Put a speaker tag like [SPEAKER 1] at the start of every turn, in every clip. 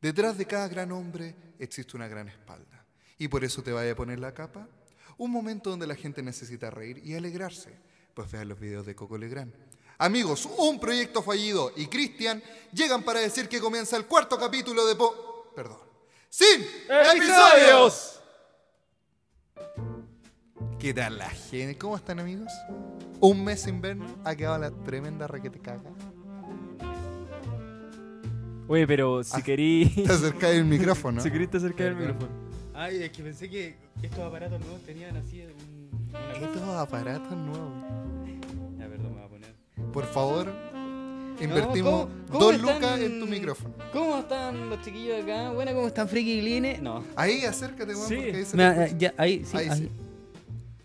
[SPEAKER 1] Detrás de cada gran hombre existe una gran espalda. Y por eso te vaya a poner la capa. Un momento donde la gente necesita reír y alegrarse. Pues vean los videos de Coco Legrand. Amigos, un proyecto fallido y Cristian llegan para decir que comienza el cuarto capítulo de Po. Perdón. ¡Sin episodios! ¿Qué tal la gente? ¿Cómo están, amigos? Un mes sin vernos ha quedado la tremenda requete caga.
[SPEAKER 2] Oye, pero si
[SPEAKER 1] Ah.
[SPEAKER 2] querí.
[SPEAKER 1] Te acercáis el micrófono.
[SPEAKER 2] si querí te acercar el
[SPEAKER 1] Perdón.
[SPEAKER 2] micrófono.
[SPEAKER 3] Ay, es que pensé que estos aparatos nuevos tenían así un. Una
[SPEAKER 1] Estos aparatos nuevos.
[SPEAKER 3] Ya, perdón, me va a poner.
[SPEAKER 1] Por favor, invertimos
[SPEAKER 3] ¿cómo- cómo
[SPEAKER 1] dos
[SPEAKER 3] están?
[SPEAKER 1] lucas en tu micrófono.
[SPEAKER 3] ¿Cómo están los chiquillos acá? Bueno, ¿cómo están friki glines? No.
[SPEAKER 1] Ahí, acércate, weón,
[SPEAKER 2] Sí.
[SPEAKER 1] porque ahí se
[SPEAKER 3] Me-
[SPEAKER 1] te escucha.
[SPEAKER 3] ya, ahí, sí,
[SPEAKER 1] Ahí
[SPEAKER 3] ahí.
[SPEAKER 1] sí.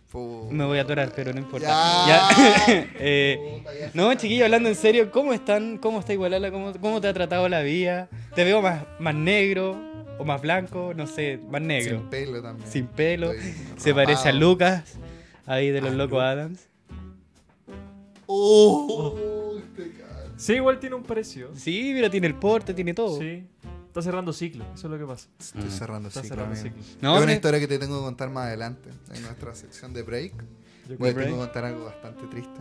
[SPEAKER 1] Fu-
[SPEAKER 3] Me voy a atorar, pero no importa.
[SPEAKER 1] Ya.
[SPEAKER 3] eh,
[SPEAKER 1] Puta, ya.
[SPEAKER 3] no, chiquillos, hablando en serio, ¿cómo están? ¿Cómo está Igualala? ¿Cómo, cómo te ha tratado la vida? ¿Te veo más, más negro o más blanco? No sé, más negro.
[SPEAKER 1] Sin pelo también.
[SPEAKER 3] Sin pelo.
[SPEAKER 1] Estoy
[SPEAKER 3] Se
[SPEAKER 1] rapado.
[SPEAKER 3] parece a Lucas, ahí de los
[SPEAKER 1] Ah,
[SPEAKER 3] Locos
[SPEAKER 1] Lu-
[SPEAKER 3] Adams.
[SPEAKER 1] Oh, te cago.
[SPEAKER 2] Sí, igual tiene un precio.
[SPEAKER 3] Sí, mira, tiene el porte, tiene todo.
[SPEAKER 2] Sí. Está cerrando ciclo, eso es lo que pasa.
[SPEAKER 1] Estoy
[SPEAKER 3] Mm.
[SPEAKER 1] cerrando
[SPEAKER 2] Está
[SPEAKER 1] ciclo,
[SPEAKER 2] cerrando
[SPEAKER 1] amigo.
[SPEAKER 2] ciclo.
[SPEAKER 3] No,
[SPEAKER 1] es una
[SPEAKER 3] me-
[SPEAKER 1] historia que te tengo que contar más adelante en nuestra sección de break.
[SPEAKER 2] Yo
[SPEAKER 1] Voy a
[SPEAKER 2] creo
[SPEAKER 1] tengo que contar algo bastante triste.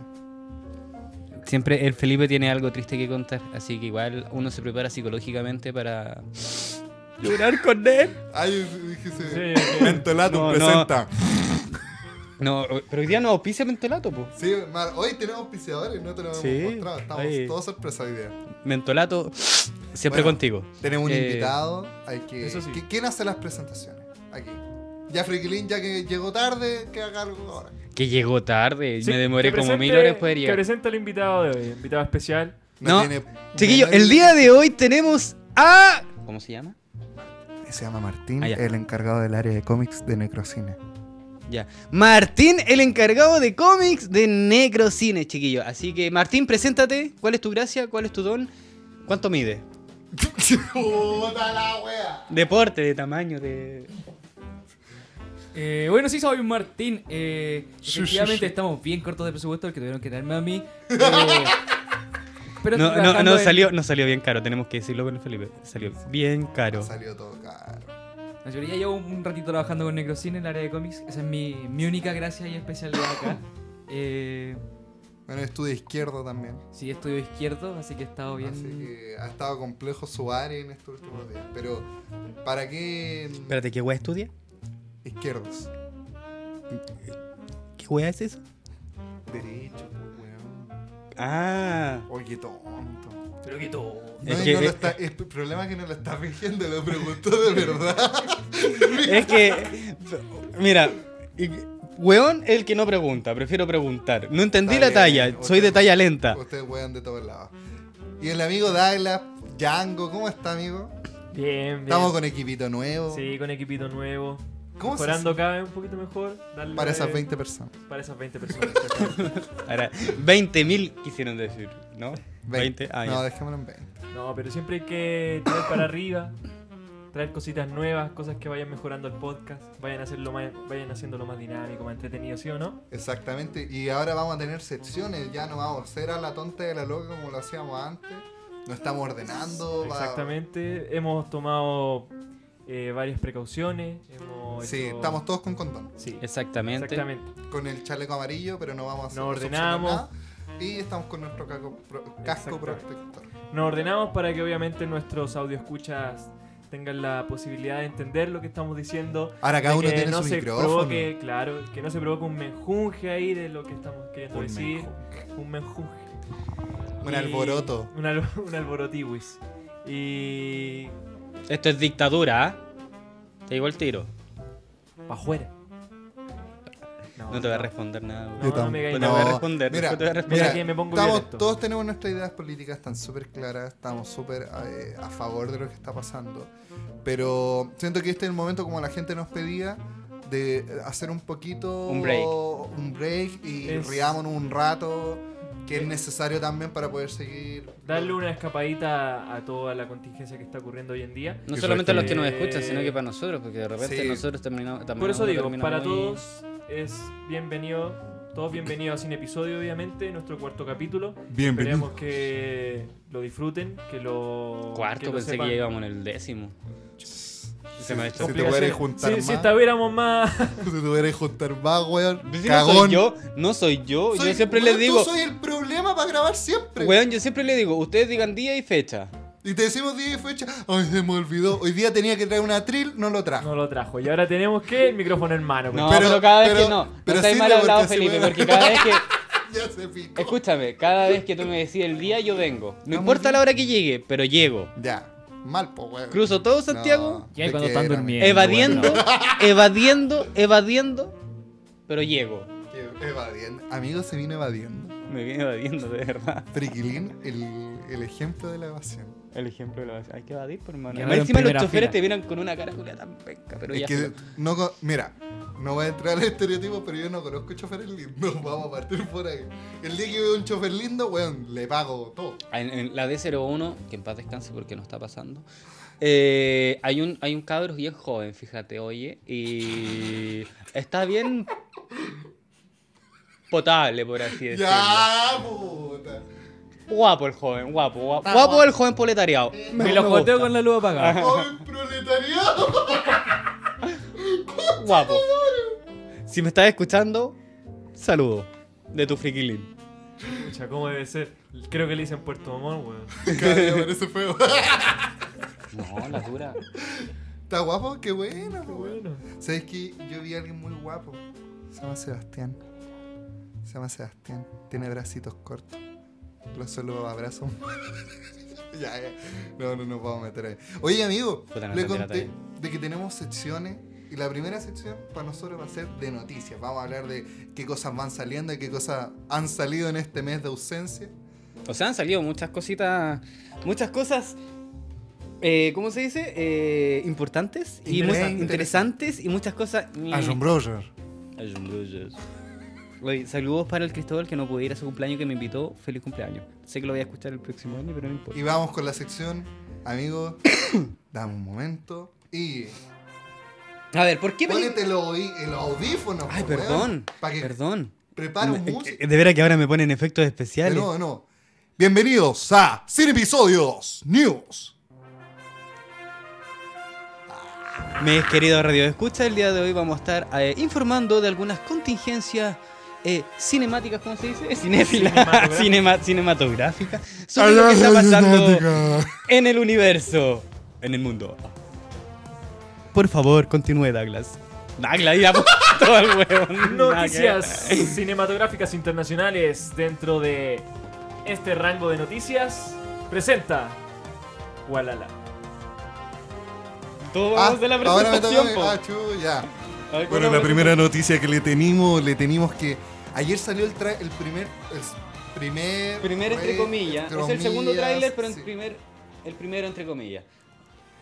[SPEAKER 3] Siempre el Felipe tiene algo triste que contar, así que igual uno se prepara psicológicamente para llorar con él.
[SPEAKER 1] Ay, dije se.
[SPEAKER 2] Sí, ok.
[SPEAKER 1] Mentolato
[SPEAKER 3] No, no.
[SPEAKER 1] presenta.
[SPEAKER 3] No, pero hoy día no auspicia Mentolato, po.
[SPEAKER 1] Sí, Mar, hoy tenemos auspiciadores, no te lo hemos
[SPEAKER 3] Sí,
[SPEAKER 1] mostrado. Estamos
[SPEAKER 3] ahí.
[SPEAKER 1] todos sorpresos hoy día.
[SPEAKER 3] Mentolato siempre
[SPEAKER 1] Bueno.
[SPEAKER 3] contigo.
[SPEAKER 1] Tenemos un
[SPEAKER 3] Eh,
[SPEAKER 1] invitado. Hay que,
[SPEAKER 2] eso sí.
[SPEAKER 1] que- ¿Quién hace las presentaciones? Aquí. Ya Lynn, ya que llegó tarde, que haga algo ahora.
[SPEAKER 3] Que llegó tarde,
[SPEAKER 2] Sí,
[SPEAKER 3] me demoré
[SPEAKER 2] que
[SPEAKER 3] como
[SPEAKER 2] presente-
[SPEAKER 3] mil horas en poder
[SPEAKER 2] Que
[SPEAKER 3] llegar.
[SPEAKER 2] presenta el invitado de hoy, invitado especial.
[SPEAKER 3] No. Chiquillo,
[SPEAKER 1] menor-
[SPEAKER 3] el día de hoy tenemos a ¿Cómo se llama?
[SPEAKER 1] Se llama Martín,
[SPEAKER 3] Ah, ya.
[SPEAKER 1] el encargado del área de cómics de Necrocine.
[SPEAKER 3] Ya. Martín, el encargado de cómics de Necrocine, chiquillo. Así que Martín, preséntate. ¿Cuál es tu gracia? ¿Cuál es tu don? ¿Cuánto mide?
[SPEAKER 1] ¡Puta la wea!
[SPEAKER 3] Deporte, de tamaño, de
[SPEAKER 4] Eh, bueno, sí, soy Martín. Eh,
[SPEAKER 1] Sí,
[SPEAKER 4] efectivamente,
[SPEAKER 1] sí, sí.
[SPEAKER 4] estamos bien cortos de presupuesto porque tuvieron que darme a mí. Eh, pero
[SPEAKER 3] No,
[SPEAKER 4] estoy
[SPEAKER 3] no,
[SPEAKER 4] trabajando
[SPEAKER 3] no,
[SPEAKER 4] en-
[SPEAKER 3] salió, no salió bien caro, tenemos que decirlo con el Felipe. Salió bien caro.
[SPEAKER 1] Salió todo caro.
[SPEAKER 4] No, yo ya llevo un ratito trabajando con Necrocine en el área de cómics. Esa es mi, mi única gracia y especialidad acá. Eh,
[SPEAKER 1] Bueno, estudio izquierdo también.
[SPEAKER 4] sí, estudio izquierdo, así que he estado bien.
[SPEAKER 1] Así que ha estado complejo su área en estos últimos días. Pero, ¿para qué mm,
[SPEAKER 3] Espérate, ¿qué weá estudia?
[SPEAKER 1] izquierdos?
[SPEAKER 3] ¿Qué weá es eso?
[SPEAKER 1] Derecho, pues, weón.
[SPEAKER 3] Ah.
[SPEAKER 1] Oye, tonto.
[SPEAKER 4] Pero que todo.
[SPEAKER 1] No,
[SPEAKER 3] Es
[SPEAKER 1] y
[SPEAKER 3] que-
[SPEAKER 1] no lo está- es el problema es que no lo está fingiendo, lo preguntó de verdad.
[SPEAKER 3] Es que. Mira, y- weón el que no pregunta, prefiero preguntar. No entendí
[SPEAKER 1] Está
[SPEAKER 3] la
[SPEAKER 1] bien,
[SPEAKER 3] talla, soy de
[SPEAKER 1] usted-
[SPEAKER 3] talla lenta.
[SPEAKER 1] Ustedes juegan de todos lados. Y el amigo Douglas, Django, ¿cómo está, amigo?
[SPEAKER 2] Bien, bien.
[SPEAKER 1] Estamos con equipito nuevo.
[SPEAKER 2] Sí, con equipito nuevo.
[SPEAKER 1] ¿Cómo se
[SPEAKER 2] Mejorando E. cada vez un poquito mejor. darle-
[SPEAKER 1] hace para esas 20 personas?
[SPEAKER 2] Para esas 20 personas. exactamente.
[SPEAKER 3] Ahora, 20.000 quisieron decir, ¿no?
[SPEAKER 1] 20.
[SPEAKER 3] 20. Ah,
[SPEAKER 1] no,
[SPEAKER 3] ya.
[SPEAKER 1] dejémoslo en 20.
[SPEAKER 2] no, pero siempre hay que tirar para arriba. Traer cositas nuevas, cosas que vayan mejorando el podcast, vayan, a hacerlo más, vayan haciéndolo más dinámico, más entretenido, ¿sí o no?
[SPEAKER 1] Exactamente. Y ahora vamos a tener secciones. Ya no vamos a ser a la tonta de la loca como lo hacíamos antes. No estamos ordenando. va-
[SPEAKER 2] Exactamente. Hemos tomado eh, varias precauciones. Hemos
[SPEAKER 1] Sí,
[SPEAKER 2] hecho-
[SPEAKER 1] estamos todos con condón.
[SPEAKER 2] Sí,
[SPEAKER 3] Exactamente.
[SPEAKER 2] exactamente.
[SPEAKER 1] Con el chaleco amarillo, pero no vamos a
[SPEAKER 2] No
[SPEAKER 1] hacer-
[SPEAKER 2] ordenamos.
[SPEAKER 1] nada. Y estamos con nuestro caco- pro- casco
[SPEAKER 2] Exactamente.
[SPEAKER 1] protector.
[SPEAKER 2] Nos ordenamos para que obviamente nuestros escuchas tengan la posibilidad de entender lo que estamos diciendo.
[SPEAKER 1] Ahora cada
[SPEAKER 2] de
[SPEAKER 1] uno
[SPEAKER 2] que
[SPEAKER 1] tiene
[SPEAKER 2] no
[SPEAKER 1] su
[SPEAKER 2] se
[SPEAKER 1] micrófono.
[SPEAKER 2] provoque, claro, que no se provoque un menjunje ahí de lo que estamos queriendo
[SPEAKER 1] Un
[SPEAKER 2] decir. Un menjunje.
[SPEAKER 1] Un
[SPEAKER 2] Y-
[SPEAKER 1] alboroto.
[SPEAKER 2] Un, al- un alborotiwis. Y.
[SPEAKER 3] Esto es dictadura, ¿ah? Te digo el tiro.
[SPEAKER 2] Pa' afuera.
[SPEAKER 3] No te voy a responder nada, weón.
[SPEAKER 2] No, no me
[SPEAKER 3] Pues
[SPEAKER 2] caí.
[SPEAKER 3] te voy a responder,
[SPEAKER 1] Mira,
[SPEAKER 3] después te voy a responder.
[SPEAKER 1] mira,
[SPEAKER 2] Mira que me pongo
[SPEAKER 1] estamos-
[SPEAKER 2] violento.
[SPEAKER 1] todos tenemos nuestras ideas políticas, están súper claras, estamos súper eh, a favor de lo que está pasando. Pero siento que este es el momento, como la gente nos pedía, de hacer un poquito.
[SPEAKER 3] Un break.
[SPEAKER 1] un break y
[SPEAKER 2] Es-
[SPEAKER 1] riámonos un rato, que es necesario también para poder seguir.
[SPEAKER 2] Darle una escapadita a toda la contingencia que está ocurriendo hoy en día.
[SPEAKER 3] No solamente a los que nos
[SPEAKER 2] Eh,
[SPEAKER 3] escuchan, sino que para nosotros, porque de repente
[SPEAKER 1] sí.
[SPEAKER 3] nosotros terminamos.
[SPEAKER 2] Por eso digo,
[SPEAKER 3] terminamos
[SPEAKER 2] para
[SPEAKER 3] muy-
[SPEAKER 2] todos es bienvenido Todos bienvenidos a Sin Episodio, obviamente, nuestro cuarto capítulo.
[SPEAKER 1] Bienvenido.
[SPEAKER 2] Esperemos que lo disfruten, que lo.
[SPEAKER 3] Cuarto,
[SPEAKER 2] que lo
[SPEAKER 3] pensé
[SPEAKER 2] sepan.
[SPEAKER 3] que íbamos en el décimo. Se me ha hecho.
[SPEAKER 1] Si te pudieras juntar
[SPEAKER 2] Sí, si
[SPEAKER 1] más.
[SPEAKER 2] estuviéramos más.
[SPEAKER 1] Pues, Si te pudieras juntar más, weón.
[SPEAKER 3] Si No
[SPEAKER 1] Cagón.
[SPEAKER 3] soy yo, no soy yo.
[SPEAKER 1] Soy-
[SPEAKER 3] yo siempre
[SPEAKER 1] weón,
[SPEAKER 3] les digo,
[SPEAKER 1] Tú soy el problema para grabar siempre.
[SPEAKER 3] weón, yo siempre les digo, ustedes digan día y fecha.
[SPEAKER 1] Y te decimos día y fecha. Ay, se me olvidó. Hoy día tenía que traer una tril, no lo trajo.
[SPEAKER 2] No lo trajo. Y ahora tenemos que el micrófono en mano.
[SPEAKER 3] No,
[SPEAKER 1] Pero-
[SPEAKER 3] pero, cada vez
[SPEAKER 1] pero-
[SPEAKER 3] que no.
[SPEAKER 1] pero
[SPEAKER 3] no estáis
[SPEAKER 1] sí
[SPEAKER 3] mal
[SPEAKER 1] le
[SPEAKER 3] hablado,
[SPEAKER 1] volteé así,
[SPEAKER 3] Felipe,
[SPEAKER 1] weón.
[SPEAKER 3] porque cada vez que.
[SPEAKER 1] Ya se picó.
[SPEAKER 3] Escúchame, cada vez que tú me decís el día, yo vengo. No
[SPEAKER 1] Estamos
[SPEAKER 3] importa
[SPEAKER 1] bien.
[SPEAKER 3] la hora que llegue, pero llego.
[SPEAKER 1] Ya. Mal, po, weón.
[SPEAKER 3] Cruzo todo Santiago,
[SPEAKER 4] Ya,
[SPEAKER 1] te
[SPEAKER 4] cuando están
[SPEAKER 1] quiero,
[SPEAKER 4] durmiendo.
[SPEAKER 3] evadiendo, evadiendo, evadiendo, pero llego.
[SPEAKER 1] amigo. Evadiendo. Amigo, se vino evadiendo.
[SPEAKER 3] Me viene evadiendo, de verdad.
[SPEAKER 1] Friquilín, el, el ejemplo de la evasión.
[SPEAKER 3] El ejemplo de la Hay que evadir, por hermano.
[SPEAKER 4] Quedaron
[SPEAKER 3] Además, encima
[SPEAKER 4] en
[SPEAKER 3] los
[SPEAKER 4] primera
[SPEAKER 3] choferes
[SPEAKER 4] fila.
[SPEAKER 3] te vieron con una cara culia tan pesca, pero ya.
[SPEAKER 1] es que,
[SPEAKER 3] filo.
[SPEAKER 1] no, co- mira, no voy a entrar al estereotipo, pero yo no conozco choferes lindos. Vamos a partir por ahí. El día que veo un chofer lindo, weón, le pago todo.
[SPEAKER 3] En, en la D01, que en paz descanse porque no está pasando. eh, hay un hay un cabro bien joven, fíjate, oye, y está bien potable, por así decirlo.
[SPEAKER 1] Ya, puta.
[SPEAKER 3] Guapo el joven, guapo, guapo. Guapo el joven proletariado.
[SPEAKER 4] Me
[SPEAKER 3] Me
[SPEAKER 4] lo
[SPEAKER 3] gusta.
[SPEAKER 4] joteo con la luz apagada.
[SPEAKER 1] Joven proletariado.
[SPEAKER 3] Guapo. Si me estás escuchando, saludo. De tu friquilín.
[SPEAKER 2] Pucha, ¿cómo debe ser? Creo que le dicen Puerto Montt, weón.
[SPEAKER 1] Cada día parece feo.
[SPEAKER 3] No, la dura.
[SPEAKER 1] ¿Está guapo? Qué bueno, po, weón.
[SPEAKER 2] Bueno.
[SPEAKER 1] ¿Sabes que Yo vi a alguien muy guapo. Se llama Sebastián. Se llama Sebastián. Tiene bracitos cortos. Lo solo abrazo. ya, ya. No, no nos vamos a meter ahí. Oye, amigo,
[SPEAKER 3] Puta, no
[SPEAKER 1] le
[SPEAKER 3] entendí la
[SPEAKER 1] conté de que tenemos secciones. Y la primera sección para nosotros va a ser de noticias. Vamos a hablar de qué cosas van saliendo y qué cosas han salido en este mes de ausencia.
[SPEAKER 3] O sea, han salido muchas cositas. Muchas cosas. eh, ¿Cómo se dice? Eh, importantes y muy
[SPEAKER 1] Interesantes.
[SPEAKER 3] interesantes y muchas cosas. Mm.
[SPEAKER 1] Asombrosos.
[SPEAKER 3] Asombrosas. Oye, saludos para el Cristóbal que no pude ir a su cumpleaños que me invitó. Feliz cumpleaños. Sé que lo voy a escuchar el próximo año, pero no importa.
[SPEAKER 1] Y vamos con la sección, amigos. Dame un momento. Y
[SPEAKER 3] A ver, ¿por qué peli-
[SPEAKER 1] Ponete el, audi- el audífono.
[SPEAKER 3] Ay,
[SPEAKER 1] po,
[SPEAKER 3] perdón.
[SPEAKER 1] weón, Para que
[SPEAKER 3] Perdón.
[SPEAKER 1] preparo
[SPEAKER 3] Me-
[SPEAKER 1] música.
[SPEAKER 3] De veras que ahora me ponen efectos especiales.
[SPEAKER 1] No, no. Bienvenidos a Sin Episodios News.
[SPEAKER 3] Mis queridos Radio Escucha, el día de hoy vamos a estar eh, informando de algunas contingencias eh, cinemáticas, ¿cómo se dice? Cinéfilas,
[SPEAKER 2] Cinematográficas.
[SPEAKER 3] cinema- cinematográficas, sobre lo que está pasando
[SPEAKER 1] Ah,
[SPEAKER 3] en el universo, en el mundo. Por favor, continúe, Douglas. Douglas, ya todo el huevo.
[SPEAKER 2] Noticias cinematográficas internacionales dentro de este rango de noticias presenta Walala.
[SPEAKER 3] Todo
[SPEAKER 1] Ah,
[SPEAKER 3] vamos de la
[SPEAKER 1] ahora me
[SPEAKER 3] presentación,
[SPEAKER 1] toca.
[SPEAKER 3] po.
[SPEAKER 1] Ah, chu, ya.
[SPEAKER 3] A ver,
[SPEAKER 1] Bueno,
[SPEAKER 3] ¿cómo
[SPEAKER 1] la primera noticia que le tenemos, le tenemos que. Ayer salió el, tra- el primer. El primer.
[SPEAKER 3] Primer entre
[SPEAKER 1] eh,
[SPEAKER 3] comillas.
[SPEAKER 1] entre
[SPEAKER 3] Es el segundo
[SPEAKER 1] comillas,
[SPEAKER 3] tráiler, pero en
[SPEAKER 1] sí.
[SPEAKER 3] primer, el primero entre comillas.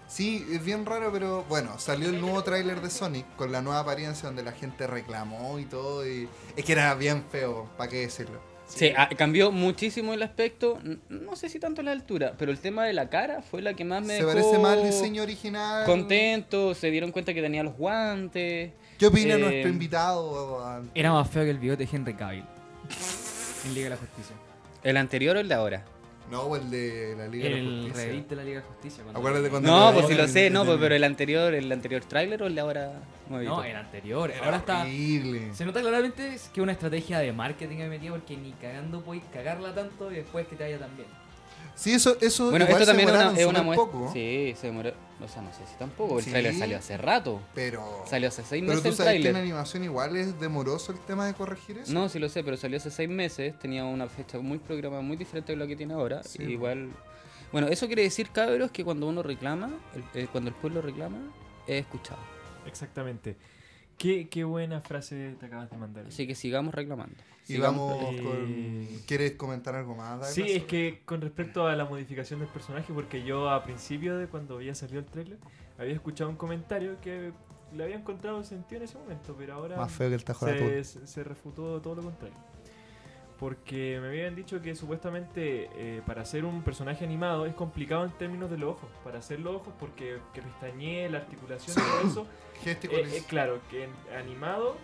[SPEAKER 1] Sí, es bien raro, pero bueno, salió el nuevo tráiler de Sonic con la nueva apariencia donde la gente reclamó y todo. Y es que era bien feo, ¿para qué decirlo?
[SPEAKER 3] Sí,
[SPEAKER 1] eh.
[SPEAKER 3] ah, cambió muchísimo el aspecto, n- no sé si tanto la altura, pero el tema de la cara fue la que más Ah, me
[SPEAKER 1] Se
[SPEAKER 3] dejó
[SPEAKER 1] parece más al diseño original.
[SPEAKER 3] contento, se dieron cuenta que tenía los guantes.
[SPEAKER 1] ¿Qué opina
[SPEAKER 3] Eh,
[SPEAKER 1] nuestro invitado? ah,
[SPEAKER 4] Era más feo que el bigote de Henry Cavill. En Liga de la Justicia.
[SPEAKER 3] ¿El anterior o el de ahora?
[SPEAKER 1] No, el de la Liga de la
[SPEAKER 4] El
[SPEAKER 1] Justicia.
[SPEAKER 4] revit de la Liga de la Justicia. cuando-
[SPEAKER 1] Acuérdate cuando-
[SPEAKER 3] No,
[SPEAKER 1] el
[SPEAKER 3] pues
[SPEAKER 1] de
[SPEAKER 3] si lo
[SPEAKER 1] ahora,
[SPEAKER 3] sé,
[SPEAKER 1] el
[SPEAKER 3] no,
[SPEAKER 1] de-
[SPEAKER 3] pues, pero el anterior, el anterior tráiler o el de ahora. No, he
[SPEAKER 4] No,
[SPEAKER 3] visto.
[SPEAKER 4] el anterior.
[SPEAKER 1] Era
[SPEAKER 4] Ahora está.
[SPEAKER 1] horrible.
[SPEAKER 4] Se nota claramente que una estrategia de marketing que me metía porque ni cagando podéis cagarla tanto y después que te vaya tan bien.
[SPEAKER 1] Sí, eso, eso
[SPEAKER 3] Bueno,
[SPEAKER 1] igual
[SPEAKER 3] esto
[SPEAKER 1] se
[SPEAKER 3] también es una,
[SPEAKER 1] demoraron
[SPEAKER 3] es una
[SPEAKER 1] súper
[SPEAKER 3] muestra.
[SPEAKER 1] poco,
[SPEAKER 3] Sí, se demoró. O sea, no sé si tampoco. El
[SPEAKER 1] Sí.
[SPEAKER 3] tráiler salió hace rato.
[SPEAKER 1] Pero,
[SPEAKER 3] Salió hace seis
[SPEAKER 1] pero
[SPEAKER 3] meses
[SPEAKER 1] tú
[SPEAKER 3] el
[SPEAKER 1] sabes que en
[SPEAKER 3] tráiler.
[SPEAKER 1] animación igual es demoroso el tema de corregir eso.
[SPEAKER 3] No, sí lo sé, pero salió hace seis meses, tenía una fecha muy programada, muy diferente de la que tiene ahora.
[SPEAKER 1] Sí,
[SPEAKER 3] y
[SPEAKER 1] po.
[SPEAKER 3] igual. Bueno, eso quiere decir, cabros, que cuando uno reclama, el- eh, cuando el pueblo reclama, es escuchado.
[SPEAKER 2] Exactamente. Qué, qué buena frase te acabas de mandar.
[SPEAKER 3] Así que sigamos reclamando.
[SPEAKER 1] y
[SPEAKER 3] Sigamos-
[SPEAKER 1] vamos
[SPEAKER 2] eh,
[SPEAKER 1] con... ¿Quieres comentar algo más? Douglas?
[SPEAKER 2] Sí, es que con respecto a la modificación del personaje, porque yo a principio de cuando había salido el tráiler, había escuchado un comentario que le había encontrado sentido en ese momento, pero ahora
[SPEAKER 1] Más feo que el tajo de atún.
[SPEAKER 2] se, se- se refutó todo lo contrario. Porque me habían dicho que supuestamente eh, para hacer un personaje animado es complicado en términos de los ojos. Para hacer los ojos, porque que pestañee, la articulación, todo eso.
[SPEAKER 1] Gestico-
[SPEAKER 2] eh, eh, claro, que en animado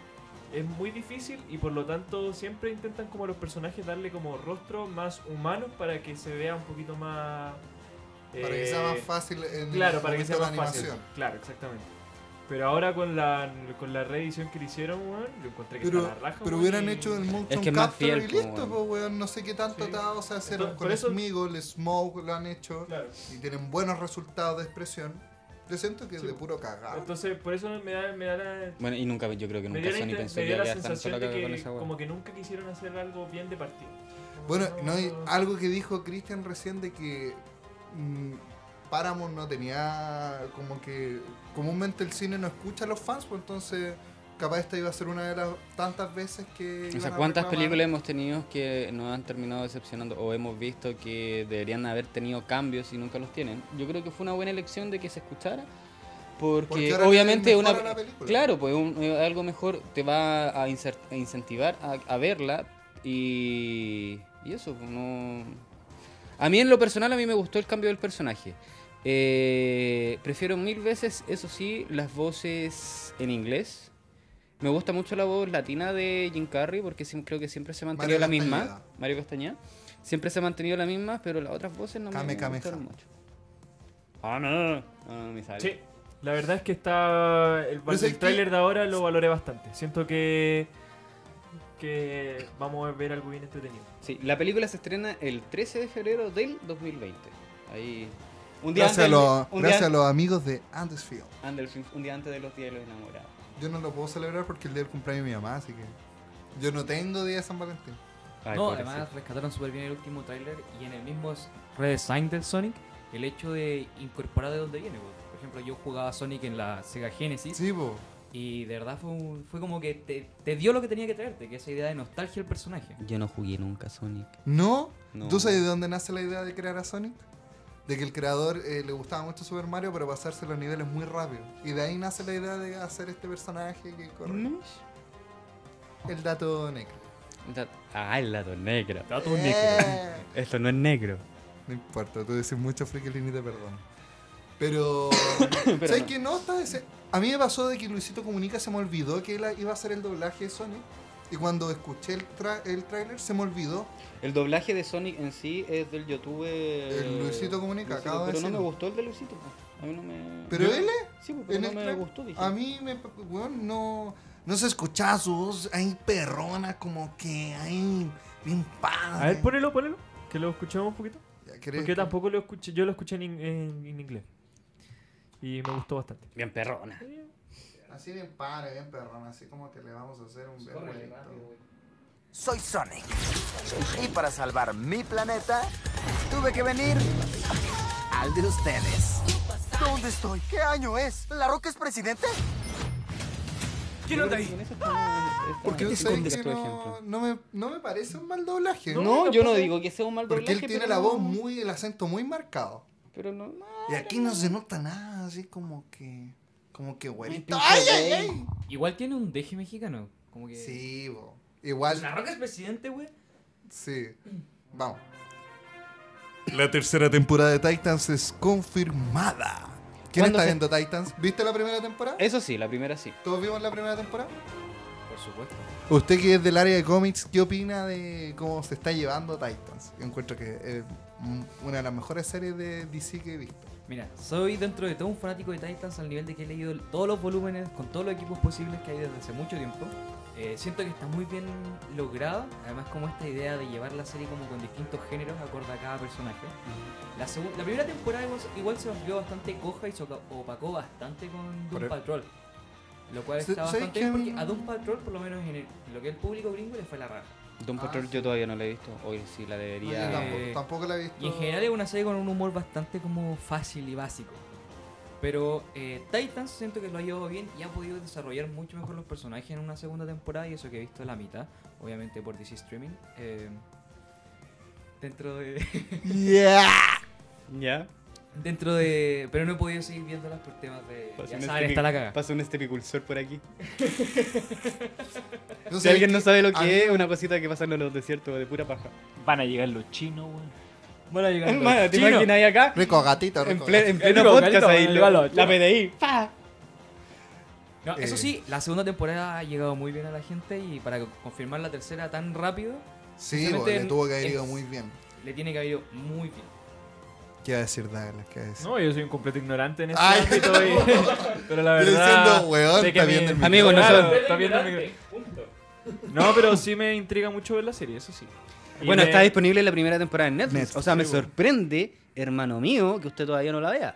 [SPEAKER 2] es muy difícil y por lo tanto siempre intentan como a los personajes darle como rostro más humanos para que se vea un poquito más...
[SPEAKER 1] Para que sea más fácil en
[SPEAKER 2] Eh, Claro,
[SPEAKER 1] el
[SPEAKER 2] para que sea
[SPEAKER 1] momento
[SPEAKER 2] más
[SPEAKER 1] de
[SPEAKER 2] fácil. Claro, exactamente. Pero ahora con la, con la reedición que le hicieron, weón, yo encontré que está
[SPEAKER 1] Pero,
[SPEAKER 2] la raja.
[SPEAKER 1] pero
[SPEAKER 2] weón,
[SPEAKER 1] hubieran
[SPEAKER 2] y-
[SPEAKER 1] hecho el motion
[SPEAKER 3] Es que es más
[SPEAKER 1] capture
[SPEAKER 3] fiel,
[SPEAKER 1] y
[SPEAKER 3] po,
[SPEAKER 1] listo,
[SPEAKER 3] weón.
[SPEAKER 1] po, weón. No sé qué tanto
[SPEAKER 2] Sí.
[SPEAKER 1] atado se hacieron
[SPEAKER 2] Entonces,
[SPEAKER 1] con
[SPEAKER 2] por eso-
[SPEAKER 1] Smeagol, Smoke lo han hecho.
[SPEAKER 2] Claro.
[SPEAKER 1] Y tienen buenos resultados de expresión. Yo siento que es
[SPEAKER 2] Sí,
[SPEAKER 1] de
[SPEAKER 2] po.
[SPEAKER 1] puro cagado.
[SPEAKER 2] Entonces, por eso me da, me da la...
[SPEAKER 3] Bueno, y nunca, yo creo que nunca
[SPEAKER 2] Me dio la,
[SPEAKER 3] Sony
[SPEAKER 2] inte-
[SPEAKER 3] pensó
[SPEAKER 2] me
[SPEAKER 3] que
[SPEAKER 2] dio
[SPEAKER 3] iba
[SPEAKER 2] la
[SPEAKER 3] a estar
[SPEAKER 2] sensación
[SPEAKER 3] sola
[SPEAKER 2] de
[SPEAKER 3] cagada
[SPEAKER 2] que
[SPEAKER 3] con esa
[SPEAKER 2] como
[SPEAKER 3] weá.
[SPEAKER 2] que nunca quisieron hacer algo bien de partida. Como
[SPEAKER 1] Bueno,
[SPEAKER 2] que
[SPEAKER 1] no hay
[SPEAKER 2] no-
[SPEAKER 1] algo que dijo Christian recién de que mm, Paramount no tenía como que comúnmente el cine no escucha a los fans, pues entonces capaz esta iba a ser una de las tantas veces que
[SPEAKER 3] O
[SPEAKER 1] iban
[SPEAKER 3] sea,
[SPEAKER 1] a
[SPEAKER 3] ¿cuántas
[SPEAKER 1] reclamar.
[SPEAKER 3] películas hemos tenido que nos han terminado decepcionando o hemos visto que deberían haber tenido cambios y nunca los tienen? Yo creo que fue una buena elección de que se escuchara porque,
[SPEAKER 1] Porque ahora
[SPEAKER 3] obviamente
[SPEAKER 1] le
[SPEAKER 3] una
[SPEAKER 1] mejora la película.
[SPEAKER 3] claro, pues un- eh, algo mejor te va a, inser- a incentivar a, a verla y y eso pues, no a mí en lo personal a mí me gustó el cambio del personaje. Eh, prefiero mil veces, eso sí, las voces en inglés. Me gusta mucho la voz latina de Jim Carrey porque sim- creo que siempre se ha mantenido
[SPEAKER 1] Mario
[SPEAKER 3] la misma.
[SPEAKER 1] Castañeda.
[SPEAKER 3] Mario Castañeda. Siempre se ha mantenido la misma, pero las otras voces no
[SPEAKER 1] Kame
[SPEAKER 3] me
[SPEAKER 1] Kameha.
[SPEAKER 3] gustaron mucho. Ah, no. No, no me sale.
[SPEAKER 2] Sí, la verdad es que está. El,
[SPEAKER 1] Pero
[SPEAKER 2] el
[SPEAKER 1] sabes
[SPEAKER 2] tráiler
[SPEAKER 1] que-
[SPEAKER 2] de ahora lo valoré bastante. Siento que. que vamos a ver algo bien entretenido.
[SPEAKER 3] Sí, la película se estrena el 13 de febrero del 2020. Ahí. Un día
[SPEAKER 1] Gracias, a,
[SPEAKER 3] antes,
[SPEAKER 1] los,
[SPEAKER 3] un,
[SPEAKER 1] gracias a
[SPEAKER 3] día,
[SPEAKER 1] los amigos de Andersfield.
[SPEAKER 3] Anderson, un día antes de los días de los enamorados.
[SPEAKER 1] Yo no lo puedo celebrar porque el día del cumpleaños de mi mamá, así que yo no tengo día de San Valentín.
[SPEAKER 3] Ay,
[SPEAKER 4] no,
[SPEAKER 3] pobrecito.
[SPEAKER 4] además rescataron súper bien el último tráiler y en el mismo s- redesign del Sonic, el hecho de incorporar de dónde viene. po. Por ejemplo, yo jugaba Sonic en la Sega Genesis
[SPEAKER 1] Sí, po.
[SPEAKER 4] y de verdad fue, un- fue como que te, te dio lo que tenía que traerte, que esa idea de nostalgia al personaje.
[SPEAKER 3] Yo no jugué nunca Sonic.
[SPEAKER 1] ¿No?
[SPEAKER 3] No.
[SPEAKER 1] ¿Tú sabes de dónde nace la idea de crear a Sonic? De que el creador eh, le gustaba mucho Super Mario, pero pasarse los niveles muy rápido. Y de ahí nace la idea de hacer este personaje que corre. El dato negro.
[SPEAKER 3] Da- Ah, el lado negro.
[SPEAKER 1] Eh,
[SPEAKER 3] Esto no es negro.
[SPEAKER 1] No importa, tú decís mucho friquelini te perdón. Pero. ¿Sabes qué? No, está ese- A mí me pasó de que Luisito Comunica se me olvidó que él iba a hacer el doblaje de Sonic. Y cuando escuché el, tra- el tráiler se me olvidó.
[SPEAKER 3] El doblaje de Sonic en sí es del youtuber.
[SPEAKER 1] El Luisito Comunica, acabo de
[SPEAKER 3] Pero no me
[SPEAKER 1] decirlo.
[SPEAKER 3] gustó el de Luisito. po. A mí no me.
[SPEAKER 1] Pero
[SPEAKER 3] Yo-
[SPEAKER 1] él
[SPEAKER 3] Sí, po, pero
[SPEAKER 1] en
[SPEAKER 3] no
[SPEAKER 1] el
[SPEAKER 3] me
[SPEAKER 1] tráiler.
[SPEAKER 3] gustó. Dije.
[SPEAKER 1] A mí, me, weón, no, no se escuchaba su voz ahí perrona, como que ahí bien padre.
[SPEAKER 2] A ver, ponelo, ponelo. Que lo escuchamos un poquito.
[SPEAKER 1] Ya, ¿querés
[SPEAKER 2] Porque
[SPEAKER 1] Ah, que-
[SPEAKER 2] tampoco lo escuché. Yo lo escuché en, in- en- en inglés. Y me gustó bastante.
[SPEAKER 3] Bien perrona.
[SPEAKER 1] Así bien padre, bien perrona, así como que le vamos a hacer un verbo.
[SPEAKER 5] Soy Sonic. Y para salvar mi planeta, tuve que venir al de ustedes. ¿Dónde estoy? ¿Qué año es? ¿La Roca es presidente?
[SPEAKER 3] ¿Quién onda ahí?
[SPEAKER 1] Porque
[SPEAKER 3] tú
[SPEAKER 1] tú sabes que no, no, me, no me parece un mal doblaje.
[SPEAKER 2] No,
[SPEAKER 3] No, yo no
[SPEAKER 2] tampoco.
[SPEAKER 3] digo que sea un mal doblaje.
[SPEAKER 1] Porque él tiene
[SPEAKER 3] pero
[SPEAKER 1] la
[SPEAKER 3] no- Ah,
[SPEAKER 1] voz muy, el acento muy marcado.
[SPEAKER 3] Pero no.
[SPEAKER 1] Y aquí no se nota nada, así como que. Como que güerito.
[SPEAKER 3] pinche
[SPEAKER 1] ¡Ay, ay,
[SPEAKER 3] gay.
[SPEAKER 1] ay!
[SPEAKER 4] Igual tiene un deje mexicano, como que...
[SPEAKER 1] Sí, bo. Igual.
[SPEAKER 4] ¿La Roca es presidente, güey?
[SPEAKER 1] Sí. Vamos. La tercera temporada de Titans es confirmada. ¿Quién
[SPEAKER 3] ¿Cuándo
[SPEAKER 1] está
[SPEAKER 3] se-
[SPEAKER 1] viendo Titans? ¿Viste la primera temporada?
[SPEAKER 3] Eso sí, la primera sí.
[SPEAKER 1] ¿Todos vimos la primera temporada?
[SPEAKER 4] Por supuesto.
[SPEAKER 1] Usted que es del área de cómics, ¿qué opina de cómo se está llevando Titans? Yo encuentro que es mm, una de las mejores series de DC que he visto.
[SPEAKER 4] Mira, soy dentro de todo un fanático de Titans al nivel de que he leído todos los volúmenes con todos los equipos posibles que hay desde hace mucho tiempo. Eh, siento que está muy bien lograda, además como esta idea de llevar la serie como con distintos géneros acorde a cada personaje. La, segu- la primera temporada igual, igual se volvió bastante coja y se oca- opacó bastante con
[SPEAKER 1] Por
[SPEAKER 4] Doom
[SPEAKER 1] el-
[SPEAKER 4] Patrol. Lo cual
[SPEAKER 1] Sa-
[SPEAKER 4] está
[SPEAKER 1] ¿sabes
[SPEAKER 4] bastante
[SPEAKER 1] qué?
[SPEAKER 4] bien porque a Doom Patrol, por lo menos en el- lo que el público gringo, le fue la raja.
[SPEAKER 3] Don
[SPEAKER 1] Ah,
[SPEAKER 3] Patrol
[SPEAKER 1] sí.
[SPEAKER 3] yo todavía no la he visto. Hoy sí la
[SPEAKER 1] No, yo
[SPEAKER 3] debería.
[SPEAKER 1] tampoco,
[SPEAKER 4] Eh,
[SPEAKER 1] tampoco la he visto.
[SPEAKER 4] Y en general es una serie con un humor bastante como fácil y básico. Pero eh, Titans siento que lo ha llevado bien y ha podido desarrollar mucho mejor los personajes en una segunda temporada y eso que he visto la mitad, obviamente por DC Streaming. eh, dentro de...
[SPEAKER 3] Ya.
[SPEAKER 4] dentro de... Pero no he podido seguir viéndolas por temas de...
[SPEAKER 3] Pasa
[SPEAKER 4] Ya
[SPEAKER 3] un
[SPEAKER 4] saben,
[SPEAKER 3] estripi-
[SPEAKER 4] está la caga.
[SPEAKER 3] Pasa un estripiculsor por aquí.
[SPEAKER 1] No
[SPEAKER 3] Si
[SPEAKER 1] sé,
[SPEAKER 3] alguien
[SPEAKER 1] es
[SPEAKER 3] no
[SPEAKER 1] que
[SPEAKER 3] sabe lo
[SPEAKER 1] a mí-
[SPEAKER 3] que es, una cosita que pasa en los desiertos de pura paja.
[SPEAKER 2] Van a llegar los chinos, weón. Van a llegar
[SPEAKER 3] Hermano, ¿te imaginas ahí acá?
[SPEAKER 1] Rico gatito,
[SPEAKER 3] En,
[SPEAKER 1] rico
[SPEAKER 3] ple- en pleno
[SPEAKER 2] Digo,
[SPEAKER 3] podcast
[SPEAKER 2] Carito,
[SPEAKER 3] ahí,
[SPEAKER 2] llegalo,
[SPEAKER 3] la
[SPEAKER 2] llegalo.
[SPEAKER 3] PDI. pa.
[SPEAKER 4] No, eso
[SPEAKER 1] Eh.
[SPEAKER 4] sí, la segunda temporada ha llegado muy bien a la gente y para confirmar la tercera tan rápido,
[SPEAKER 1] Sí, bo,
[SPEAKER 4] Justamente
[SPEAKER 1] le
[SPEAKER 4] en-
[SPEAKER 1] tuvo que haber ido
[SPEAKER 4] en-
[SPEAKER 1] muy bien.
[SPEAKER 4] le tiene que haber ido muy bien.
[SPEAKER 1] ¿Qué va a decir Douglas? ¿Qué va a decir?
[SPEAKER 2] No, yo soy un completo ignorante en este
[SPEAKER 1] Ay,
[SPEAKER 2] ámbito. y- pero la
[SPEAKER 1] Yo
[SPEAKER 2] verdad.
[SPEAKER 1] diciendo, weón,
[SPEAKER 2] sé que
[SPEAKER 1] está
[SPEAKER 2] a mí-
[SPEAKER 1] viendo el
[SPEAKER 3] Amigo, no
[SPEAKER 2] Claro,
[SPEAKER 3] son-
[SPEAKER 2] está viendo el micro- No, pero sí me intriga mucho ver la serie, eso sí. Y
[SPEAKER 3] Bueno,
[SPEAKER 2] me-
[SPEAKER 3] está disponible la primera temporada en Netflix.
[SPEAKER 1] Netflix,
[SPEAKER 3] O sea, me
[SPEAKER 2] sí, bueno.
[SPEAKER 3] sorprende, hermano mío, que usted todavía no la vea.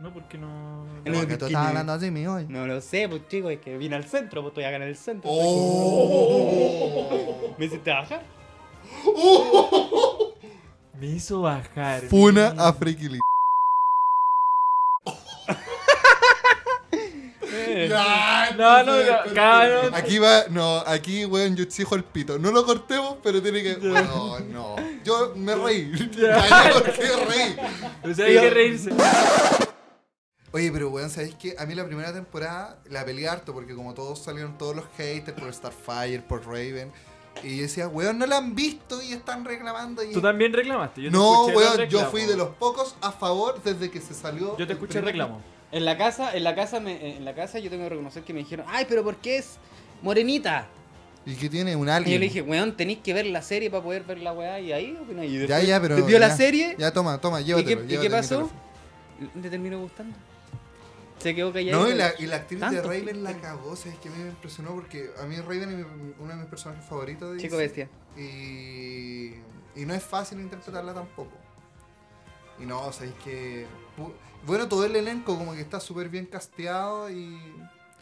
[SPEAKER 2] No, porque no.
[SPEAKER 3] En el
[SPEAKER 1] Porque tú
[SPEAKER 3] bikini.
[SPEAKER 1] estabas hablando así, mi hoy.
[SPEAKER 3] No lo sé, pues chico, es que vine al centro, pues estoy acá en el centro.
[SPEAKER 1] Oh.
[SPEAKER 3] ¿Me hiciste bajar?
[SPEAKER 2] Me hizo bajar.
[SPEAKER 1] Funa a Freaky Lee.
[SPEAKER 2] Eh, No, no, no, cada- no.
[SPEAKER 1] Aquí va, no, aquí, weón, yo exijo el pito. No lo cortemos, pero tiene que. Weón, no. Yo me reí. Ya, ya, ¿Por qué reí?
[SPEAKER 2] O sea, hay que reírse.
[SPEAKER 1] Oye, pero weón, ¿sabéis qué? A mí la primera temporada la peleé harto porque como todos salieron todos los haters por Starfire, por Raven. Y yo decía, weón, no la han visto y están reclamando. Y...
[SPEAKER 2] Tú también reclamaste. Yo te
[SPEAKER 1] no,
[SPEAKER 2] escuché los
[SPEAKER 1] weón, yo
[SPEAKER 2] reclamos.
[SPEAKER 1] fui de los pocos a favor desde que se salió.
[SPEAKER 2] Yo
[SPEAKER 1] el
[SPEAKER 2] te escuché
[SPEAKER 1] primer-
[SPEAKER 2] reclamo.
[SPEAKER 3] En la casa, en la casa, me- en la casa yo tengo que reconocer que me dijeron, ay, pero ¿por qué es morenita?
[SPEAKER 1] ¿Y qué tiene? Un
[SPEAKER 3] Y
[SPEAKER 1] alien.
[SPEAKER 3] yo le dije, weón, tenéis que ver la serie para poder ver la weá y ahí opináis. Y
[SPEAKER 1] ya,
[SPEAKER 3] después
[SPEAKER 1] ya, pero.
[SPEAKER 3] vio la
[SPEAKER 1] ya.
[SPEAKER 3] serie
[SPEAKER 1] Ya, toma, toma,
[SPEAKER 3] y, qué,
[SPEAKER 1] llévatelo.
[SPEAKER 3] y qué
[SPEAKER 1] llévatelo,
[SPEAKER 3] pasó?
[SPEAKER 1] llévatelo.
[SPEAKER 3] Le terminó gustando. Se quedó callado.
[SPEAKER 1] No, y la, y la actriz de
[SPEAKER 3] Tanto
[SPEAKER 1] Raven la
[SPEAKER 3] hate.
[SPEAKER 1] cagó, ¿sabes? Que a mí me impresionó porque a mí Raven es mi- uno de mis personajes favoritos de
[SPEAKER 3] Chico
[SPEAKER 1] DC.
[SPEAKER 3] bestia.
[SPEAKER 1] Y, y no es fácil interpretarla tampoco. Y no, o sea, es que... bu- Bueno, todo el elenco como que está súper bien casteado y...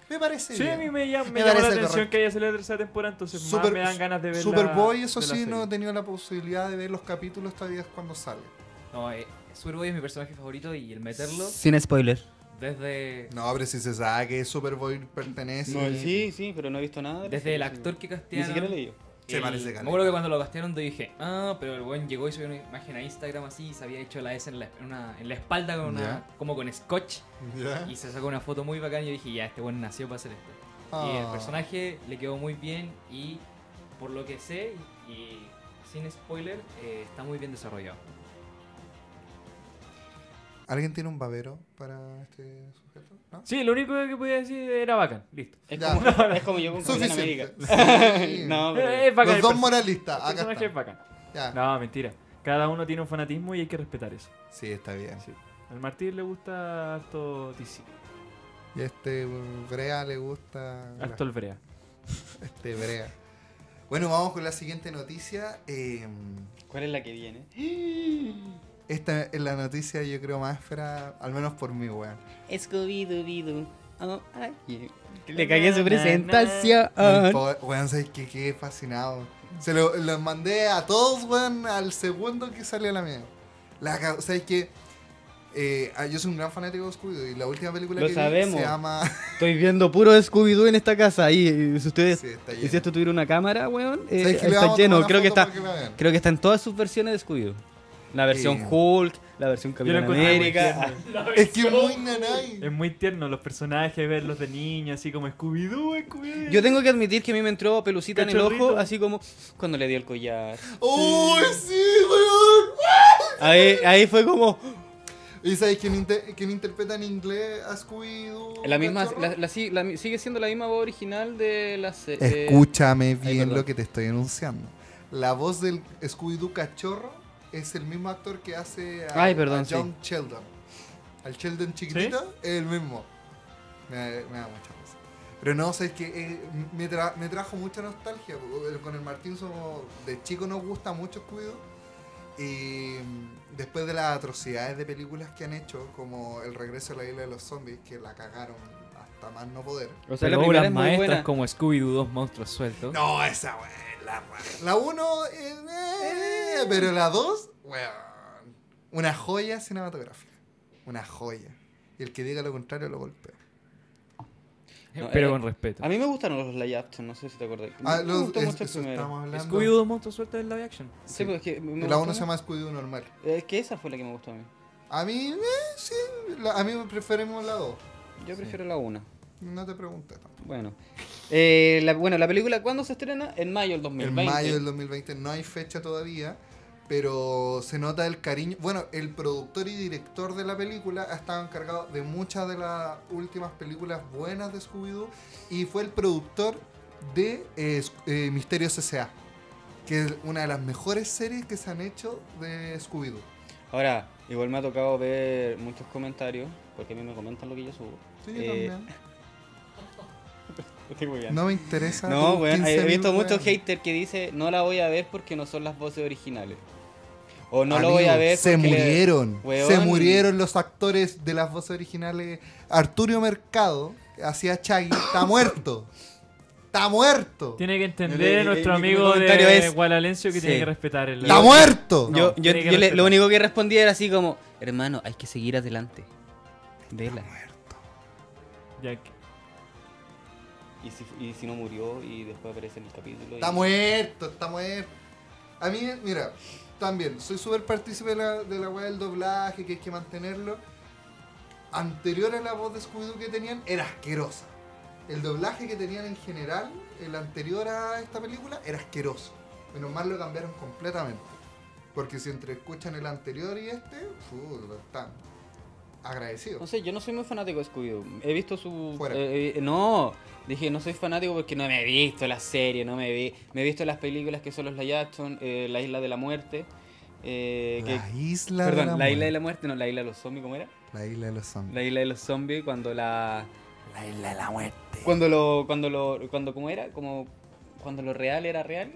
[SPEAKER 1] Me parece
[SPEAKER 2] Sí, a mí
[SPEAKER 1] bien.
[SPEAKER 2] me, llam- me
[SPEAKER 1] Me
[SPEAKER 2] llamó la
[SPEAKER 1] parece
[SPEAKER 2] atención
[SPEAKER 1] correcto.
[SPEAKER 2] que haya salido la tercera temporada, entonces más
[SPEAKER 1] Super-
[SPEAKER 2] me dan ganas de ver
[SPEAKER 1] Superboy,
[SPEAKER 2] la-
[SPEAKER 1] eso
[SPEAKER 2] de la
[SPEAKER 1] sí,
[SPEAKER 2] serie.
[SPEAKER 1] no he tenido la posibilidad de ver los capítulos todavía cuando sale.
[SPEAKER 4] No, eh, Superboy es mi personaje favorito y el meterlo
[SPEAKER 3] Sin spoiler.
[SPEAKER 4] desde,
[SPEAKER 1] No, pero si se sabe que Superboy pertenece...
[SPEAKER 3] No, sí, sí, pero no he visto nada. de la
[SPEAKER 4] desde
[SPEAKER 3] serie,
[SPEAKER 4] el
[SPEAKER 3] sí.
[SPEAKER 4] actor que
[SPEAKER 3] Ni
[SPEAKER 4] castearon.
[SPEAKER 3] siquiera leí yo.
[SPEAKER 1] Se
[SPEAKER 4] el-
[SPEAKER 1] parece
[SPEAKER 4] Me
[SPEAKER 1] caleta.
[SPEAKER 4] acuerdo que cuando lo castearon yo dije, ah, pero el buen llegó y subió una imagen a Instagram así y se había hecho la S en la, en una- en la espalda con una,
[SPEAKER 1] Ya.
[SPEAKER 4] como con scotch
[SPEAKER 1] ¿Ya?
[SPEAKER 4] y se sacó una foto muy bacana y yo dije, ya, este buen nació para hacer esto. Y el
[SPEAKER 1] Ah.
[SPEAKER 4] personaje le quedó muy bien y por lo que sé y sin spoiler, eh, está muy bien desarrollado.
[SPEAKER 1] ¿Alguien tiene un babero para este sujeto? ¿No?
[SPEAKER 2] Sí, lo único que podía decir era bacán. Listo.
[SPEAKER 3] Es
[SPEAKER 1] Ya.
[SPEAKER 3] como, es como yo con Capitán
[SPEAKER 1] Suficiente.
[SPEAKER 3] América.
[SPEAKER 1] Sí.
[SPEAKER 3] No, pero-
[SPEAKER 2] Eh, Es bacán.
[SPEAKER 1] Los
[SPEAKER 2] el
[SPEAKER 1] dos
[SPEAKER 2] perso-
[SPEAKER 1] moralistas,
[SPEAKER 2] el
[SPEAKER 1] acá
[SPEAKER 2] personaje es
[SPEAKER 1] está.
[SPEAKER 2] bacán.
[SPEAKER 1] Ya.
[SPEAKER 2] No, mentira. Cada uno tiene un fanatismo y hay que respetar eso.
[SPEAKER 1] Sí, está bien.
[SPEAKER 2] Sí. Al Martín le gusta harto DC,
[SPEAKER 1] Y a este Brea le gusta.
[SPEAKER 2] harto el Brea.
[SPEAKER 1] Este Brea. Bueno, vamos con la siguiente noticia. Eh,
[SPEAKER 3] ¿Cuál es la que viene?
[SPEAKER 1] esta es la noticia, yo creo, más espera, al menos por mí, weón.
[SPEAKER 3] Scooby-Doo. Oh, ay. Le cagué su presentación.
[SPEAKER 1] Me impo- Weón, ¿sabes qué? Qué fascinado. Se lo, los mandé a todos, weón, al segundo que salió la mía. La, ca- ¿Sabes qué? Eh, ah, yo soy un gran fanático de Scooby-Doo y la última película
[SPEAKER 3] Lo
[SPEAKER 1] que vi
[SPEAKER 3] sabemos.
[SPEAKER 1] se llama.
[SPEAKER 3] Estoy viendo puro Scooby-Doo en esta casa. Y eh, si ustedes.
[SPEAKER 1] Sí, está
[SPEAKER 3] y
[SPEAKER 1] lleno.
[SPEAKER 3] si esto tuviera una cámara, weón, eh,
[SPEAKER 1] ¿Sabes qué? Le vamos
[SPEAKER 3] está
[SPEAKER 1] a tomar
[SPEAKER 3] lleno.
[SPEAKER 1] una
[SPEAKER 3] Creo que
[SPEAKER 1] foto
[SPEAKER 3] está,
[SPEAKER 1] para que la vean.
[SPEAKER 3] creo que está en todas sus versiones de Scooby-Doo. La versión
[SPEAKER 1] Sí.
[SPEAKER 3] Hulk, la versión
[SPEAKER 2] Yo lo
[SPEAKER 3] Capitán
[SPEAKER 2] encontré muy
[SPEAKER 3] América.
[SPEAKER 2] tierno.
[SPEAKER 1] Es que es muy nanay.
[SPEAKER 2] Es muy tierno los personajes, verlos de niño, así como Scooby-Doo, Scooby-Doo.
[SPEAKER 3] Yo tengo que admitir que a mí me entró pelucita en el ojo,
[SPEAKER 2] Cachorrito.
[SPEAKER 3] así como cuando le di el collar.
[SPEAKER 1] ¡Uy, sí, weón!
[SPEAKER 3] Ahí, ahí fue como.
[SPEAKER 1] ¿Y sabes quién, inter- quién interpreta en inglés a Scooby-Doo?
[SPEAKER 3] La misma,
[SPEAKER 1] cachorro?
[SPEAKER 3] la- la si- la mi- sigue siendo la misma voz original de la se- de-
[SPEAKER 1] Escúchame bien
[SPEAKER 3] eh, perdón.
[SPEAKER 1] lo que te estoy anunciando. La voz del Scooby-Doo cachorro es el mismo actor que hace a,
[SPEAKER 3] Ay, perdón,
[SPEAKER 1] a
[SPEAKER 3] sí.
[SPEAKER 1] John Sheldon. Al Sheldon chiquitito es el mismo. Me, da- me da mucha risa. Pero no, sé, es que eh, me, tra- me trajo mucha nostalgia. Con el Martín somos, de chico nos gusta mucho Scooby-Doo. Y mm, después de las atrocidades de películas que han hecho, como El regreso a la isla de los zombies, que la cagaron hasta más no poder.
[SPEAKER 3] O sea,
[SPEAKER 4] Pero
[SPEAKER 3] la primera
[SPEAKER 4] obras
[SPEAKER 3] es muy
[SPEAKER 4] maestras
[SPEAKER 3] buena.
[SPEAKER 4] como Scooby-Doo, dos monstruos sueltos.
[SPEAKER 1] No, esa, weón, la raja. La 1, pero la 2, weón. Una joya cinematográfica. Una joya. Y el que diga lo contrario lo golpeo.
[SPEAKER 3] No,
[SPEAKER 4] pero
[SPEAKER 3] eh,
[SPEAKER 4] con respeto.
[SPEAKER 3] A mí me gustaron los live action, no sé si te acordás.
[SPEAKER 1] Ah,
[SPEAKER 3] me
[SPEAKER 1] los-
[SPEAKER 3] gustó
[SPEAKER 1] es-
[SPEAKER 3] mucho el
[SPEAKER 1] eso
[SPEAKER 3] primero.
[SPEAKER 1] estamos hablando.
[SPEAKER 2] Scooby-Doo, dos monstruos sueltos en live action.
[SPEAKER 3] Sí, pues es que me
[SPEAKER 1] Y la 1
[SPEAKER 3] gustó
[SPEAKER 1] se
[SPEAKER 3] mucho.
[SPEAKER 1] llama Scooby-Doo normal.
[SPEAKER 3] Es que esa fue la que me gustó a mí.
[SPEAKER 1] A mí, eh, sí. la- a mí me preferimos la 2.
[SPEAKER 3] Yo prefiero la 1.
[SPEAKER 1] No te preguntes. tampoco.
[SPEAKER 3] Bueno. Eh, la, bueno, la película, ¿cuándo se estrena? En mayo del
[SPEAKER 1] En
[SPEAKER 3] 2020.
[SPEAKER 1] mayo del 2020 no hay fecha todavía. pero se nota el cariño. Bueno, el productor y director de la película ha estado encargado de muchas de las últimas películas buenas de Scooby-Doo y fue el productor de eh, Sc- eh, Misterios S.A., que es una de las mejores series que se han hecho de Scooby-Doo.
[SPEAKER 3] Ahora, igual me ha tocado ver muchos comentarios, porque a mí me comentan lo que yo subo.
[SPEAKER 1] Sí, yo
[SPEAKER 3] Eh,
[SPEAKER 1] también.
[SPEAKER 3] estoy hueveando.
[SPEAKER 1] No me interesa.
[SPEAKER 3] No,
[SPEAKER 1] tu
[SPEAKER 3] weón,
[SPEAKER 1] 15.000
[SPEAKER 3] he visto muchos
[SPEAKER 1] weón.
[SPEAKER 3] haters que dice no la voy a ver porque no son las voces originales. O no
[SPEAKER 1] Amigo,
[SPEAKER 3] la voy a ver
[SPEAKER 1] Se
[SPEAKER 3] porque le-
[SPEAKER 1] murieron.
[SPEAKER 3] Weón.
[SPEAKER 1] Se murieron los actores de las voces originales. Arturio Mercado, hacía Chaggy, está muerto. Está muerto.
[SPEAKER 2] Tiene que entender
[SPEAKER 3] Eh, eh,
[SPEAKER 2] nuestro
[SPEAKER 3] mi- mi
[SPEAKER 2] amigo
[SPEAKER 3] comentario
[SPEAKER 2] de
[SPEAKER 3] es-
[SPEAKER 2] Guadalencio que
[SPEAKER 3] Sí.
[SPEAKER 2] tiene que respetar el.
[SPEAKER 1] Está muerto.
[SPEAKER 2] No,
[SPEAKER 3] yo yo,
[SPEAKER 2] tiene que
[SPEAKER 3] yo le-
[SPEAKER 2] respetar.
[SPEAKER 3] lo único que respondí era así como, hermano, hay que seguir adelante. Vela.
[SPEAKER 2] Ya que-
[SPEAKER 3] Y si, y si no murió y después aparece en el capítulo. y-
[SPEAKER 1] Está muerto, está muerto. A mí, mira, también, soy súper partícipe de la, de la weá del doblaje, que hay que mantenerlo. Anterior a la voz de Scooby-Doo que tenían, era asquerosa. El doblaje que tenían en general, el anterior a esta película, era asqueroso. Menos mal lo cambiaron completamente. Porque si entre escuchan el anterior y este, puta, están
[SPEAKER 3] No
[SPEAKER 1] agradecidos.
[SPEAKER 3] sé, yo no soy muy fanático de Scooby-Doo. He visto su...
[SPEAKER 1] Fuera.
[SPEAKER 3] eh, eh, no, dije, no soy fanático porque no me he visto la serie, no me vi... Me he visto las películas que son los Live Action, eh, La Isla de la Muerte. eh, que-
[SPEAKER 1] isla
[SPEAKER 3] perdón, La, Isla de la Muerte, no, La Isla de los Zombies, ¿cómo era?
[SPEAKER 1] la isla de los zombies.
[SPEAKER 3] La Isla de los Zombies, cuando la...
[SPEAKER 6] La isla de la muerte.
[SPEAKER 3] Cuando lo... Cuando lo... Cuando, ¿cómo era? Como... Cuando lo real era real.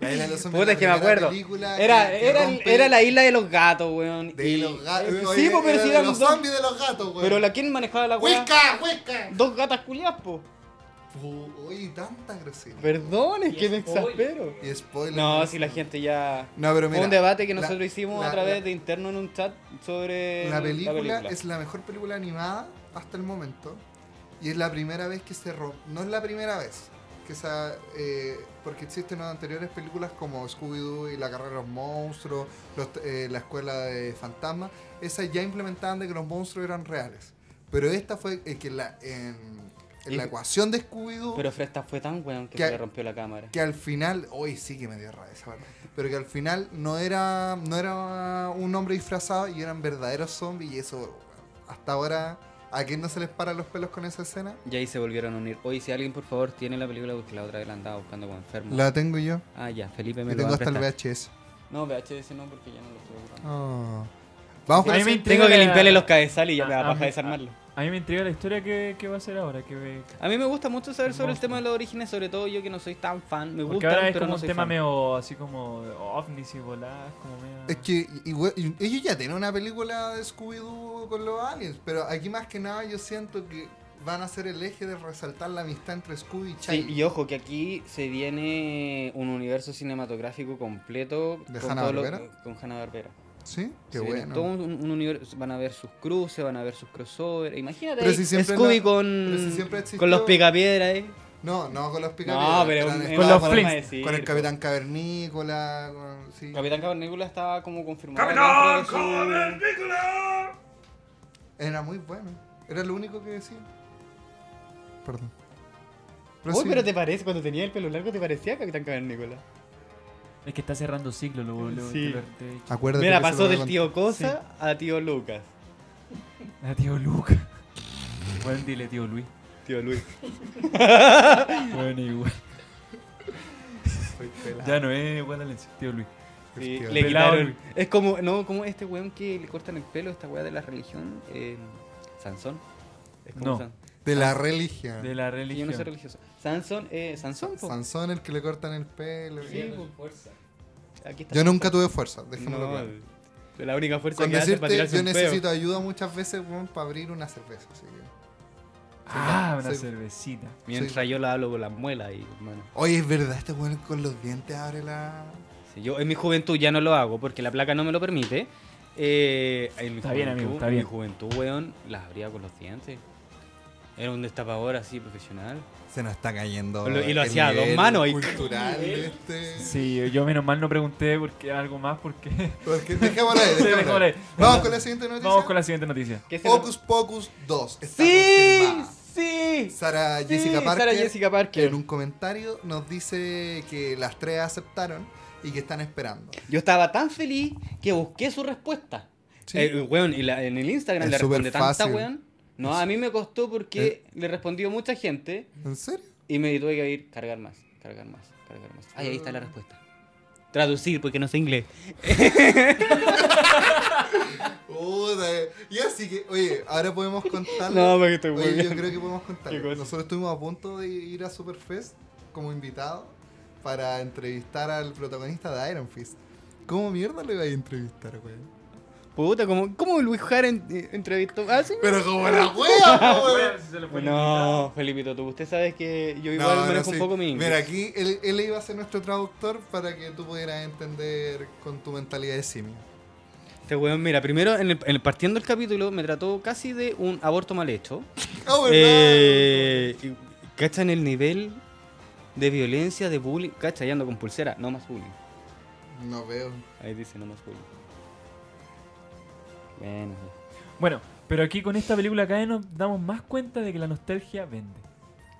[SPEAKER 1] La isla de los zombies.
[SPEAKER 3] Puta,
[SPEAKER 1] la
[SPEAKER 3] es que me
[SPEAKER 1] primera
[SPEAKER 3] acuerdo.
[SPEAKER 1] película
[SPEAKER 3] Era,
[SPEAKER 1] que- que
[SPEAKER 3] era,
[SPEAKER 1] rompe-
[SPEAKER 3] era la isla de los gatos, weón.
[SPEAKER 1] De
[SPEAKER 3] y-
[SPEAKER 1] los gatos.
[SPEAKER 3] eh,
[SPEAKER 1] oye,
[SPEAKER 3] Sí, po, pero
[SPEAKER 1] era
[SPEAKER 3] si
[SPEAKER 1] de
[SPEAKER 3] eran
[SPEAKER 1] los
[SPEAKER 3] dos-
[SPEAKER 1] zombies de los gatos, güey.
[SPEAKER 3] Pero la quien manejaba la weá.
[SPEAKER 1] ¡Huesca! ¡Huesca!
[SPEAKER 3] Dos gatas culiadas, po.
[SPEAKER 1] Pu- Oye, tanta grosería.
[SPEAKER 3] Perdón, es
[SPEAKER 4] Y
[SPEAKER 3] que me
[SPEAKER 4] spoiler.
[SPEAKER 3] exaspero.
[SPEAKER 1] Y spoiler.
[SPEAKER 3] No, si la gente ya.
[SPEAKER 1] No, pero
[SPEAKER 3] Fue
[SPEAKER 1] mira.
[SPEAKER 3] un debate que
[SPEAKER 1] la-
[SPEAKER 3] nosotros hicimos
[SPEAKER 1] la-
[SPEAKER 3] a través
[SPEAKER 1] la-
[SPEAKER 3] de interno en un chat sobre.
[SPEAKER 1] Eh, La película, es la mejor película animada hasta el momento. Y es la primera vez que se rompe. No es la primera vez. Que se ha- eh, porque existen las anteriores películas como Scooby-Doo y la carrera de los monstruos, los- eh, la escuela de fantasmas. Esas ya implementaban de que los monstruos eran reales. Pero esta fue eh, que en la, en, en
[SPEAKER 3] Y-
[SPEAKER 1] la ecuación de Scooby-Doo.
[SPEAKER 3] Pero Fresta fue tan weón que
[SPEAKER 1] Que-
[SPEAKER 3] se le rompió la cámara.
[SPEAKER 1] que al final, hoy sí que me dio rabia esa parte, pero que al final no era no era un hombre disfrazado y eran verdaderos zombies y eso hasta ahora a quién no se les para los pelos con esa escena?
[SPEAKER 3] Y ahí se volvieron a unir. Oye, si alguien por favor tiene la película, porque la otra vez la andaba buscando como enfermo.
[SPEAKER 1] La tengo yo.
[SPEAKER 3] Ah, ya, Felipe me
[SPEAKER 1] Y
[SPEAKER 3] lo
[SPEAKER 1] tengo
[SPEAKER 3] va a
[SPEAKER 1] hasta el
[SPEAKER 3] prestar.
[SPEAKER 1] VHS.
[SPEAKER 3] No, VHS no, porque ya no lo estoy buscando.
[SPEAKER 1] Oh. Vamos con
[SPEAKER 2] A mí
[SPEAKER 1] el
[SPEAKER 2] me
[SPEAKER 1] siguiente.
[SPEAKER 3] Tengo que
[SPEAKER 2] Intriga-
[SPEAKER 3] limpiarle los cabezales y ya me
[SPEAKER 2] Ah,
[SPEAKER 3] da
[SPEAKER 2] ah,
[SPEAKER 3] paja
[SPEAKER 2] ah.
[SPEAKER 3] desarmarlo.
[SPEAKER 2] A mí me intriga la historia que, que va a ser ahora. Que ve-
[SPEAKER 3] A mí me gusta mucho saber sobre el
[SPEAKER 2] Monstruo.
[SPEAKER 3] tema de los orígenes, sobre todo yo que no soy tan fan. Me
[SPEAKER 2] Porque
[SPEAKER 3] gusta,
[SPEAKER 2] ahora es
[SPEAKER 3] pero
[SPEAKER 2] como
[SPEAKER 3] no
[SPEAKER 2] un
[SPEAKER 3] soy
[SPEAKER 2] tema
[SPEAKER 3] fan.
[SPEAKER 2] medio así como de ovnis y voladas, como medio.
[SPEAKER 1] Es que y- y- y- ellos ya tienen una película de Scooby-Doo con los aliens, pero aquí más que nada yo siento que van a ser el eje de resaltar la amistad entre Scooby y
[SPEAKER 3] Sí,
[SPEAKER 1] Shaggy.
[SPEAKER 3] y ojo que aquí se viene un universo cinematográfico completo
[SPEAKER 1] ¿De
[SPEAKER 3] con
[SPEAKER 1] Hanna-Barbera?
[SPEAKER 3] todo lo- con Hanna Barbera.
[SPEAKER 1] ¿Sí? Qué bueno.
[SPEAKER 3] Todo un, un universo, van a ver sus cruces, van a ver sus crossovers. Imagínate
[SPEAKER 1] Pero
[SPEAKER 3] ahí,
[SPEAKER 1] si siempre
[SPEAKER 3] Scooby
[SPEAKER 1] no-
[SPEAKER 3] con,
[SPEAKER 1] pero si siempre existió-
[SPEAKER 3] con los picapiedras, eh.
[SPEAKER 1] No, no con los picapiedras.
[SPEAKER 3] No, pero
[SPEAKER 1] eran
[SPEAKER 3] es
[SPEAKER 1] estos-
[SPEAKER 2] Con
[SPEAKER 3] una
[SPEAKER 2] los
[SPEAKER 3] forma
[SPEAKER 2] Flintstones.
[SPEAKER 3] de decir,
[SPEAKER 1] Con el
[SPEAKER 3] po.
[SPEAKER 1] Capitán Cavernícola. con- sí.
[SPEAKER 3] Capitán Cavernícola estaba como confirmado. ¡Capitán Cavernícola!
[SPEAKER 1] Era muy bueno. Era lo único que decía. Perdón.
[SPEAKER 3] Uy,
[SPEAKER 1] sí.
[SPEAKER 3] pero te parece, cuando tenía el pelo largo te parecía Capitán Cavernícola.
[SPEAKER 2] Es que está cerrando ciclo, lo, lo-
[SPEAKER 3] Sí.
[SPEAKER 2] te lo- te he dicho.
[SPEAKER 1] Acuérdate
[SPEAKER 3] Mira,
[SPEAKER 1] que se
[SPEAKER 3] pasó
[SPEAKER 1] lo
[SPEAKER 3] del
[SPEAKER 1] conté.
[SPEAKER 3] tío Cosa a tío Lucas.
[SPEAKER 2] Ah, tío Luca. Bueno, dile tío Luis.
[SPEAKER 3] Tío Luis.
[SPEAKER 2] Bueno, igual.
[SPEAKER 1] Soy pelado.
[SPEAKER 2] Ya no es Guadalencio, tío Luis.
[SPEAKER 3] Sí,
[SPEAKER 1] Tío.
[SPEAKER 3] le
[SPEAKER 2] Pelado,
[SPEAKER 3] quitaron.
[SPEAKER 2] Luis.
[SPEAKER 3] Es como, no, como este weón que le cortan el pelo, esta weá de la religión. eh, Sansón. Es como
[SPEAKER 2] No.
[SPEAKER 3] San-
[SPEAKER 1] De la religión.
[SPEAKER 2] De la
[SPEAKER 3] que
[SPEAKER 2] religión.
[SPEAKER 3] Yo no soy religioso. Sansón, eh, Sansón, po.
[SPEAKER 1] Sansón el que le cortan el pelo.
[SPEAKER 3] Sí, po.
[SPEAKER 4] fuerza.
[SPEAKER 3] Aquí está.
[SPEAKER 1] Yo nunca tuve fuerza, dejémoslo
[SPEAKER 3] No,
[SPEAKER 1] claro.
[SPEAKER 3] de La única fuerza
[SPEAKER 1] Con
[SPEAKER 3] que hace para
[SPEAKER 1] decirte,
[SPEAKER 3] tirarse
[SPEAKER 1] yo
[SPEAKER 3] un peo.
[SPEAKER 1] necesito ayuda muchas veces weón, para abrir una cerveza. así que-
[SPEAKER 2] Ah, una
[SPEAKER 1] Soy-
[SPEAKER 2] cervecita.
[SPEAKER 3] Mientras
[SPEAKER 1] Sí.
[SPEAKER 3] yo la hablo con las muelas y hermano.
[SPEAKER 1] Oye, es verdad, este weón con los dientes abre la.
[SPEAKER 3] Sí, yo en mi juventud ya no lo hago porque la placa no me lo permite. Eh, en mi
[SPEAKER 2] Está bien, amigo, está
[SPEAKER 3] en
[SPEAKER 2] bien.
[SPEAKER 3] mi juventud, weón, las abría con los dientes. Era un destapador así profesional.
[SPEAKER 1] Se nos está cayendo.
[SPEAKER 3] Lo- y lo
[SPEAKER 1] el
[SPEAKER 3] hacía a dos
[SPEAKER 1] nivel
[SPEAKER 3] manos y-
[SPEAKER 1] Cultural de este.
[SPEAKER 2] Sí, yo menos mal no pregunté porque algo más porque.
[SPEAKER 1] Porque Pues dejémoslo ahí, dejémoslo
[SPEAKER 2] Dejémoslo
[SPEAKER 1] ahí.
[SPEAKER 2] ahí.
[SPEAKER 1] Vamos con la siguiente noticia.
[SPEAKER 2] Vamos con la siguiente noticia.
[SPEAKER 3] ¿Qué se-
[SPEAKER 1] Hocus Pocus 2. Está
[SPEAKER 3] ¡Sí!
[SPEAKER 1] confirmada.
[SPEAKER 3] ¡Sí!
[SPEAKER 1] Sara
[SPEAKER 3] Sí,
[SPEAKER 1] Jessica Parker
[SPEAKER 3] Sarah Jessica Parker.
[SPEAKER 1] en un comentario nos dice que las tres aceptaron y que están esperando.
[SPEAKER 3] Yo estaba tan feliz que busqué su respuesta.
[SPEAKER 1] Sí.
[SPEAKER 3] Eh, weón, y la- en el Instagram
[SPEAKER 1] Es
[SPEAKER 3] le responde
[SPEAKER 1] súper
[SPEAKER 3] tanta
[SPEAKER 1] fácil.
[SPEAKER 3] weón. No, a mí me costó porque le respondió mucha gente
[SPEAKER 1] ¿En serio?
[SPEAKER 3] y me tuve que ir cargar más, cargar más, cargar más. Ay, ahí está la respuesta. Traducir porque no sé inglés.
[SPEAKER 1] Puta, eh. y así que, oye, ahora podemos contar.
[SPEAKER 3] No, porque estoy
[SPEAKER 1] Oye, yo
[SPEAKER 3] hueviando.
[SPEAKER 1] creo que podemos
[SPEAKER 3] Qué
[SPEAKER 1] contar.
[SPEAKER 3] cosa.
[SPEAKER 1] Nosotros estuvimos a punto de ir a Superfest como invitado para entrevistar al protagonista de Iron Fist. ¿Cómo mierda le iba a entrevistar, güey?
[SPEAKER 7] Puta, como, como Luis Jara en- eh, entrevistó. Ah, sí.
[SPEAKER 1] Pero como la wea, po, güey.
[SPEAKER 2] Weón, si se le fue el invitado.
[SPEAKER 3] No, Felipito, tú usted sabe que yo igual
[SPEAKER 1] No, no,
[SPEAKER 3] manejo
[SPEAKER 1] sí.
[SPEAKER 3] un poco mi inglés.
[SPEAKER 1] Mira, aquí él, él iba a ser nuestro traductor para que tú pudieras entender con tu mentalidad de simio.
[SPEAKER 3] Este weón, mira, primero en el- en el- partiendo el capítulo me trató casi de un aborto mal hecho.
[SPEAKER 1] ¡Ah,
[SPEAKER 3] Oh,
[SPEAKER 1] verdad!
[SPEAKER 3] Eh, y- ¿Cachan el nivel de violencia, de bullying? ¿Cachan? Y ando con pulsera, no más bullying.
[SPEAKER 1] No veo.
[SPEAKER 3] Ahí dice no más bullying. Bueno,
[SPEAKER 2] Bueno, pero aquí con esta película acá nos damos más cuenta de que la nostalgia vende.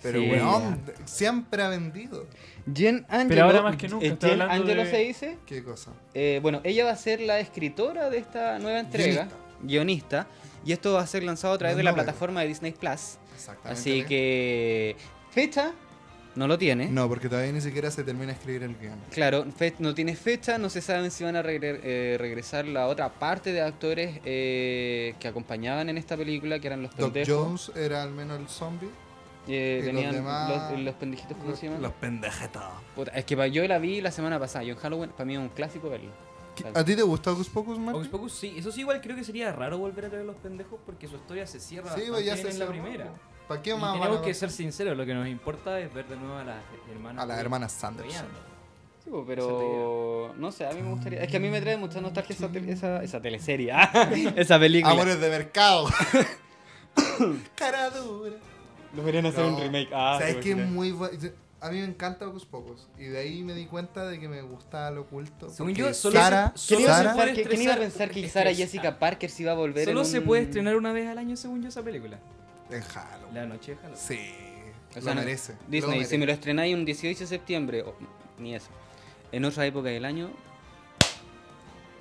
[SPEAKER 1] Pero,
[SPEAKER 3] Sí.
[SPEAKER 1] weón, siempre ha vendido.
[SPEAKER 3] Jen Angelo,
[SPEAKER 2] ahora más que nunca,
[SPEAKER 3] eh,
[SPEAKER 2] está
[SPEAKER 3] Jen
[SPEAKER 2] hablando
[SPEAKER 3] Angelo
[SPEAKER 2] de-
[SPEAKER 3] se dice,
[SPEAKER 1] ¿Qué cosa?
[SPEAKER 3] eh, bueno, ella va a ser la escritora de esta nueva entrega, guionista, y esto va a ser lanzado a través
[SPEAKER 1] No,
[SPEAKER 3] de la
[SPEAKER 1] no, pero-
[SPEAKER 3] plataforma de Disney Plus.
[SPEAKER 1] Exactamente.
[SPEAKER 3] Así
[SPEAKER 1] ¿eh?
[SPEAKER 3] que fecha no lo tiene.
[SPEAKER 1] No, porque todavía ni siquiera se termina de escribir el guión.
[SPEAKER 3] Claro, fe- no tiene fecha, no se saben si van a regre- eh, regresar la otra parte de actores eh, que acompañaban en esta película, que eran los
[SPEAKER 1] Doc
[SPEAKER 3] pendejos.
[SPEAKER 1] Jones era al menos el zombie. y
[SPEAKER 3] Eh,
[SPEAKER 1] los
[SPEAKER 3] tenían los,
[SPEAKER 1] demás-
[SPEAKER 3] los pendejitos, ¿cómo se llaman?
[SPEAKER 1] pendejetos.
[SPEAKER 3] Puta, es que pa- yo la vi la semana pasada, yo en Halloween, para mí es un clásico verlo.
[SPEAKER 1] ¿A ti te gusta Hocus Pocus,
[SPEAKER 4] Hocus
[SPEAKER 1] Marty?
[SPEAKER 4] Pocus sí, eso sí igual creo que sería raro volver a traer a los pendejos porque su historia se cierra
[SPEAKER 1] Sí,
[SPEAKER 4] bastante
[SPEAKER 1] pues ya
[SPEAKER 4] bien
[SPEAKER 1] se
[SPEAKER 4] en la primera.
[SPEAKER 1] ¿Para
[SPEAKER 4] Y
[SPEAKER 1] qué más van
[SPEAKER 4] tenemos
[SPEAKER 1] a-
[SPEAKER 4] que ser sinceros, lo que nos importa es ver de nuevo a las hermanas.
[SPEAKER 1] A las hermanas Sanderson.
[SPEAKER 4] Sanderson.
[SPEAKER 3] Sí, po, pero no sé, a mí me gustaría. Es que a mí me trae mucha nostalgia esa, tele- esa, esa teleserie. ah, esa película.
[SPEAKER 1] Amores de mercado. Cara dura.
[SPEAKER 3] Deberían hacer
[SPEAKER 1] No.
[SPEAKER 3] un remake. Ah,
[SPEAKER 1] ¿Sabes
[SPEAKER 3] te
[SPEAKER 1] que es
[SPEAKER 3] imaginas.
[SPEAKER 1] muy bu- A mí me encanta Hocus Pocus. Y de ahí me di cuenta de que me gustaba lo oculto.
[SPEAKER 4] Según
[SPEAKER 1] porque
[SPEAKER 4] yo, solo
[SPEAKER 1] Sara,
[SPEAKER 4] se-
[SPEAKER 3] ¿Quién
[SPEAKER 4] solo
[SPEAKER 3] iba, a
[SPEAKER 1] Sara-
[SPEAKER 3] pensar que- quién iba a
[SPEAKER 4] estresar-
[SPEAKER 3] pensar que
[SPEAKER 4] estresar.
[SPEAKER 3] Sara Jessica Parker se iba a volver
[SPEAKER 4] Solo
[SPEAKER 3] en
[SPEAKER 4] se
[SPEAKER 3] un-
[SPEAKER 4] puede estrenar una vez al año, según yo, esa película.
[SPEAKER 1] En Halloween.
[SPEAKER 4] La noche de Halloween.
[SPEAKER 1] Sí.
[SPEAKER 3] O
[SPEAKER 1] lo
[SPEAKER 3] sea, no,
[SPEAKER 1] merece.
[SPEAKER 3] Disney,
[SPEAKER 1] lo
[SPEAKER 3] si me
[SPEAKER 1] merece.
[SPEAKER 3] lo estrenáis un 18 de septiembre, o- ni eso. En otra época del año,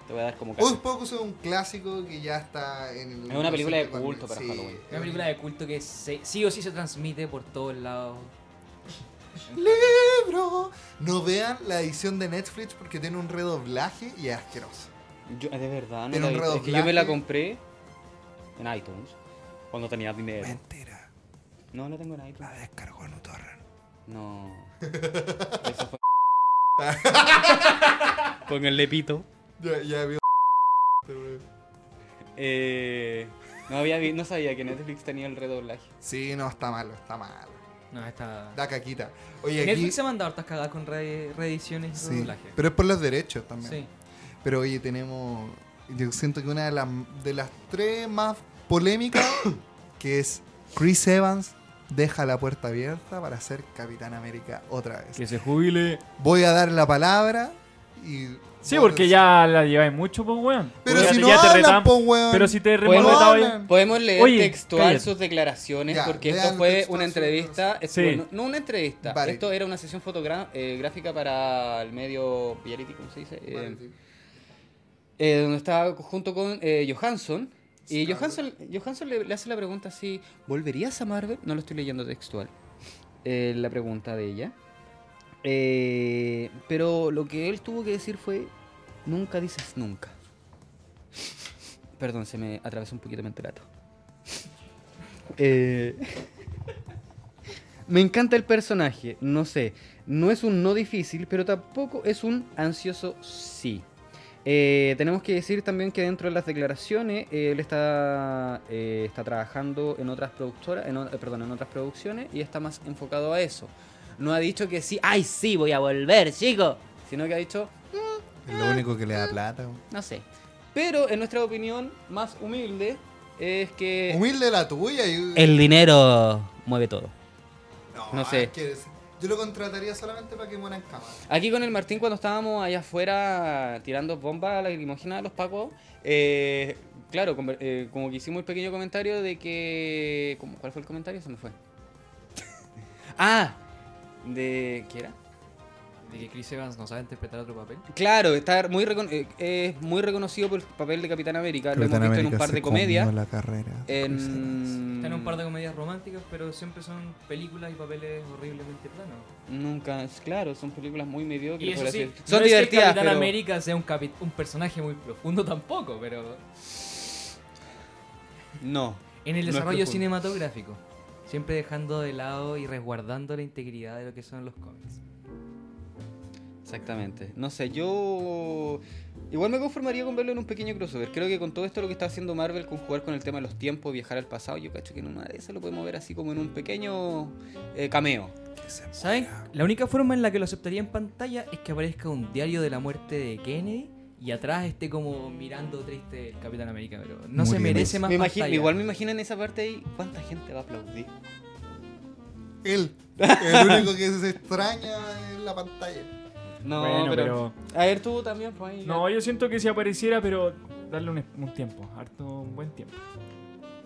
[SPEAKER 3] te voy a dar como caso.
[SPEAKER 1] Hocus Pocus es un clásico que ya está en el.
[SPEAKER 3] Es una película de
[SPEAKER 1] concepto
[SPEAKER 3] culto para
[SPEAKER 1] sí,
[SPEAKER 3] Halloween.
[SPEAKER 1] es
[SPEAKER 4] Una película de culto que se- sí o sí se transmite por todos lados.
[SPEAKER 1] libro. No vean la edición de Netflix porque tiene un redoblaje y es asqueroso.
[SPEAKER 3] Yo- de verdad, no
[SPEAKER 1] Tiene
[SPEAKER 3] la
[SPEAKER 1] un
[SPEAKER 3] he visto. Es que yo me
[SPEAKER 1] redoblaje.
[SPEAKER 3] la compré en iTunes cuando tenía dinero.
[SPEAKER 1] Mentira.
[SPEAKER 3] No, no tengo en iTunes.
[SPEAKER 1] descargó en torrent.
[SPEAKER 3] No. Eso fue.
[SPEAKER 7] Con el lepito.
[SPEAKER 1] Ya, ya vio.
[SPEAKER 3] Eh, no, había vi- no sabía que Netflix tenía el redoblaje.
[SPEAKER 1] Sí, no, está malo, está malo.
[SPEAKER 4] No, está.
[SPEAKER 1] Da caquita. Oye, aquí.
[SPEAKER 4] Netflix se ha mandado hartas cagadas con re- reediciones y
[SPEAKER 1] Sí,
[SPEAKER 4] doblaje.
[SPEAKER 1] pero es por los derechos también.
[SPEAKER 4] Sí.
[SPEAKER 1] Pero oye, tenemos. Yo siento que una de las, de las tres más polémicas, que es Chris Evans deja la puerta abierta para ser Capitán América otra vez.
[SPEAKER 2] Que se jubile.
[SPEAKER 1] Voy a dar la palabra y.
[SPEAKER 2] Sí, porque ya la lleváis mucho, pues, weón.
[SPEAKER 1] Pero
[SPEAKER 2] Ya
[SPEAKER 1] si
[SPEAKER 2] te-
[SPEAKER 1] no
[SPEAKER 2] ya te
[SPEAKER 1] hablan,
[SPEAKER 2] retam-
[SPEAKER 1] po, weón.
[SPEAKER 2] Pero si te
[SPEAKER 3] Bueno,
[SPEAKER 2] remataba
[SPEAKER 1] hablan.
[SPEAKER 3] Podemos leer
[SPEAKER 2] Oye,
[SPEAKER 3] textual
[SPEAKER 2] cállate.
[SPEAKER 3] sus declaraciones
[SPEAKER 1] Ya,
[SPEAKER 3] porque esto
[SPEAKER 1] lean
[SPEAKER 3] fue
[SPEAKER 1] textual
[SPEAKER 3] una
[SPEAKER 1] sus
[SPEAKER 3] entrevista.
[SPEAKER 2] Sí.
[SPEAKER 3] bueno, no una entrevista.
[SPEAKER 1] Vale.
[SPEAKER 3] Esto era una sesión fotográfica para el medio Reality, ¿cómo se dice? Eh, eh, donde estaba junto con eh, Johansson. Y
[SPEAKER 1] Scarlett.
[SPEAKER 3] Johansson, Johansson le, le hace la pregunta así, ¿volverías a Marvel? No lo estoy leyendo textual. eh, la pregunta de ella. Eh, pero lo que él tuvo que decir fue, nunca dices nunca. Perdón, se me atravesó un poquito mi enterato. Eh, me encanta el personaje, no sé. No es un no difícil, pero tampoco es un ansioso sí. Eh, tenemos que decir también que dentro de las declaraciones eh, él está, eh, está trabajando en otras productoras, en, o- eh, perdón, en otras producciones y está más enfocado a eso. No ha dicho que sí, ay sí, voy a volver, chico, sino que ha dicho,
[SPEAKER 1] Es lo único que le da plata.
[SPEAKER 3] no sé. Pero en nuestra opinión más humilde es que
[SPEAKER 1] Humilde la tuya. y-
[SPEAKER 3] Eh, el dinero mueve todo. no
[SPEAKER 1] ah,
[SPEAKER 3] sé.
[SPEAKER 1] ¿quieres? Yo lo contrataría solamente para que muera en cama.
[SPEAKER 3] Aquí con el Martín, cuando estábamos allá afuera tirando bombas lacrimógenas a los pacos, eh, claro, conver- eh, como que hicimos el pequeño comentario de que. ¿cómo- ¿Cuál fue el comentario? Se me fue. ah, de. ¿Qué era?
[SPEAKER 4] de que Chris Evans no sabe interpretar otro papel.
[SPEAKER 3] Claro, está muy recon- eh, es muy reconocido por el papel de Capitán América. Lo hemos visto en un par de comedias.
[SPEAKER 1] La carrera.
[SPEAKER 3] En...
[SPEAKER 4] Está en un par de comedias románticas, pero siempre son películas y papeles horriblemente planos.
[SPEAKER 3] Nunca, claro, son películas muy mediocres.
[SPEAKER 4] Y eso
[SPEAKER 3] por
[SPEAKER 4] sí,
[SPEAKER 3] así decirlo. son
[SPEAKER 4] no es que el
[SPEAKER 3] divertidas,
[SPEAKER 4] Capitán
[SPEAKER 3] pero-
[SPEAKER 4] América sea un, capi- un personaje muy profundo tampoco, pero
[SPEAKER 3] No.
[SPEAKER 4] en el
[SPEAKER 3] No es
[SPEAKER 4] desarrollo
[SPEAKER 3] profundo.
[SPEAKER 4] cinematográfico. Siempre dejando de lado y resguardando la integridad de lo que son los cómics.
[SPEAKER 3] Exactamente. No sé, yo. Igual me conformaría con verlo en un pequeño crossover. Creo que con todo esto lo que está haciendo Marvel con jugar con el tema de los tiempos, viajar al pasado, yo cacho que en una de esas lo podemos ver así como en un pequeño eh, cameo.
[SPEAKER 4] ¿Saben? La única forma en la que lo aceptaría en pantalla es que aparezca un diario de la muerte de Kennedy y atrás esté como mirando triste el Capitán América, pero no se
[SPEAKER 1] Muriendo.
[SPEAKER 4] merece más
[SPEAKER 3] Me imagi-
[SPEAKER 4] pantalla.
[SPEAKER 3] igual me imagino en esa parte ahí cuánta gente va a aplaudir.
[SPEAKER 1] Él, el único que se extraña en la pantalla.
[SPEAKER 3] No,
[SPEAKER 2] Bueno,
[SPEAKER 3] pero...
[SPEAKER 2] pero-
[SPEAKER 3] A ver, tú también, pues. ahí-
[SPEAKER 2] No, yo siento que si apareciera, pero darle un, un tiempo, harto, un buen tiempo.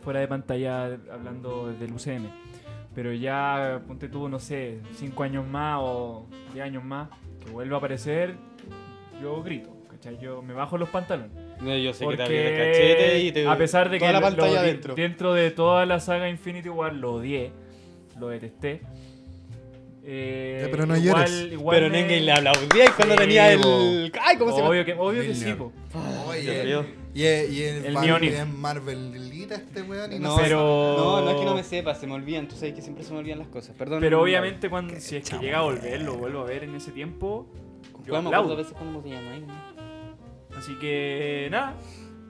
[SPEAKER 2] Fuera de pantalla hablando del UCM. Pero ya, ponte tú, no sé, 5 años más o 10 años más, que vuelva a aparecer, yo grito, ¿cachai? Yo me bajo los pantalones.
[SPEAKER 8] No, yo sé que te abrió el cachete y
[SPEAKER 2] Porque
[SPEAKER 8] te.
[SPEAKER 2] a pesar de
[SPEAKER 8] toda
[SPEAKER 2] que
[SPEAKER 8] la
[SPEAKER 2] lo- lo
[SPEAKER 8] pantalla
[SPEAKER 2] odi-
[SPEAKER 8] adentro.
[SPEAKER 2] dentro de toda la saga Infinity War lo odié, lo detesté. Eh,
[SPEAKER 1] Ya, pero no
[SPEAKER 2] igual,
[SPEAKER 1] llores.
[SPEAKER 2] igual
[SPEAKER 8] Pero
[SPEAKER 2] me-
[SPEAKER 8] Nengen le aplaudía cuando
[SPEAKER 2] Sí,
[SPEAKER 8] tenía el.
[SPEAKER 2] bo.
[SPEAKER 8] ¡Ay, cómo se llama!
[SPEAKER 2] Obvio que, obvio que sí,
[SPEAKER 1] Milner.
[SPEAKER 2] po.
[SPEAKER 1] Oye,
[SPEAKER 8] Dios
[SPEAKER 1] y, es- y el,
[SPEAKER 2] El
[SPEAKER 1] Marvel,
[SPEAKER 2] Mjolnir.
[SPEAKER 1] es Marvelita este weón y no,
[SPEAKER 3] No,
[SPEAKER 1] se-
[SPEAKER 2] pero-
[SPEAKER 3] No, no es que no me sepa, se me olvidan. Tú sabes que siempre se me olvidan las cosas. Perdón.
[SPEAKER 2] Pero obviamente cuando, si es que
[SPEAKER 3] eh.
[SPEAKER 2] llega a volver, lo vuelvo a ver en ese tiempo. Yo
[SPEAKER 3] Yo me acuerdo
[SPEAKER 2] aplaudo.
[SPEAKER 3] a veces cuando te llamáis. ¿no?
[SPEAKER 2] Así que nada,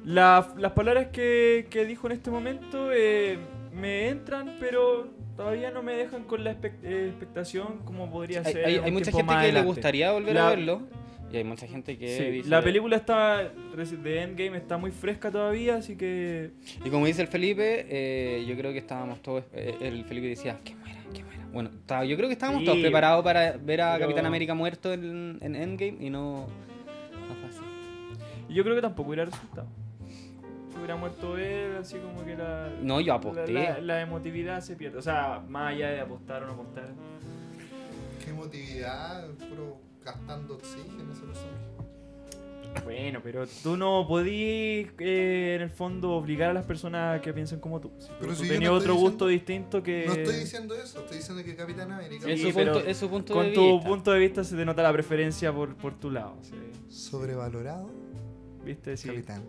[SPEAKER 2] la- las palabras que, que dijo en este momento eh, me entran, pero todavía no me dejan con la expect- eh, expectación como podría
[SPEAKER 3] Hay,
[SPEAKER 2] ser.
[SPEAKER 3] hay-
[SPEAKER 2] un
[SPEAKER 3] hay mucha
[SPEAKER 2] tiempo
[SPEAKER 3] gente
[SPEAKER 2] más
[SPEAKER 3] que le
[SPEAKER 2] adelante.
[SPEAKER 3] gustaría volver a
[SPEAKER 2] La-
[SPEAKER 3] verlo. Y hay mucha gente que
[SPEAKER 2] Sí,
[SPEAKER 3] dice-
[SPEAKER 2] La película está de Endgame está muy fresca todavía, así que
[SPEAKER 3] Y como dice el Felipe, eh, yo creo que estábamos todos. eh, el Felipe decía, que muera, que muera. Bueno, estaba- yo creo que estábamos
[SPEAKER 2] Sí.
[SPEAKER 3] todos preparados para ver a
[SPEAKER 2] Pero-
[SPEAKER 3] Capitán América muerto en, en Endgame y no. No fue así.
[SPEAKER 2] y yo creo que tampoco hubiera resultado. Si hubiera muerto él, así como que la,
[SPEAKER 3] No, yo
[SPEAKER 2] la,
[SPEAKER 3] aposté.
[SPEAKER 2] la- la emotividad se pierde. O sea, más allá de apostar o no apostar.
[SPEAKER 1] Qué emotividad, puro gastando oxígeno ese personaje.
[SPEAKER 2] Bueno, pero tú no podías eh, en el fondo obligar a las personas a que piensen como tú. Si
[SPEAKER 1] Pero
[SPEAKER 2] tú
[SPEAKER 1] si yo no
[SPEAKER 2] tenías
[SPEAKER 1] estoy
[SPEAKER 2] otro
[SPEAKER 1] diciendo-
[SPEAKER 2] gusto distinto que...
[SPEAKER 1] No estoy diciendo eso, estoy diciendo que Capitán América.
[SPEAKER 2] Eh,
[SPEAKER 3] es,
[SPEAKER 2] Sí,
[SPEAKER 3] su
[SPEAKER 2] pero
[SPEAKER 3] punto, es su punto
[SPEAKER 2] Con
[SPEAKER 3] de
[SPEAKER 2] tu
[SPEAKER 3] vista.
[SPEAKER 2] punto de vista se te nota la preferencia por, por tu lado. sí.
[SPEAKER 1] Sobrevalorado,
[SPEAKER 2] ¿Viste? Sí.
[SPEAKER 1] Capitán.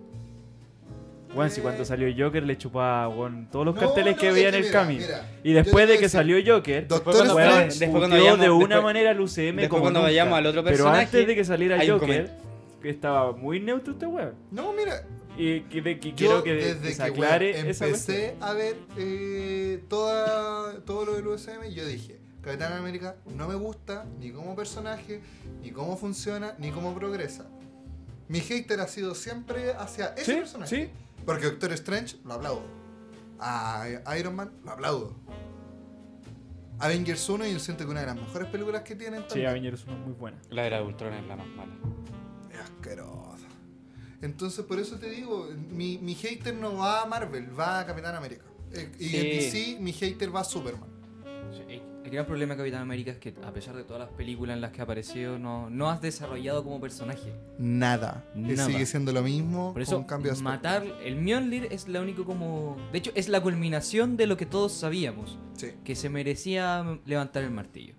[SPEAKER 2] Bueno, si cuando salió Joker le chupaba bueno, todos los
[SPEAKER 1] No,
[SPEAKER 2] carteles
[SPEAKER 1] no,
[SPEAKER 2] que
[SPEAKER 1] es
[SPEAKER 2] veía en
[SPEAKER 1] que
[SPEAKER 2] el
[SPEAKER 1] mira,
[SPEAKER 2] camino.
[SPEAKER 1] mira,
[SPEAKER 2] Y
[SPEAKER 1] yo te
[SPEAKER 2] después
[SPEAKER 1] voy
[SPEAKER 2] de
[SPEAKER 1] a
[SPEAKER 2] que
[SPEAKER 1] decir,
[SPEAKER 2] salió Joker,
[SPEAKER 1] Doctor
[SPEAKER 2] weón,
[SPEAKER 1] Strange-
[SPEAKER 3] después cuando
[SPEAKER 2] puteó
[SPEAKER 3] vayamos-
[SPEAKER 2] de una
[SPEAKER 3] después-
[SPEAKER 2] manera al UCM
[SPEAKER 3] después
[SPEAKER 2] como
[SPEAKER 3] cuando
[SPEAKER 2] nunca.
[SPEAKER 3] vayamos al otro
[SPEAKER 2] Pero
[SPEAKER 3] personaje,
[SPEAKER 2] antes de que saliera
[SPEAKER 3] hay un
[SPEAKER 2] Joker,
[SPEAKER 3] comentario.
[SPEAKER 2] que estaba muy neutro este weón.
[SPEAKER 1] No, mira,
[SPEAKER 2] Y que, de- que
[SPEAKER 1] yo
[SPEAKER 2] quiero que, de-
[SPEAKER 1] desde
[SPEAKER 2] que se
[SPEAKER 1] que
[SPEAKER 2] aclare
[SPEAKER 1] weón,
[SPEAKER 2] esa cuestión.
[SPEAKER 1] empecé a ver eh, toda, todo lo del USM, yo dije, Capitán América no me gusta ni como personaje, ni cómo funciona, ni cómo progresa. Mi hater ha sido siempre hacia ese
[SPEAKER 2] Sí,
[SPEAKER 1] personaje.
[SPEAKER 2] sí.
[SPEAKER 1] Porque Doctor Strange lo aplaudo. A Iron Man lo aplaudo. Avengers 1 yo siento que una de las mejores películas que tienen
[SPEAKER 2] Sí,
[SPEAKER 1] también.
[SPEAKER 2] Avengers 1 es muy buena.
[SPEAKER 3] La era de Ultron es la más mala.
[SPEAKER 1] Es asqueroso. Entonces, por eso te digo, mi, mi hater no va a Marvel, va a Capitán América. Eh, Y en
[SPEAKER 3] Sí.
[SPEAKER 1] DC, mi hater va a Superman.
[SPEAKER 4] El gran problema de Capitán América es que, a pesar de todas las películas en las que ha aparecido, no, no has desarrollado como personaje.
[SPEAKER 1] Nada. Eh,
[SPEAKER 4] Nada.
[SPEAKER 1] Sigue siendo lo mismo,
[SPEAKER 4] Por eso,
[SPEAKER 1] con cambio de aspecto.
[SPEAKER 4] matar el Mjolnir es la único como. De hecho, es la culminación de lo que todos sabíamos:
[SPEAKER 1] Sí.
[SPEAKER 3] Eh,
[SPEAKER 4] que se merecía levantar el martillo.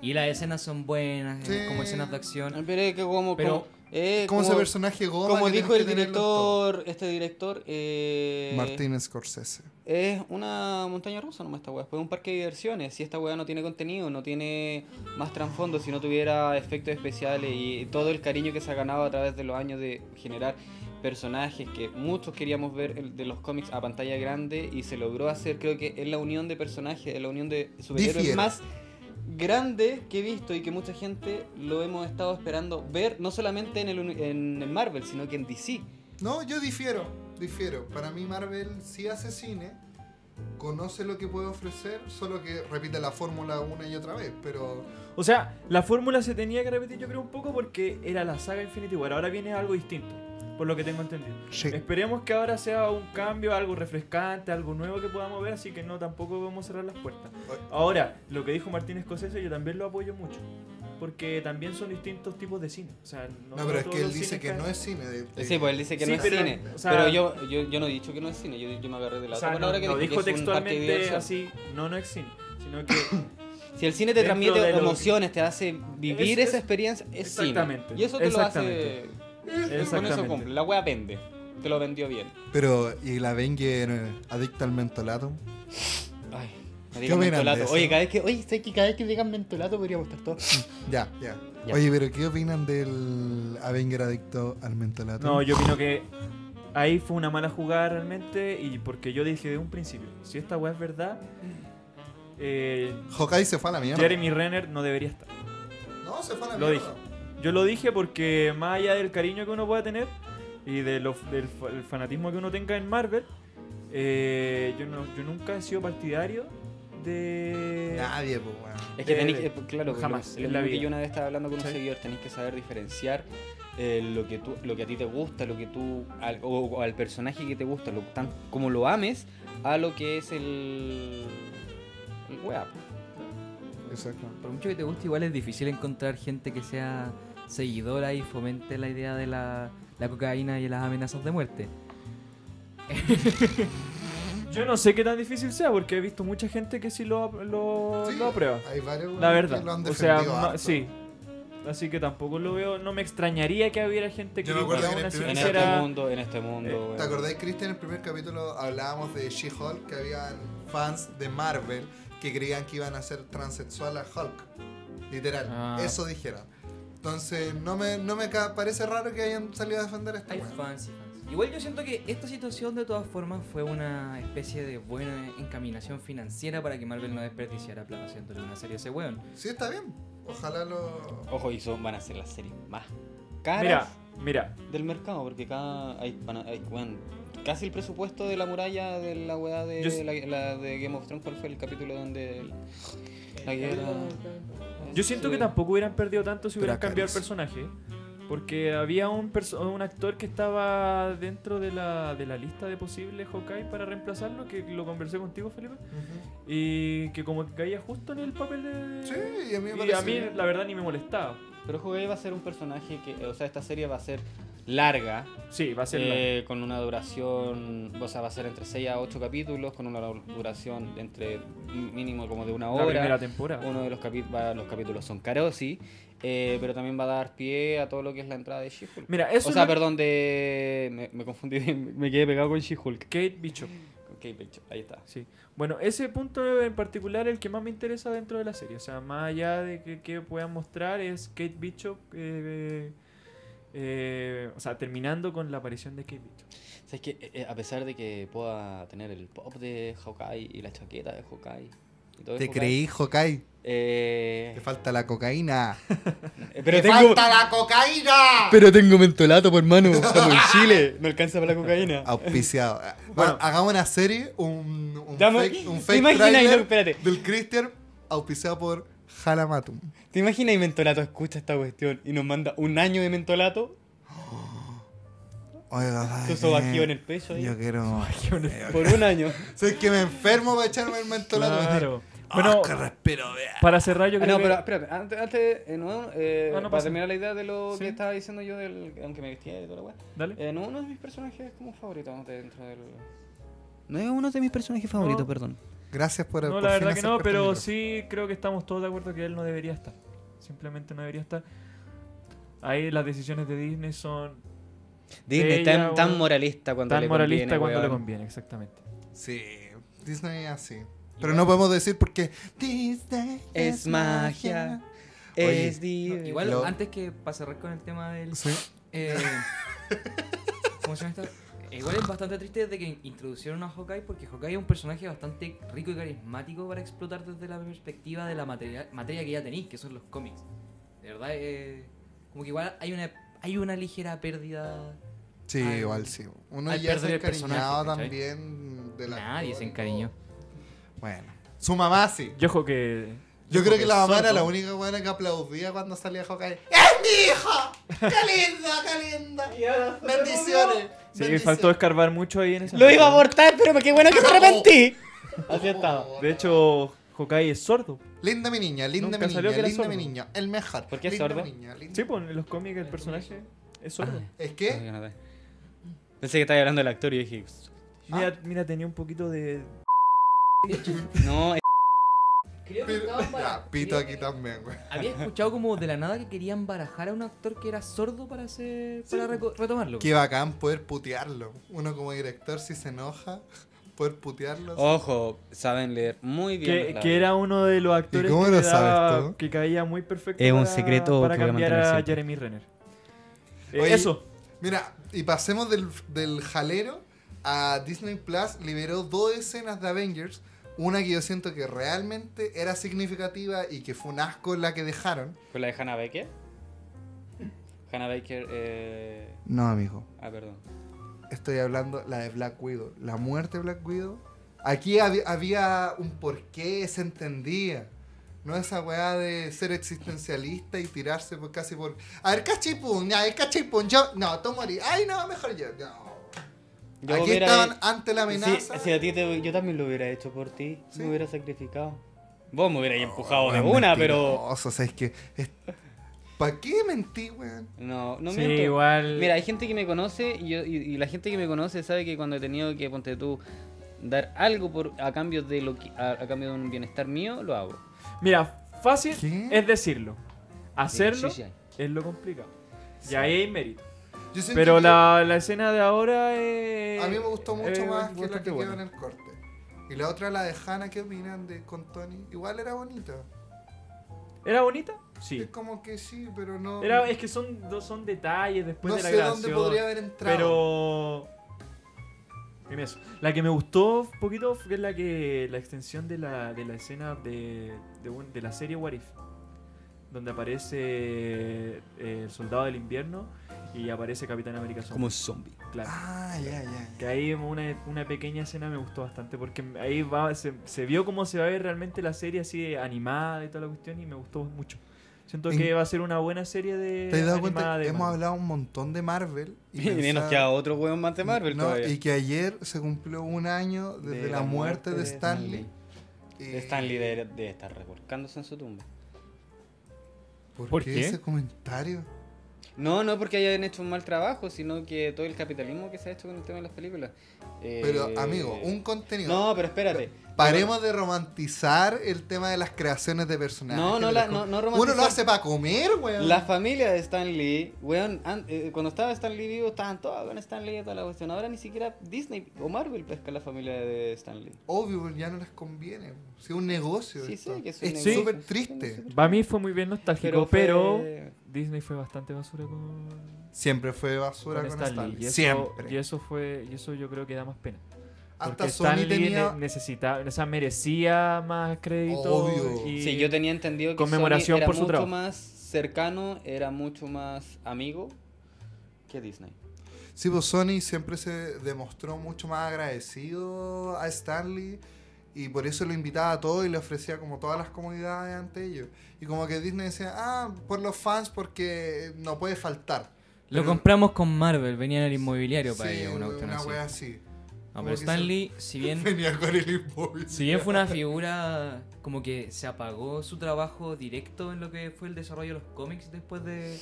[SPEAKER 4] Y las escenas son buenas, eh,
[SPEAKER 1] Sí.
[SPEAKER 4] como escenas de acción.
[SPEAKER 3] Pero es que como.
[SPEAKER 4] Pero-
[SPEAKER 3] como- eh,
[SPEAKER 1] Como ese
[SPEAKER 3] como-
[SPEAKER 1] personaje goma
[SPEAKER 3] como
[SPEAKER 1] que
[SPEAKER 3] dijo
[SPEAKER 1] tenés
[SPEAKER 3] el
[SPEAKER 1] que tenerlo todo.
[SPEAKER 3] director, este director, eh,
[SPEAKER 1] Martin Scorsese.
[SPEAKER 3] es una montaña rusa nomás esta weá, después un parque de diversiones, si esta weá no tiene contenido, no tiene más trasfondo, si no tuviera efectos especiales y todo el cariño que se ha ganado a través de los años de generar personajes que muchos queríamos ver el- de los cómics a pantalla grande y se logró hacer, creo que es la unión de personajes, es la unión de superhéroes
[SPEAKER 1] Difiero.
[SPEAKER 3] más grande que he visto y que mucha gente lo hemos estado esperando ver, no solamente en el, uni- en el Marvel, sino que en DC.
[SPEAKER 1] No, yo difiero, difiero. Para mí Marvel sí hace cine, conoce lo que puede ofrecer, solo que repite la fórmula una y otra vez, pero...
[SPEAKER 2] O sea, la fórmula se tenía que repetir yo creo un poco porque era la saga Infinity War. Ahora viene algo distinto, por lo que tengo entendido. Esperemos que ahora sea un cambio, algo refrescante, algo nuevo que podamos ver, así que no, tampoco vamos a cerrar las puertas. Ahora, lo que dijo Martín Scorsese yo también lo apoyo mucho. porque también son distintos tipos de cine. O sea, no,
[SPEAKER 1] No, pero es
[SPEAKER 2] todos
[SPEAKER 1] que él
[SPEAKER 2] los
[SPEAKER 1] dice
[SPEAKER 2] cines
[SPEAKER 1] que
[SPEAKER 2] caen-
[SPEAKER 1] no es cine. de- de-
[SPEAKER 3] Sí, pues él dice que
[SPEAKER 2] Sí,
[SPEAKER 3] no es
[SPEAKER 2] pero-
[SPEAKER 3] cine.
[SPEAKER 2] o sea-
[SPEAKER 3] pero yo, yo, yo no he dicho que no es cine, yo, yo me agarré de la
[SPEAKER 2] O sea,
[SPEAKER 3] otra
[SPEAKER 2] no,
[SPEAKER 3] palabra que
[SPEAKER 2] no
[SPEAKER 3] dijo
[SPEAKER 2] dijo
[SPEAKER 3] que es un parque de
[SPEAKER 2] textualmente
[SPEAKER 3] diversión.
[SPEAKER 2] así, no, no es cine, sino que
[SPEAKER 3] Si el cine te
[SPEAKER 2] dentro
[SPEAKER 3] transmite
[SPEAKER 2] de lo-
[SPEAKER 3] emociones, te hace vivir
[SPEAKER 2] Es- es-
[SPEAKER 3] esa experiencia, es cine.
[SPEAKER 2] Exactamente,
[SPEAKER 3] Y eso te lo hace.
[SPEAKER 2] exactamente.
[SPEAKER 3] Con eso
[SPEAKER 2] Exactamente.
[SPEAKER 3] cumple. La wea vende. Te lo vendió bien.
[SPEAKER 1] Pero, ¿y la Avenger eh, adicta al mentolato?
[SPEAKER 3] Ay. me
[SPEAKER 1] ¿Qué
[SPEAKER 3] digan
[SPEAKER 1] opinan de
[SPEAKER 3] mentolato.
[SPEAKER 1] eso?
[SPEAKER 3] Oye, cada vez que. Oye, sé que cada vez que digan mentolato podríamos estar todos.
[SPEAKER 1] Ya, ya.
[SPEAKER 3] Ya.
[SPEAKER 1] Oye, pero ¿qué opinan del Avenger adicto al mentolato?
[SPEAKER 2] No, yo opino que ahí fue una mala jugada realmente y porque yo dije de un principio, si esta weá es verdad, eh,
[SPEAKER 1] Hawkeye se fue a la mierda.
[SPEAKER 2] Jeremy Renner no debería estar.
[SPEAKER 1] No, se fue a la
[SPEAKER 2] Lo
[SPEAKER 1] mierda.
[SPEAKER 2] Yo lo dije porque más allá del cariño que uno pueda tener y de lo- del fa- el fanatismo que uno tenga en Marvel, eh, yo, no- yo nunca he sido partidario de...
[SPEAKER 1] Nadie, pues, weón.
[SPEAKER 3] Es que
[SPEAKER 2] De-
[SPEAKER 3] tenéis
[SPEAKER 2] de-
[SPEAKER 3] eh, claro,
[SPEAKER 2] jamás,
[SPEAKER 3] lo- lo
[SPEAKER 2] en la
[SPEAKER 3] mismo que
[SPEAKER 2] vida.
[SPEAKER 3] yo una vez estaba hablando con un
[SPEAKER 2] Sí.
[SPEAKER 3] seguidor, tenéis que saber diferenciar eh, lo que tú, lo que a ti te gusta, lo que tú al, o, o al personaje que te gusta, lo tan como lo ames, a lo que es el el wea.
[SPEAKER 1] Exacto.
[SPEAKER 4] Por mucho que te guste, igual es difícil encontrar gente que sea seguidora y fomente la idea de la, la cocaína y las amenazas de muerte.
[SPEAKER 2] Yo no sé qué tan difícil sea porque he visto mucha gente que sí lo, lo,
[SPEAKER 1] Sí,
[SPEAKER 2] lo aprueba.
[SPEAKER 1] Hay varios
[SPEAKER 2] La
[SPEAKER 1] weones
[SPEAKER 2] verdad.
[SPEAKER 1] que lo han
[SPEAKER 2] o sea,
[SPEAKER 1] defendido
[SPEAKER 2] ma-
[SPEAKER 1] harto.
[SPEAKER 2] sí. Así que tampoco lo veo. No me extrañaría que hubiera gente que
[SPEAKER 1] Yo me acuerdo
[SPEAKER 2] aún
[SPEAKER 1] que en el
[SPEAKER 2] así
[SPEAKER 1] primer
[SPEAKER 3] En
[SPEAKER 1] Ese
[SPEAKER 3] este
[SPEAKER 2] quisiera-
[SPEAKER 3] mundo, en este mundo.
[SPEAKER 2] eh,
[SPEAKER 1] ¿Te
[SPEAKER 3] wea.
[SPEAKER 1] acordás, Cristian? En el primer capítulo hablábamos de She-Hulk, que habían fans de Marvel que creían que iban a ser transexual a Hulk. Literal,
[SPEAKER 4] Ah.
[SPEAKER 1] eso dijeron. Entonces, no me, no me ca- parece raro que hayan salido a defender a esta
[SPEAKER 4] Hay
[SPEAKER 1] weá.
[SPEAKER 4] fans y fans. Igual yo siento que esta situación de todas formas fue una especie de buena encaminación financiera para que Marvel no desperdiciara plata haciéndole una serie a ese weón.
[SPEAKER 1] Sí, está bien. Ojalá lo.
[SPEAKER 3] Ojo, y son, van a ser las series más caras
[SPEAKER 2] Mira, mira.
[SPEAKER 3] del mercado, porque cada hay, van a- hay- weón, casi el presupuesto de la muralla de la weá de
[SPEAKER 2] Yo s-
[SPEAKER 3] la, la de Game of Thrones, ¿cuál fue el capítulo donde el- la guerra?
[SPEAKER 2] Yo siento que
[SPEAKER 3] Sí.
[SPEAKER 2] tampoco hubieran perdido tanto si hubieran
[SPEAKER 1] Dracarys.
[SPEAKER 2] cambiado el personaje. Porque había un, perso- un actor que estaba dentro de la, de la lista de posibles Hawkeye para reemplazarlo, que lo conversé contigo, Felipe. Y que como que caía justo en el papel de.
[SPEAKER 1] Sí, y a mí me
[SPEAKER 2] y a
[SPEAKER 1] parece.
[SPEAKER 2] mí,
[SPEAKER 1] bien.
[SPEAKER 2] la verdad, ni me molestaba.
[SPEAKER 3] Pero Hawkeye va a ser un personaje que, eh, o sea, esta serie va a ser larga,
[SPEAKER 2] Sí, va a ser.
[SPEAKER 3] eh, con una duración, o sea, va a ser entre 6 a 8 capítulos, con una duración de entre mínimo como de una
[SPEAKER 2] la, la primera
[SPEAKER 3] hora.
[SPEAKER 2] temporada.
[SPEAKER 3] Uno de los, capi- va- los capítulos son caros, sí, eh, pero también va a dar pie a todo lo que es la entrada de She-Hulk.
[SPEAKER 2] Mira, eso
[SPEAKER 3] O
[SPEAKER 2] es
[SPEAKER 3] sea,
[SPEAKER 2] lo-
[SPEAKER 3] perdón, de... Me, me confundí, me, me quedé pegado con She-Hulk.
[SPEAKER 2] Kate Bishop.
[SPEAKER 3] Ok, Pecho, ahí está.
[SPEAKER 2] Sí. Bueno, ese punto en particular es el que más me interesa dentro de la serie. O sea, más allá de que, que puedan mostrar es Kate Bishop. eh, eh, o sea, terminando con la aparición de Kate Bishop.
[SPEAKER 3] ¿Sabes qué? Eh, eh, a pesar de que pueda tener el pop de Hawkeye y la chaqueta de Hawkeye... y todo de
[SPEAKER 1] Te
[SPEAKER 3] Hawkeye,
[SPEAKER 1] creí, Hawkeye.
[SPEAKER 3] eh,
[SPEAKER 1] Te falta la cocaína.
[SPEAKER 3] Eh, Pero
[SPEAKER 1] ¡Te
[SPEAKER 3] tengo,
[SPEAKER 1] falta la cocaína!
[SPEAKER 3] pero tengo mentolato, por hermano. Estamos en Chile. No alcanza para la cocaína.
[SPEAKER 1] Ah, Auspiciado.
[SPEAKER 2] Bueno.
[SPEAKER 1] Ha- hagamos una serie, un, un
[SPEAKER 3] Dame-
[SPEAKER 1] fake, un
[SPEAKER 3] ¿Te
[SPEAKER 1] fake
[SPEAKER 3] imaginas,
[SPEAKER 1] trailer
[SPEAKER 3] no, espérate.
[SPEAKER 1] del Christian auspiciado por Halamatum.
[SPEAKER 3] ¿Te imaginas y mentolato escucha esta cuestión y nos manda un año de mentolato?
[SPEAKER 1] Oiga,
[SPEAKER 3] Su
[SPEAKER 1] ay,
[SPEAKER 3] sobaquío en el pecho ahí.
[SPEAKER 1] Yo quiero.
[SPEAKER 3] Por un año.
[SPEAKER 1] ¿Sabes que me enfermo para echarme el mentolado? Ah,
[SPEAKER 2] Claro. Bueno,
[SPEAKER 1] respiro, vea.
[SPEAKER 2] para cerrar, yo
[SPEAKER 3] Ah, no,
[SPEAKER 2] creo que-
[SPEAKER 3] pero espérate, antes, antes, eh, no, eh,
[SPEAKER 2] Ah, no
[SPEAKER 3] para
[SPEAKER 2] pasa.
[SPEAKER 3] terminar la idea de lo
[SPEAKER 2] Sí.
[SPEAKER 3] que estaba diciendo yo, del, aunque me vestía y toda la weá.
[SPEAKER 2] Dale.
[SPEAKER 3] Eh, no, uno de mis personajes como favoritos dentro del.
[SPEAKER 6] No es uno de mis personajes favoritos,
[SPEAKER 2] No.
[SPEAKER 6] perdón.
[SPEAKER 1] Gracias por
[SPEAKER 2] No,
[SPEAKER 1] por
[SPEAKER 2] la
[SPEAKER 1] fin
[SPEAKER 2] verdad que no,
[SPEAKER 1] acercarte al
[SPEAKER 2] pero
[SPEAKER 1] micrófono.
[SPEAKER 2] sí creo que estamos todos de acuerdo que él no debería estar. Simplemente no debería estar. Ahí las decisiones de Disney son
[SPEAKER 3] Disney,
[SPEAKER 2] Ella,
[SPEAKER 3] tan, tan
[SPEAKER 2] weón.
[SPEAKER 3] moralista cuando
[SPEAKER 2] tan
[SPEAKER 3] le
[SPEAKER 2] moralistas
[SPEAKER 3] conviene,
[SPEAKER 2] cuando le
[SPEAKER 3] weón.
[SPEAKER 2] conviene, exactamente.
[SPEAKER 1] Sí, Disney es así. Pero no podemos decir porque Disney
[SPEAKER 3] Es magia.
[SPEAKER 1] Oye,
[SPEAKER 3] Es di-
[SPEAKER 4] Igual,
[SPEAKER 1] Lo-
[SPEAKER 4] antes que para cerrar con el tema del...
[SPEAKER 1] Sí.
[SPEAKER 4] eh, ¿Cómo se llama esta? Eh, Igual es bastante triste de que introducieron a Hawkeye porque Hawkeye es un personaje bastante rico y carismático para explotar desde la perspectiva de la materia, materia que ya tenéis, que son los cómics. De verdad, eh, como que igual hay una, hay una ligera pérdida.
[SPEAKER 1] Sí,
[SPEAKER 4] Al-
[SPEAKER 1] igual sí. Uno
[SPEAKER 4] al
[SPEAKER 1] ya se ha
[SPEAKER 4] perder el personaje,
[SPEAKER 1] encariñado
[SPEAKER 4] ¿cachai?
[SPEAKER 1] también de la.
[SPEAKER 4] Nadie se encariñó.
[SPEAKER 1] Bueno, su mamá sí.
[SPEAKER 2] Yo ojo que.
[SPEAKER 1] Yo creo que la mamá era
[SPEAKER 2] sordo.
[SPEAKER 1] la única buena que aplaudía cuando salía Hawkeye. ¡Es mi hija! ¡Qué linda, qué linda! ¡Bendiciones!
[SPEAKER 2] Sí,
[SPEAKER 1] bendiciones".
[SPEAKER 2] faltó escarbar mucho ahí en esa.
[SPEAKER 3] Lo iba a abortar, pero me qué bueno que me arrepentí. Así estaba.
[SPEAKER 2] De hecho, Hawkeye es sordo.
[SPEAKER 1] Linda mi niña, linda
[SPEAKER 2] Nunca
[SPEAKER 1] mi niña,
[SPEAKER 2] salió que era
[SPEAKER 1] linda mi
[SPEAKER 2] sordo.
[SPEAKER 1] niña, el mejor.
[SPEAKER 3] ¿Por qué es
[SPEAKER 1] linda
[SPEAKER 3] sordo?
[SPEAKER 1] mi niña, linda-
[SPEAKER 2] Sí, pues en los cómics el personaje es sordo.
[SPEAKER 7] Ah.
[SPEAKER 1] Es que,
[SPEAKER 3] Jonathan. Pensé que estabas hablando del actor y dije.
[SPEAKER 2] Mira, mira, tenía un poquito de.
[SPEAKER 3] No, es-
[SPEAKER 4] Creo que
[SPEAKER 1] pero-
[SPEAKER 4] estaban para-
[SPEAKER 1] ya, pito
[SPEAKER 4] creo-
[SPEAKER 1] aquí también, güey.
[SPEAKER 4] Había escuchado como de la nada que querían barajar a un actor que era sordo para hacer, para reco- retomarlo.
[SPEAKER 1] Qué bacán poder putearlo. Uno como director, si se enoja, poder putearlo.
[SPEAKER 3] Oh. Ojo, saben leer muy bien.
[SPEAKER 2] Que,
[SPEAKER 3] los
[SPEAKER 2] que
[SPEAKER 3] labios.
[SPEAKER 2] era uno de los actores
[SPEAKER 1] cómo
[SPEAKER 2] que,
[SPEAKER 1] lo
[SPEAKER 2] le daba-
[SPEAKER 1] sabes tú?
[SPEAKER 2] que caía muy perfecto.
[SPEAKER 7] Es un
[SPEAKER 2] para-
[SPEAKER 7] secreto
[SPEAKER 2] para
[SPEAKER 7] que voy a
[SPEAKER 2] cambiar
[SPEAKER 7] mantener
[SPEAKER 2] a
[SPEAKER 7] siempre.
[SPEAKER 2] Jeremy Renner. Eh,
[SPEAKER 1] Oye,
[SPEAKER 2] eso.
[SPEAKER 1] Mira, y pasemos del, del jalero a Disney Plus. Liberó dos escenas de Avengers. Una que yo siento que realmente era significativa y que fue un asco la que dejaron.
[SPEAKER 3] ¿Fue la de Hannah Baker? Hannah Baker, eh.
[SPEAKER 1] No, amigo.
[SPEAKER 3] Ah, perdón.
[SPEAKER 1] Estoy hablando la de Black Widow. La muerte de Black Widow. Aquí hab- había un porqué, se entendía. No esa weá de ser existencialista y tirarse por casi por. A ver, cachipun, ya, es cachipun, yo. No, tú morí. Ay, no, mejor yo. No.
[SPEAKER 3] Yo
[SPEAKER 1] Aquí
[SPEAKER 3] hubiera-
[SPEAKER 1] estaban ante la
[SPEAKER 3] Si-
[SPEAKER 1] amenaza.
[SPEAKER 3] Si, a ti te, yo también lo hubiera hecho por ti,
[SPEAKER 1] Sí.
[SPEAKER 3] me hubiera sacrificado. Vos me hubierais empujado
[SPEAKER 1] Oh,
[SPEAKER 3] de
[SPEAKER 1] weón,
[SPEAKER 3] una, pero.
[SPEAKER 1] mentiroso, ¿sabes qué? ¿Para qué mentí, weón?
[SPEAKER 3] No, no
[SPEAKER 9] Sí,
[SPEAKER 3] miento.
[SPEAKER 9] igual.
[SPEAKER 3] Mira, hay gente que me conoce y, yo- y- y la gente que me conoce sabe que cuando he tenido que, ponte tú, dar algo por, a, cambio de lo que, a, a cambio de un bienestar mío, lo hago.
[SPEAKER 2] Mira, fácil
[SPEAKER 1] ¿Qué?
[SPEAKER 2] es decirlo. Hacerlo
[SPEAKER 3] Sí, sí,
[SPEAKER 2] es lo complicado. Y ahí hay mérito.
[SPEAKER 1] Yo siento
[SPEAKER 2] Pero
[SPEAKER 1] que
[SPEAKER 2] la, la escena de ahora es.
[SPEAKER 1] a mí me gustó mucho
[SPEAKER 2] eh,
[SPEAKER 1] más que la
[SPEAKER 2] bastante
[SPEAKER 1] que quedó
[SPEAKER 2] buena.
[SPEAKER 1] en el corte. Y la otra, la de Hannah, ¿qué opinan de con Tony? Igual era bonita.
[SPEAKER 2] ¿Era bonita?
[SPEAKER 1] Es
[SPEAKER 2] Sí.
[SPEAKER 1] como que sí, pero no.
[SPEAKER 2] Era, es que son, dos- son detalles después
[SPEAKER 1] no
[SPEAKER 2] de la
[SPEAKER 1] sé dónde
[SPEAKER 2] grabación.
[SPEAKER 1] podría haber entrado.
[SPEAKER 2] Pero. en eso. La que me gustó un poquito fue la que. la extensión de la, de la escena de, de, un- de la serie What If. Donde aparece eh, el soldado del invierno y aparece Capitán América Zombie.
[SPEAKER 7] Como zombie.
[SPEAKER 2] Claro.
[SPEAKER 1] Ah, ya, ya.
[SPEAKER 2] Que ahí una, una pequeña escena me gustó bastante porque ahí va, se, se vio cómo se va a ver realmente la serie así animada y toda la cuestión y me gustó mucho. Siento
[SPEAKER 1] En-
[SPEAKER 2] que va a ser una buena serie de
[SPEAKER 1] ¿Te has dado
[SPEAKER 2] animada
[SPEAKER 1] cuenta?
[SPEAKER 2] de
[SPEAKER 1] Hemos
[SPEAKER 2] Marvel.
[SPEAKER 1] hablado un montón de Marvel.
[SPEAKER 3] Y menos
[SPEAKER 1] pensaba-
[SPEAKER 3] que a otro weón más de Marvel
[SPEAKER 1] No,
[SPEAKER 3] todavía.
[SPEAKER 1] y que ayer se cumplió un año desde la, muerte, de Stanley. Eh, Y-
[SPEAKER 3] Stanley debe, debe estar revolcándose en su tumba.
[SPEAKER 1] ¿Por,
[SPEAKER 9] ¿Por
[SPEAKER 1] qué,
[SPEAKER 9] qué?
[SPEAKER 1] ese comentario?
[SPEAKER 3] No, no porque hayan hecho un mal trabajo, sino que todo el capitalismo que se ha hecho con el tema de las películas. Eh,
[SPEAKER 1] Pero, amigo, un contenido.
[SPEAKER 3] No, pero espérate.
[SPEAKER 1] Paremos de romantizar el tema de las creaciones de personajes.
[SPEAKER 3] No, no
[SPEAKER 1] de
[SPEAKER 3] la-
[SPEAKER 1] los
[SPEAKER 3] no-
[SPEAKER 1] com-
[SPEAKER 3] no
[SPEAKER 1] Uno lo
[SPEAKER 3] romantizar.
[SPEAKER 1] hace para comer, weón.
[SPEAKER 3] La familia de Stan Lee, weón, an- eh, cuando estaba Stan Lee vivo, estaban todas con Stan Lee y toda la cuestión. Ahora ni siquiera Disney o Marvel pesca la familia de Stan Lee.
[SPEAKER 1] Obvio, pues, ya no les conviene. Si es un negocio.
[SPEAKER 3] Sí,
[SPEAKER 1] esto.
[SPEAKER 3] sé que es un
[SPEAKER 1] es
[SPEAKER 3] negocio.
[SPEAKER 1] súper triste.
[SPEAKER 2] Para mí fue muy bien nostálgico, pero,
[SPEAKER 3] fue-
[SPEAKER 2] Disney fue bastante basura con,
[SPEAKER 1] Siempre fue
[SPEAKER 2] con
[SPEAKER 1] basura con,
[SPEAKER 2] Stan Lee,
[SPEAKER 1] Stanley.
[SPEAKER 2] y eso-
[SPEAKER 1] Siempre.
[SPEAKER 2] Y eso fue, y eso yo creo que da más pena.
[SPEAKER 1] Hasta
[SPEAKER 2] porque
[SPEAKER 1] Sony
[SPEAKER 2] Stan Lee
[SPEAKER 1] tenía.
[SPEAKER 2] ne- necesitaba, o sea, merecía más crédito.
[SPEAKER 1] Obvio.
[SPEAKER 2] y-
[SPEAKER 3] Sí, yo tenía entendido que
[SPEAKER 2] Conmemoración
[SPEAKER 3] Sony era
[SPEAKER 2] por su
[SPEAKER 3] mucho
[SPEAKER 2] trabajo.
[SPEAKER 3] más cercano, era mucho más amigo que Disney.
[SPEAKER 1] Sí, pues Sony siempre se demostró mucho más agradecido a Stanley y por eso lo invitaba a todo y le ofrecía como todas las comodidades ante ellos. Y como que Disney decía, ah, por los fans porque no puede faltar.
[SPEAKER 4] Lo
[SPEAKER 1] Pero-
[SPEAKER 4] compramos con Marvel, venía en el inmobiliario para
[SPEAKER 1] Sí,
[SPEAKER 4] ello, una cuestión así.
[SPEAKER 1] wea así.
[SPEAKER 4] No,
[SPEAKER 1] Como
[SPEAKER 4] pero
[SPEAKER 1] que
[SPEAKER 4] Stanley, si bien
[SPEAKER 1] Venía con el inmóvil.
[SPEAKER 4] Si bien fue una figura como que se apagó su trabajo directo en lo que fue el desarrollo de los cómics después de,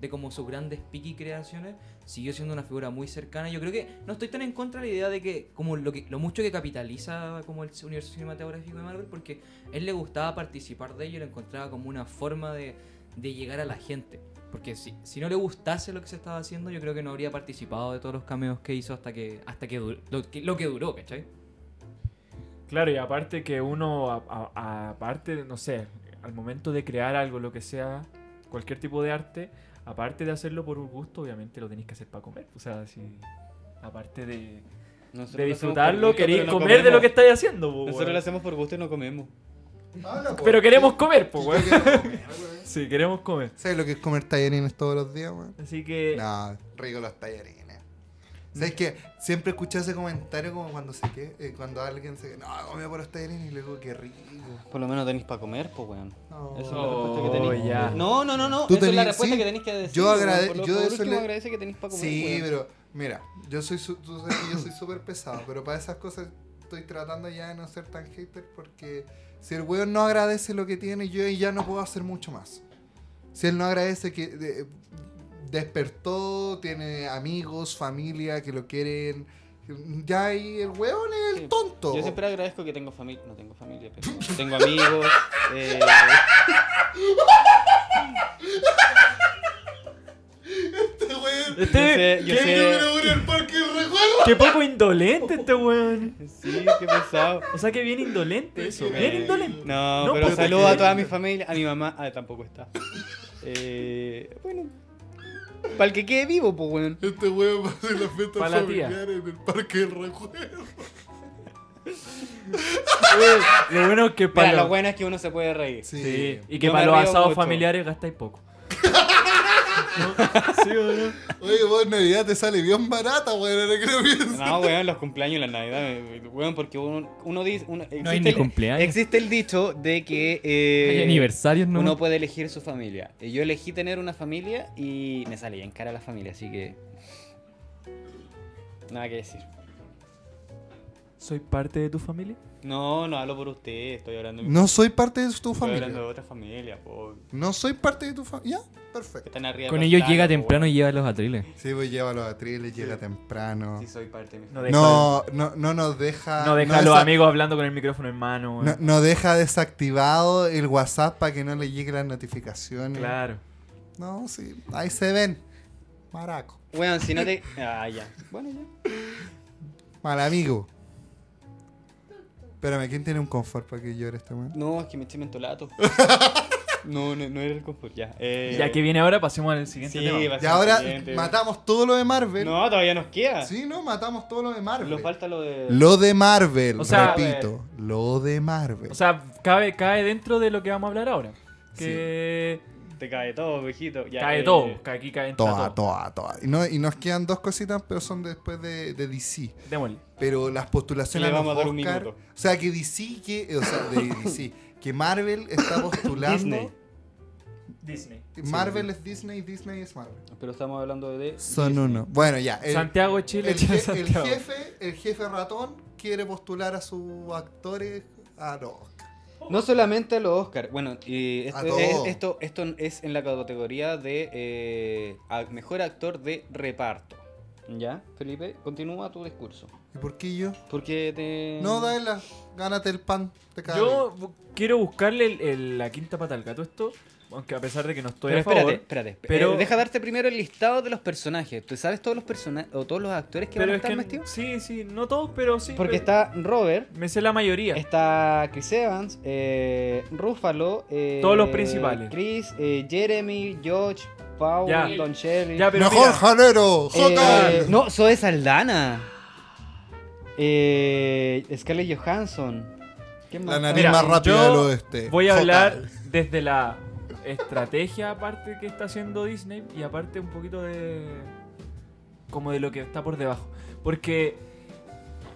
[SPEAKER 4] de como sus grandes piqui creaciones, siguió siendo una figura muy cercana. Yo creo que no estoy tan en contra de la idea de que como lo, que, lo mucho que capitaliza como el universo cinematográfico de Marvel, porque a él le gustaba participar de ello y lo encontraba como una forma de, de llegar a la gente. Porque si, si no le gustase lo que se estaba haciendo, yo creo que no habría participado de todos los cameos que hizo hasta que, hasta que, dur- lo, que lo que duró, ¿cachai?
[SPEAKER 2] Claro, y aparte que uno, a- a- aparte, no sé, al momento de crear algo, lo que sea, cualquier tipo de arte, aparte de hacerlo por un gusto, obviamente lo tenéis que hacer para comer. O sea, si, aparte de,
[SPEAKER 3] Nosotros
[SPEAKER 2] de
[SPEAKER 3] lo hacemos por
[SPEAKER 2] disfrutarlo,
[SPEAKER 3] gusto,
[SPEAKER 2] queréis
[SPEAKER 3] pero no
[SPEAKER 2] comer de
[SPEAKER 3] comemos.
[SPEAKER 2] lo que estáis haciendo, po,
[SPEAKER 3] Nosotros
[SPEAKER 2] weón.
[SPEAKER 3] lo hacemos por gusto y no comemos.
[SPEAKER 1] Habla, pues. po.
[SPEAKER 2] Pero queremos comer, po,
[SPEAKER 1] Yo
[SPEAKER 2] weón.
[SPEAKER 1] quiero comer, weón.
[SPEAKER 2] Sí, queremos comer.
[SPEAKER 1] ¿Sabes lo que es comer tallarines todos los días, weón?
[SPEAKER 2] Así que...
[SPEAKER 1] No, rico los tallarines. ¿Sabes que Siempre escuché ese comentario como cuando se que, eh, cuando alguien se que, no, comí por los tallarines y luego qué rico.
[SPEAKER 3] Por lo menos tenéis para comer, pues weón.
[SPEAKER 1] No.
[SPEAKER 3] Eso es la
[SPEAKER 2] Oh,
[SPEAKER 3] respuesta que tenéis.
[SPEAKER 2] ya.
[SPEAKER 3] No, no, no, no.
[SPEAKER 1] Tú
[SPEAKER 3] Esa es la
[SPEAKER 1] tenés-
[SPEAKER 3] respuesta
[SPEAKER 1] sí,
[SPEAKER 3] que tenéis que decir.
[SPEAKER 1] yo
[SPEAKER 3] weón.
[SPEAKER 1] agrade-
[SPEAKER 3] Por, lo-
[SPEAKER 1] yo
[SPEAKER 3] por
[SPEAKER 1] eso
[SPEAKER 3] último
[SPEAKER 1] le-
[SPEAKER 3] agradece que tenéis para comer.
[SPEAKER 1] Sí,
[SPEAKER 3] weón.
[SPEAKER 1] pero mira, yo soy su- tú sabes que yo soy súper pesado, pero para esas cosas estoy tratando ya de no ser tan hater porque si el weón no agradece lo que tiene, yo ahí ya no puedo hacer mucho más. Si él no agradece que de- despertó, tiene amigos, familia que lo quieren, ya ahí el weón es el
[SPEAKER 3] Sí.
[SPEAKER 1] tonto.
[SPEAKER 3] Yo siempre agradezco que tengo familia. No tengo familia, pero tengo amigos. eh,
[SPEAKER 1] Este weón-
[SPEAKER 3] yo sé,
[SPEAKER 1] que
[SPEAKER 3] yo
[SPEAKER 1] yo
[SPEAKER 3] sé.
[SPEAKER 1] quiero ir al parque y recuerdo.
[SPEAKER 2] Qué poco indolente este weón.
[SPEAKER 3] Sí, qué pesado.
[SPEAKER 2] O sea que bien indolente eso. Bien
[SPEAKER 3] Eh,
[SPEAKER 2] indolente.
[SPEAKER 3] No,
[SPEAKER 2] No,
[SPEAKER 3] pero
[SPEAKER 2] pero-
[SPEAKER 3] saludo a toda mi familia. A mi mamá. Ah, tampoco está. Eh, bueno. Para el que quede vivo, pues, weón.
[SPEAKER 1] Este weón va a hacer la fiesta
[SPEAKER 2] Pa' la tía.
[SPEAKER 1] familiar en el parque de recuerdo.
[SPEAKER 2] Lo bueno es que
[SPEAKER 3] Mira,
[SPEAKER 2] para
[SPEAKER 3] lo bueno es que uno se puede reír.
[SPEAKER 1] Sí.
[SPEAKER 2] Sí, y que
[SPEAKER 3] Yo
[SPEAKER 2] para
[SPEAKER 3] me
[SPEAKER 2] los
[SPEAKER 3] río
[SPEAKER 2] asados
[SPEAKER 3] mucho.
[SPEAKER 2] familiares gastáis poco.
[SPEAKER 1] Oye, vos Navidad te sale bien barata, weón, ahora que lo pienso.
[SPEAKER 3] No, weón, los cumpleaños y las navidades. Weón, porque uno, uno dice. uno- existe,
[SPEAKER 4] hay ni
[SPEAKER 3] el,
[SPEAKER 4] cumpleaños.
[SPEAKER 3] existe el dicho de que. eh,
[SPEAKER 4] Hay aniversarios, ¿no?
[SPEAKER 3] Uno puede elegir su familia. Y Yo elegí tener una familia y me sale bien cara la familia, así que. Nada que decir.
[SPEAKER 2] ¿Soy parte de tu familia?
[SPEAKER 3] No, no hablo por usted, estoy hablando de mi
[SPEAKER 1] No soy parte de tu
[SPEAKER 3] Estoy
[SPEAKER 1] familia.
[SPEAKER 3] hablando de otra familia, po,
[SPEAKER 1] No soy parte de tu familia. Ya,
[SPEAKER 3] que
[SPEAKER 1] perfecto.
[SPEAKER 3] están arriba.
[SPEAKER 4] Con
[SPEAKER 3] de
[SPEAKER 4] ellos
[SPEAKER 3] los
[SPEAKER 4] llega
[SPEAKER 3] planos, po,
[SPEAKER 4] temprano y lleva los atriles.
[SPEAKER 1] Sí, pues lleva los atriles, llega temprano.
[SPEAKER 3] weón. Sí, soy parte de mi
[SPEAKER 2] No
[SPEAKER 3] familia.
[SPEAKER 2] deja,
[SPEAKER 1] No, no, no nos deja.
[SPEAKER 2] no deja a
[SPEAKER 1] Ah, no
[SPEAKER 2] los
[SPEAKER 1] desa-
[SPEAKER 2] amigos hablando con el micrófono en mano.
[SPEAKER 1] No,
[SPEAKER 2] weón.
[SPEAKER 1] no deja desactivado el WhatsApp para que no le lleguen las notificaciones.
[SPEAKER 2] Claro.
[SPEAKER 1] No, sí. Ahí se ven. Maraco.
[SPEAKER 3] Weón, si no te. Ah, ya. Bueno, ya.
[SPEAKER 1] Mal amigo. Espérame, ¿quién tiene un confort para que llore este weón?
[SPEAKER 3] No, es que me eché mentolato. No, no, no era el confort, ya. Eh,
[SPEAKER 2] Ya que viene ahora, pasemos al siguiente
[SPEAKER 3] Sí,
[SPEAKER 2] tema.
[SPEAKER 3] va a
[SPEAKER 1] Y
[SPEAKER 3] ser
[SPEAKER 1] ahora
[SPEAKER 3] el siguiente.
[SPEAKER 1] matamos todo lo de Marvel.
[SPEAKER 3] No, todavía nos queda.
[SPEAKER 1] Sí, no, matamos todo lo de Marvel.
[SPEAKER 3] Lo falta lo de.
[SPEAKER 1] Lo de Marvel,
[SPEAKER 2] O sea,
[SPEAKER 1] repito, lo de Marvel.
[SPEAKER 2] O sea, cabe, cae dentro de lo que vamos a hablar ahora. Que
[SPEAKER 3] Te cae todo, viejito. Ya,
[SPEAKER 2] cae
[SPEAKER 3] eh,
[SPEAKER 2] todo. Cae aquí, cae entra
[SPEAKER 1] toda,
[SPEAKER 2] todo.
[SPEAKER 1] toda, toda. Y, no- y nos quedan dos cositas, pero son después de, de DC.
[SPEAKER 2] Démosle.
[SPEAKER 1] Pero las postulaciones
[SPEAKER 3] Le
[SPEAKER 1] a los
[SPEAKER 3] vamos a dar un
[SPEAKER 1] Oscar-
[SPEAKER 3] minuto.
[SPEAKER 1] O sea, que DC, que, o sea, de DC, que Marvel está postulando.
[SPEAKER 3] Disney.
[SPEAKER 2] Disney.
[SPEAKER 1] Marvel es Disney, Disney es Marvel.
[SPEAKER 3] Pero estamos hablando de.
[SPEAKER 1] Son uno. Bueno, ya. El,
[SPEAKER 2] Santiago, Chile,
[SPEAKER 1] el
[SPEAKER 2] Chile,
[SPEAKER 1] je- el
[SPEAKER 2] Santiago.
[SPEAKER 1] jefe, el jefe ratón quiere postular a sus actores a los Oscar.
[SPEAKER 3] No solamente a los Oscar. Bueno, y
[SPEAKER 1] A
[SPEAKER 3] esto,
[SPEAKER 1] todo.
[SPEAKER 3] es, esto, esto es en la categoría de eh, a- mejor actor de reparto. ¿Ya? Felipe, continúa tu discurso.
[SPEAKER 1] ¿Y por qué yo?
[SPEAKER 3] Porque te.
[SPEAKER 1] No, dale, gánate el pan. Te cago.
[SPEAKER 2] Mm. Yo bu- quiero buscarle el- el- la quinta pata al gato a esto. Aunque a pesar de que no estoy
[SPEAKER 3] Pero
[SPEAKER 2] a
[SPEAKER 3] espérate,
[SPEAKER 2] favor.
[SPEAKER 3] espérate.
[SPEAKER 2] pero-
[SPEAKER 3] Pero... deja darte primero el listado de los personajes. ¿Tú sabes todos los personajes o todos los actores que van a
[SPEAKER 2] Pero es
[SPEAKER 3] estar
[SPEAKER 2] que.
[SPEAKER 1] este
[SPEAKER 3] metidos?
[SPEAKER 2] Sí, sí, no todos, pero sí.
[SPEAKER 3] Porque
[SPEAKER 2] pero-
[SPEAKER 3] está Robert,
[SPEAKER 2] Me sé la mayoría.
[SPEAKER 3] Está Chris Evans, eh, Ruffalo, eh,
[SPEAKER 2] Todos los principales.
[SPEAKER 3] Chris, eh, Jeremy, George, Paul,
[SPEAKER 2] Ya.
[SPEAKER 3] Don Cherry.
[SPEAKER 2] Ya, pero
[SPEAKER 1] ¡Mejor
[SPEAKER 2] mira,
[SPEAKER 1] janero!
[SPEAKER 3] Eh,
[SPEAKER 1] ¡Jotan!
[SPEAKER 3] no, Zoe Saldana. Eh, Scarlett Johansson. ¿Quién
[SPEAKER 1] La
[SPEAKER 3] más?
[SPEAKER 1] nariz
[SPEAKER 2] Mira,
[SPEAKER 1] más rápida del
[SPEAKER 2] yo
[SPEAKER 1] oeste.
[SPEAKER 2] voy a
[SPEAKER 1] Jotan.
[SPEAKER 2] hablar desde la estrategia aparte que está haciendo Disney y aparte un poquito de como de lo que está por debajo porque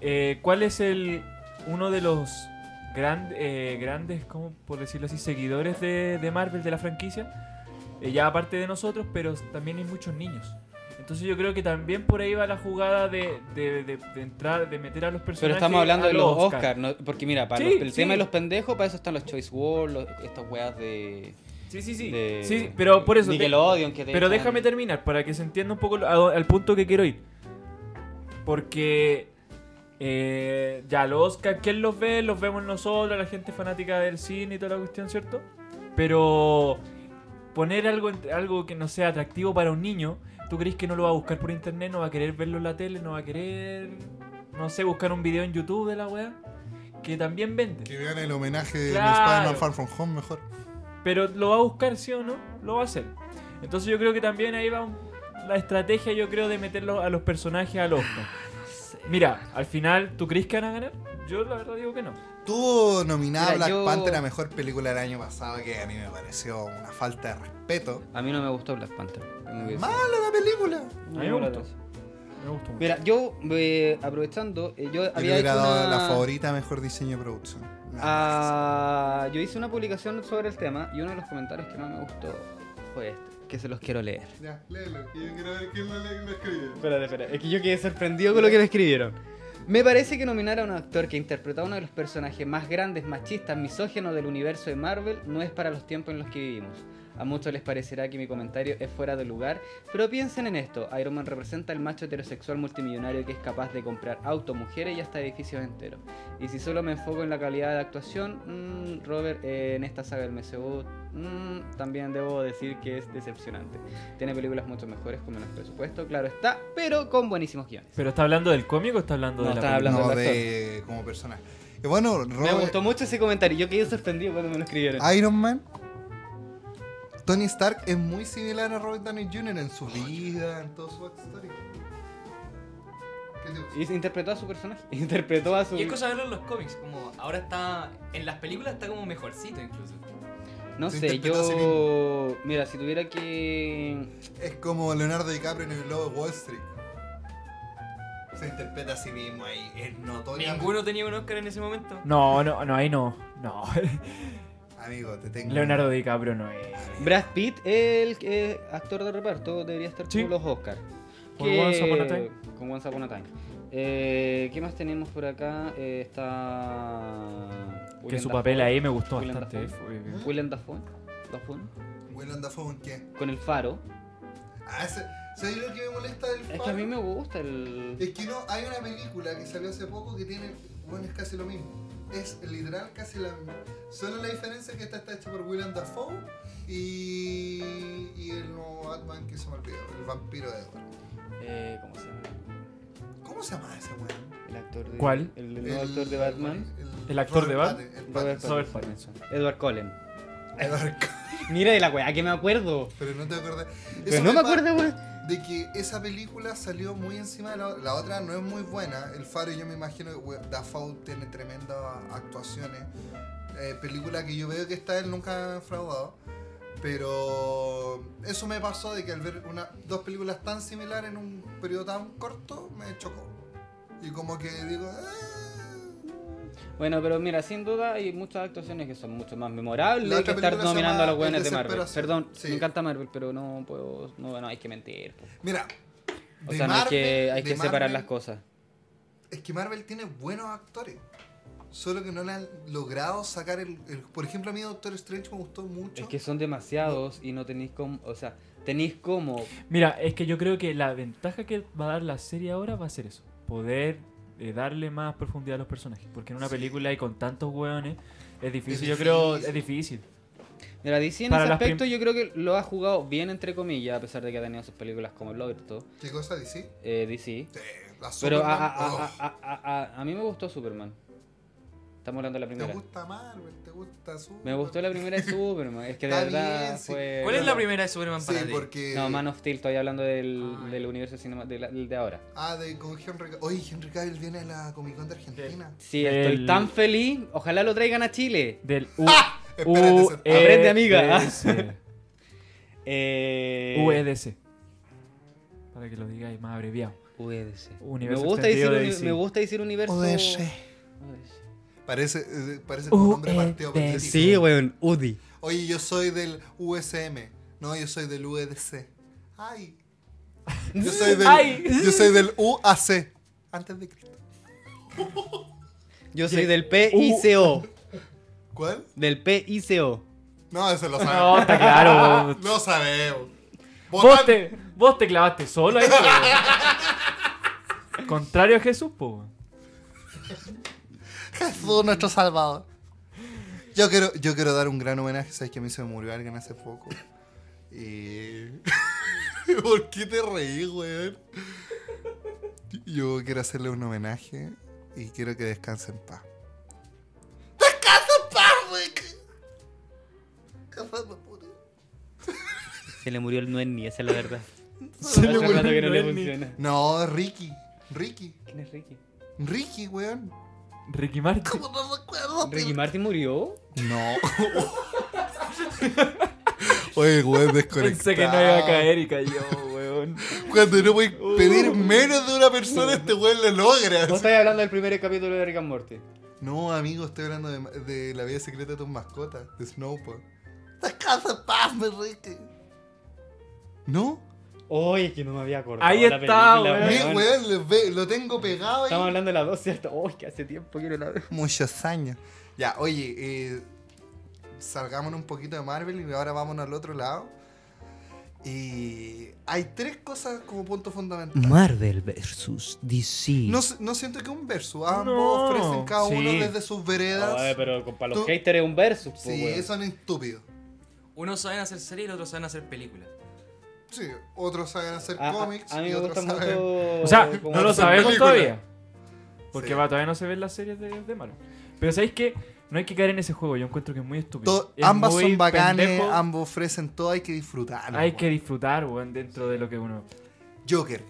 [SPEAKER 2] eh, cuál es el uno de los gran- eh, grandes como por decirlo así seguidores de, de Marvel de la franquicia eh, ya aparte de nosotros pero también hay muchos niños entonces yo creo que también por ahí va la jugada de, de- de- de entrar de meter a los personajes
[SPEAKER 3] Pero estamos hablando
[SPEAKER 2] a
[SPEAKER 3] de los Oscar, ¿no? porque mira, para
[SPEAKER 2] Sí,
[SPEAKER 3] los- el
[SPEAKER 2] sí.
[SPEAKER 3] tema de los pendejos, para eso están los Choice World, los- estas weas de,
[SPEAKER 2] sí sí sí
[SPEAKER 3] de-
[SPEAKER 2] sí pero por eso te-
[SPEAKER 3] Nickelodeon que te
[SPEAKER 2] Pero
[SPEAKER 3] echan.
[SPEAKER 2] déjame terminar para que se entienda un poco lo- a do- al punto que quiero ir. Porque eh, ya los Oscar, ¿quién los ve? Los vemos nosotros, la gente fanática del cine y toda la cuestión, ¿cierto? Pero poner algo, en- algo que no sea atractivo para un niño, ¿tú crees que no lo va a buscar por internet? ¿No va a querer verlo en la tele? ¿No va a querer, no sé, buscar un video en YouTube de la wea? Que también vende.
[SPEAKER 1] Que vean el homenaje de
[SPEAKER 2] Claro.
[SPEAKER 1] Spider-Man Far From Home mejor.
[SPEAKER 2] Pero lo va a buscar, sí o no, lo va a hacer. Entonces yo creo que también ahí va un- la estrategia, yo creo, de meterlos a los personajes al
[SPEAKER 3] Ah,
[SPEAKER 2] Oscar. Mira, al final, ¿tú crees que van a ganar? Yo la verdad digo que no.
[SPEAKER 1] Tuvo nominada
[SPEAKER 3] Mira,
[SPEAKER 1] Black
[SPEAKER 3] yo-
[SPEAKER 1] Panther a mejor película el año pasado, que a mí me pareció una falta de respeto.
[SPEAKER 3] A mí no me gustó Black Panther.
[SPEAKER 1] Ah,
[SPEAKER 3] tengo que decir.
[SPEAKER 1] ¡Mala la película!
[SPEAKER 2] A mí me gustó. Me gustó mucho.
[SPEAKER 3] Mira, yo eh, aprovechando, eh, yo
[SPEAKER 1] Yo le
[SPEAKER 3] había
[SPEAKER 1] hubiera
[SPEAKER 3] hecho
[SPEAKER 1] dado
[SPEAKER 3] una...
[SPEAKER 1] la favorita a mejor diseño de producción. Nada
[SPEAKER 3] Ah, yo hice una publicación sobre el tema y uno de los comentarios que más me gustó fue este, que se los quiero leer.
[SPEAKER 1] más. Ya, léelo, que yo quiero ver quién lo, lee y lo escribe.
[SPEAKER 3] Espérate, espérate, es que yo quedé sorprendido con lo que me escribieron. Me parece que nominar a un actor que interpreta a uno de los personajes más grandes, machistas, misógenos del universo de Marvel no es para los tiempos en los que vivimos. A muchos les parecerá que mi comentario es fuera de lugar, pero piensen en esto. Iron Man representa al macho heterosexual multimillonario que es capaz de comprar autos, mujeres y hasta edificios enteros. Y si solo me enfoco en la calidad de actuación, mm, Robert eh, en esta saga del MCU mm, también debo decir que es decepcionante. Tiene películas mucho mejores con menos presupuesto, claro está, pero con buenísimos guiones.
[SPEAKER 9] ¿Pero está hablando del cómic o está hablando
[SPEAKER 3] No,
[SPEAKER 9] de la
[SPEAKER 3] está
[SPEAKER 9] película?
[SPEAKER 3] hablando
[SPEAKER 1] no,
[SPEAKER 3] del actor.
[SPEAKER 1] de como personaje. Y bueno,
[SPEAKER 3] Me
[SPEAKER 9] eh.
[SPEAKER 1] Robert-
[SPEAKER 3] gustó mucho ese comentario, yo quedé sorprendido cuando me lo escribieron.
[SPEAKER 1] Iron Man. Tony Stark es muy similar a Robert Downey Jr. en su vida, en todo su backstory. ¿Qué te
[SPEAKER 3] Y se interpretó a su personaje, interpretó a su...
[SPEAKER 4] Y es cosa de verlo en los cómics, como ahora está. En las películas está como mejorcito incluso.
[SPEAKER 3] No
[SPEAKER 1] se
[SPEAKER 3] sé,
[SPEAKER 1] interpretó a sí
[SPEAKER 3] yo... Mira, si tuviera que...
[SPEAKER 1] Es como Leonardo DiCaprio en el Globo de Wall Street. Se interpreta a sí mismo ahí. Es notorio.
[SPEAKER 4] Ninguno tenía un Oscar en ese momento.
[SPEAKER 9] No, no, no, ahí no. No.
[SPEAKER 1] Amigo, te tengo.
[SPEAKER 9] Leonardo DiCaprio no es.
[SPEAKER 3] Brad Pitt, el eh, actor de reparto, debería estar
[SPEAKER 9] Sí.
[SPEAKER 3] con los Oscars.
[SPEAKER 9] Por Once Upon a Time.
[SPEAKER 3] Con Once Upon a Time. Eh, ¿Qué más tenemos por acá? Eh, está...
[SPEAKER 9] Que
[SPEAKER 3] Willem
[SPEAKER 9] su
[SPEAKER 3] Dafoe.
[SPEAKER 9] papel ahí me gustó
[SPEAKER 3] Willem
[SPEAKER 9] bastante. eh,
[SPEAKER 3] Dafoe.
[SPEAKER 9] fue-
[SPEAKER 3] Willem Dafoe. Dafoe.
[SPEAKER 1] Will and Dafoe, ¿en qué?
[SPEAKER 3] Con el faro.
[SPEAKER 1] Ah, ese- ¿Sabes lo que me molesta del
[SPEAKER 3] Es que a
[SPEAKER 1] Faro?
[SPEAKER 3] mí me gusta el...
[SPEAKER 1] Es que no, hay una película que salió hace poco que tiene. Bueno, es casi lo mismo. Es literal casi la misma. Solo la diferencia es que esta está hecha por Willem Dafoe y. y el nuevo Batman que se me olvidó, el vampiro de Edward.
[SPEAKER 3] eh, ¿Cómo se llama?
[SPEAKER 1] ¿Cómo se llama ese weón?
[SPEAKER 3] El actor de...
[SPEAKER 9] ¿Cuál?
[SPEAKER 3] El, el nuevo actor de Batman.
[SPEAKER 9] ¿El actor de Bat-
[SPEAKER 1] Pattinson, el
[SPEAKER 3] Robert
[SPEAKER 1] Pattinson.
[SPEAKER 9] Robert
[SPEAKER 3] Pattinson. Edward Cullen.
[SPEAKER 1] Edward Cullen.
[SPEAKER 3] Mira de la weá que me acuerdo.
[SPEAKER 1] Pero no te acordás.
[SPEAKER 3] Pero
[SPEAKER 1] Eso
[SPEAKER 3] no me
[SPEAKER 1] pasa
[SPEAKER 3] acuerdo, weón.
[SPEAKER 1] De que esa película salió muy encima de la otra. La otra no es muy buena. El Faro, yo me imagino que we- Dafoe tiene tremendas actuaciones. Eh, película que yo veo que está él nunca fraudado. Pero eso me pasó de que al ver una, dos películas tan similares en un periodo tan corto, me chocó. Y como que digo, "Ah".
[SPEAKER 3] Bueno, pero mira, sin duda hay muchas actuaciones que son mucho más memorables
[SPEAKER 1] La
[SPEAKER 3] que
[SPEAKER 1] otra
[SPEAKER 3] estar
[SPEAKER 1] película se
[SPEAKER 3] nominando
[SPEAKER 1] llama
[SPEAKER 3] a los weones
[SPEAKER 1] El
[SPEAKER 3] de Marvel.
[SPEAKER 1] Desesperación.
[SPEAKER 3] Perdón,
[SPEAKER 1] Sí.
[SPEAKER 3] me encanta Marvel, pero no puedo. No, no hay que mentir. po.
[SPEAKER 1] mira.
[SPEAKER 3] O
[SPEAKER 1] de
[SPEAKER 3] sea, no hay que,
[SPEAKER 1] Marvel-
[SPEAKER 3] hay
[SPEAKER 1] de
[SPEAKER 3] que separar
[SPEAKER 1] Marvel-
[SPEAKER 3] las cosas.
[SPEAKER 1] Es que Marvel tiene buenos actores. Solo que no le han logrado sacar el, el- Por ejemplo, a mí Doctor Strange me gustó mucho.
[SPEAKER 3] Es que son demasiados y no tenéis como. O sea, tenéis como.
[SPEAKER 9] Mira, es que yo creo que la ventaja que va a dar la serie ahora va a ser eso. Poder eh, darle más profundidad a los personajes. Porque en una película y con tantos hueones es difícil, yo creo, es difícil.
[SPEAKER 3] Mira, DC en
[SPEAKER 9] Para
[SPEAKER 3] ese
[SPEAKER 9] las prim-
[SPEAKER 3] aspecto yo creo que lo ha jugado bien, entre comillas, a pesar de que ha tenido sus películas como el Loberto,
[SPEAKER 1] ¿Qué cosa DC?
[SPEAKER 3] eh, DC.
[SPEAKER 1] Sí, la
[SPEAKER 3] Pero ah,
[SPEAKER 1] Superman,
[SPEAKER 3] a, a- a-
[SPEAKER 1] oh.
[SPEAKER 3] a- a- a- a mí me gustó Superman. Estamos hablando de la
[SPEAKER 1] ¿Te
[SPEAKER 3] primera.
[SPEAKER 1] gusta Marvel? ¿Te gusta Superman?
[SPEAKER 3] Me gustó la primera de Superman. Es que de
[SPEAKER 1] Está
[SPEAKER 3] verdad
[SPEAKER 1] bien, sí.
[SPEAKER 3] fue.
[SPEAKER 4] ¿Cuál es la
[SPEAKER 3] Bueno,
[SPEAKER 4] primera de Superman
[SPEAKER 1] Sí,
[SPEAKER 4] para ti?
[SPEAKER 1] porque.
[SPEAKER 3] No, Man of Steel, estoy hablando del,
[SPEAKER 4] Ah,
[SPEAKER 3] del
[SPEAKER 4] ya.
[SPEAKER 3] universo cinema, de, la- de ahora.
[SPEAKER 1] Ah, de con Henry Cavill. Oye, Henry Cavill viene a la Comic Con de Argentina.
[SPEAKER 3] Sí, estoy
[SPEAKER 9] El-
[SPEAKER 3] tan feliz. Ojalá lo traigan a Chile.
[SPEAKER 9] Del U.
[SPEAKER 3] Ah,
[SPEAKER 1] Espérate,
[SPEAKER 3] Uh,
[SPEAKER 9] U- E
[SPEAKER 1] se-
[SPEAKER 3] Aprende, amiga.
[SPEAKER 9] EDC.
[SPEAKER 3] Eh...
[SPEAKER 2] E
[SPEAKER 9] UEDC. E Para que lo digáis más abreviado.
[SPEAKER 3] UEDC.
[SPEAKER 9] Universo
[SPEAKER 3] E me, gusta decir
[SPEAKER 9] extendido de
[SPEAKER 3] uni-
[SPEAKER 9] DC.
[SPEAKER 3] me gusta decir universo. E
[SPEAKER 1] ODC.
[SPEAKER 3] UEDC.
[SPEAKER 1] Parece, eh,
[SPEAKER 3] Uh,
[SPEAKER 1] parece como nombre partido
[SPEAKER 3] eh,
[SPEAKER 1] político.
[SPEAKER 7] Sí, weón, Udi.
[SPEAKER 1] Oye, yo soy del USM. No, yo soy del UEDC. Ay. Yo soy del,
[SPEAKER 9] Ay.
[SPEAKER 1] Yo soy del UAC. Antes de Cristo.
[SPEAKER 3] Yo soy del PICO.
[SPEAKER 1] ¿Cuál?
[SPEAKER 3] Del PICO.
[SPEAKER 1] No, eso lo
[SPEAKER 3] Ah.
[SPEAKER 9] No,
[SPEAKER 1] sabemos.
[SPEAKER 9] está claro.
[SPEAKER 1] Lo sabemos.
[SPEAKER 9] vos,
[SPEAKER 1] Votan-
[SPEAKER 9] te, vos te clavaste solo ahí. po. Contrario a Jesús, po.
[SPEAKER 1] Jesús, nuestro salvador. Yo quiero, yo quiero dar un gran homenaje. Sabes que a mí se me murió alguien hace poco. Y. ¿Por qué te reí, weón? Yo quiero hacerle un homenaje y quiero que descanse en paz. ¡Descansa en paz, weón! Café me pone.
[SPEAKER 3] Se le murió el Nuenni, esa es la verdad.
[SPEAKER 1] Se le
[SPEAKER 3] Hace
[SPEAKER 1] murió.
[SPEAKER 3] rato que no le
[SPEAKER 9] Nuenni.
[SPEAKER 3] funciona.
[SPEAKER 1] No, Ricky. Ricky.
[SPEAKER 3] ¿Quién es Ricky?
[SPEAKER 1] Ricky, weón.
[SPEAKER 9] Ricky Martin.
[SPEAKER 1] ¿Cómo no recuerdo?
[SPEAKER 3] ¿Ricky Martin murió?
[SPEAKER 1] No. Oye, weón, desconectado.
[SPEAKER 9] Pensé que no iba a caer y cayó, weón.
[SPEAKER 1] Cuando no voy a pedir menos de una persona, este weón lo logra.
[SPEAKER 3] Vos estáis hablando del primer capítulo de Rick and Morty.
[SPEAKER 1] No, amigo, estoy hablando de, de la vida secreta de tus mascotas, de Snowball. ¡Descansa en paz, me Ricky! ¿No?
[SPEAKER 10] Oye, que no me había acordado.
[SPEAKER 2] Ahí
[SPEAKER 10] de la
[SPEAKER 2] está,
[SPEAKER 10] película,
[SPEAKER 1] Mi-
[SPEAKER 2] weón.
[SPEAKER 1] weón, lo, ve- lo tengo pegado
[SPEAKER 10] Estamos
[SPEAKER 1] ahí.
[SPEAKER 10] hablando de las dos, ¿cierto? Uy, que hace tiempo que no la veo.
[SPEAKER 1] Muchos años. Ya, oye, eh, salgámonos un poquito de Marvel y ahora vámonos al otro lado. Y hay tres cosas como punto fundamental.
[SPEAKER 3] Marvel versus DC.
[SPEAKER 1] No, s- no siento que un verso. Ambos
[SPEAKER 2] No.
[SPEAKER 1] ofrecen cada uno
[SPEAKER 2] Sí.
[SPEAKER 1] desde sus veredas.
[SPEAKER 10] Oye, pero con- para los
[SPEAKER 1] Tú-
[SPEAKER 10] haters es un versus, po,
[SPEAKER 1] sí,
[SPEAKER 10] weón.
[SPEAKER 1] son estúpidos.
[SPEAKER 4] Unos saben hacer series y los otros saben hacer películas.
[SPEAKER 1] Sí, otros saben hacer
[SPEAKER 10] A- a-
[SPEAKER 1] cómics
[SPEAKER 10] Ah, a mí
[SPEAKER 1] y
[SPEAKER 10] me gusta
[SPEAKER 1] otros saben.
[SPEAKER 10] mucho.
[SPEAKER 2] O sea,
[SPEAKER 10] como-
[SPEAKER 2] no lo
[SPEAKER 1] hacer
[SPEAKER 2] sabemos
[SPEAKER 1] Eh, película.
[SPEAKER 2] todavía. Porque
[SPEAKER 1] Sí.
[SPEAKER 2] va, todavía no se ven las series de, de Marvel. Pero sabéis que no hay que caer en ese juego. Yo encuentro que es muy estúpido.
[SPEAKER 1] To-
[SPEAKER 2] Es
[SPEAKER 1] ambas
[SPEAKER 2] muy
[SPEAKER 1] son bacanes,
[SPEAKER 2] pendejo.
[SPEAKER 1] ambos ofrecen todo, hay que disfrutar.
[SPEAKER 2] Hay que disfrutar, weón, dentro de lo que uno.
[SPEAKER 1] Joker.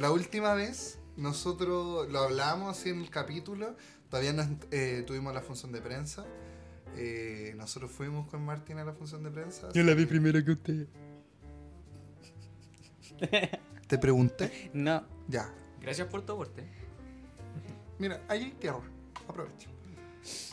[SPEAKER 1] La última vez nosotros lo hablamos así en el capítulo, todavía no eh, tuvimos la función de prensa. Eh, nosotros fuimos con Martín a la función de prensa.
[SPEAKER 10] Yo la vi primero que usted.
[SPEAKER 1] Te pregunté.
[SPEAKER 3] No.
[SPEAKER 1] Ya.
[SPEAKER 4] Gracias por tu aporte.
[SPEAKER 1] Mira, ahí hay tierra. Aprovecha.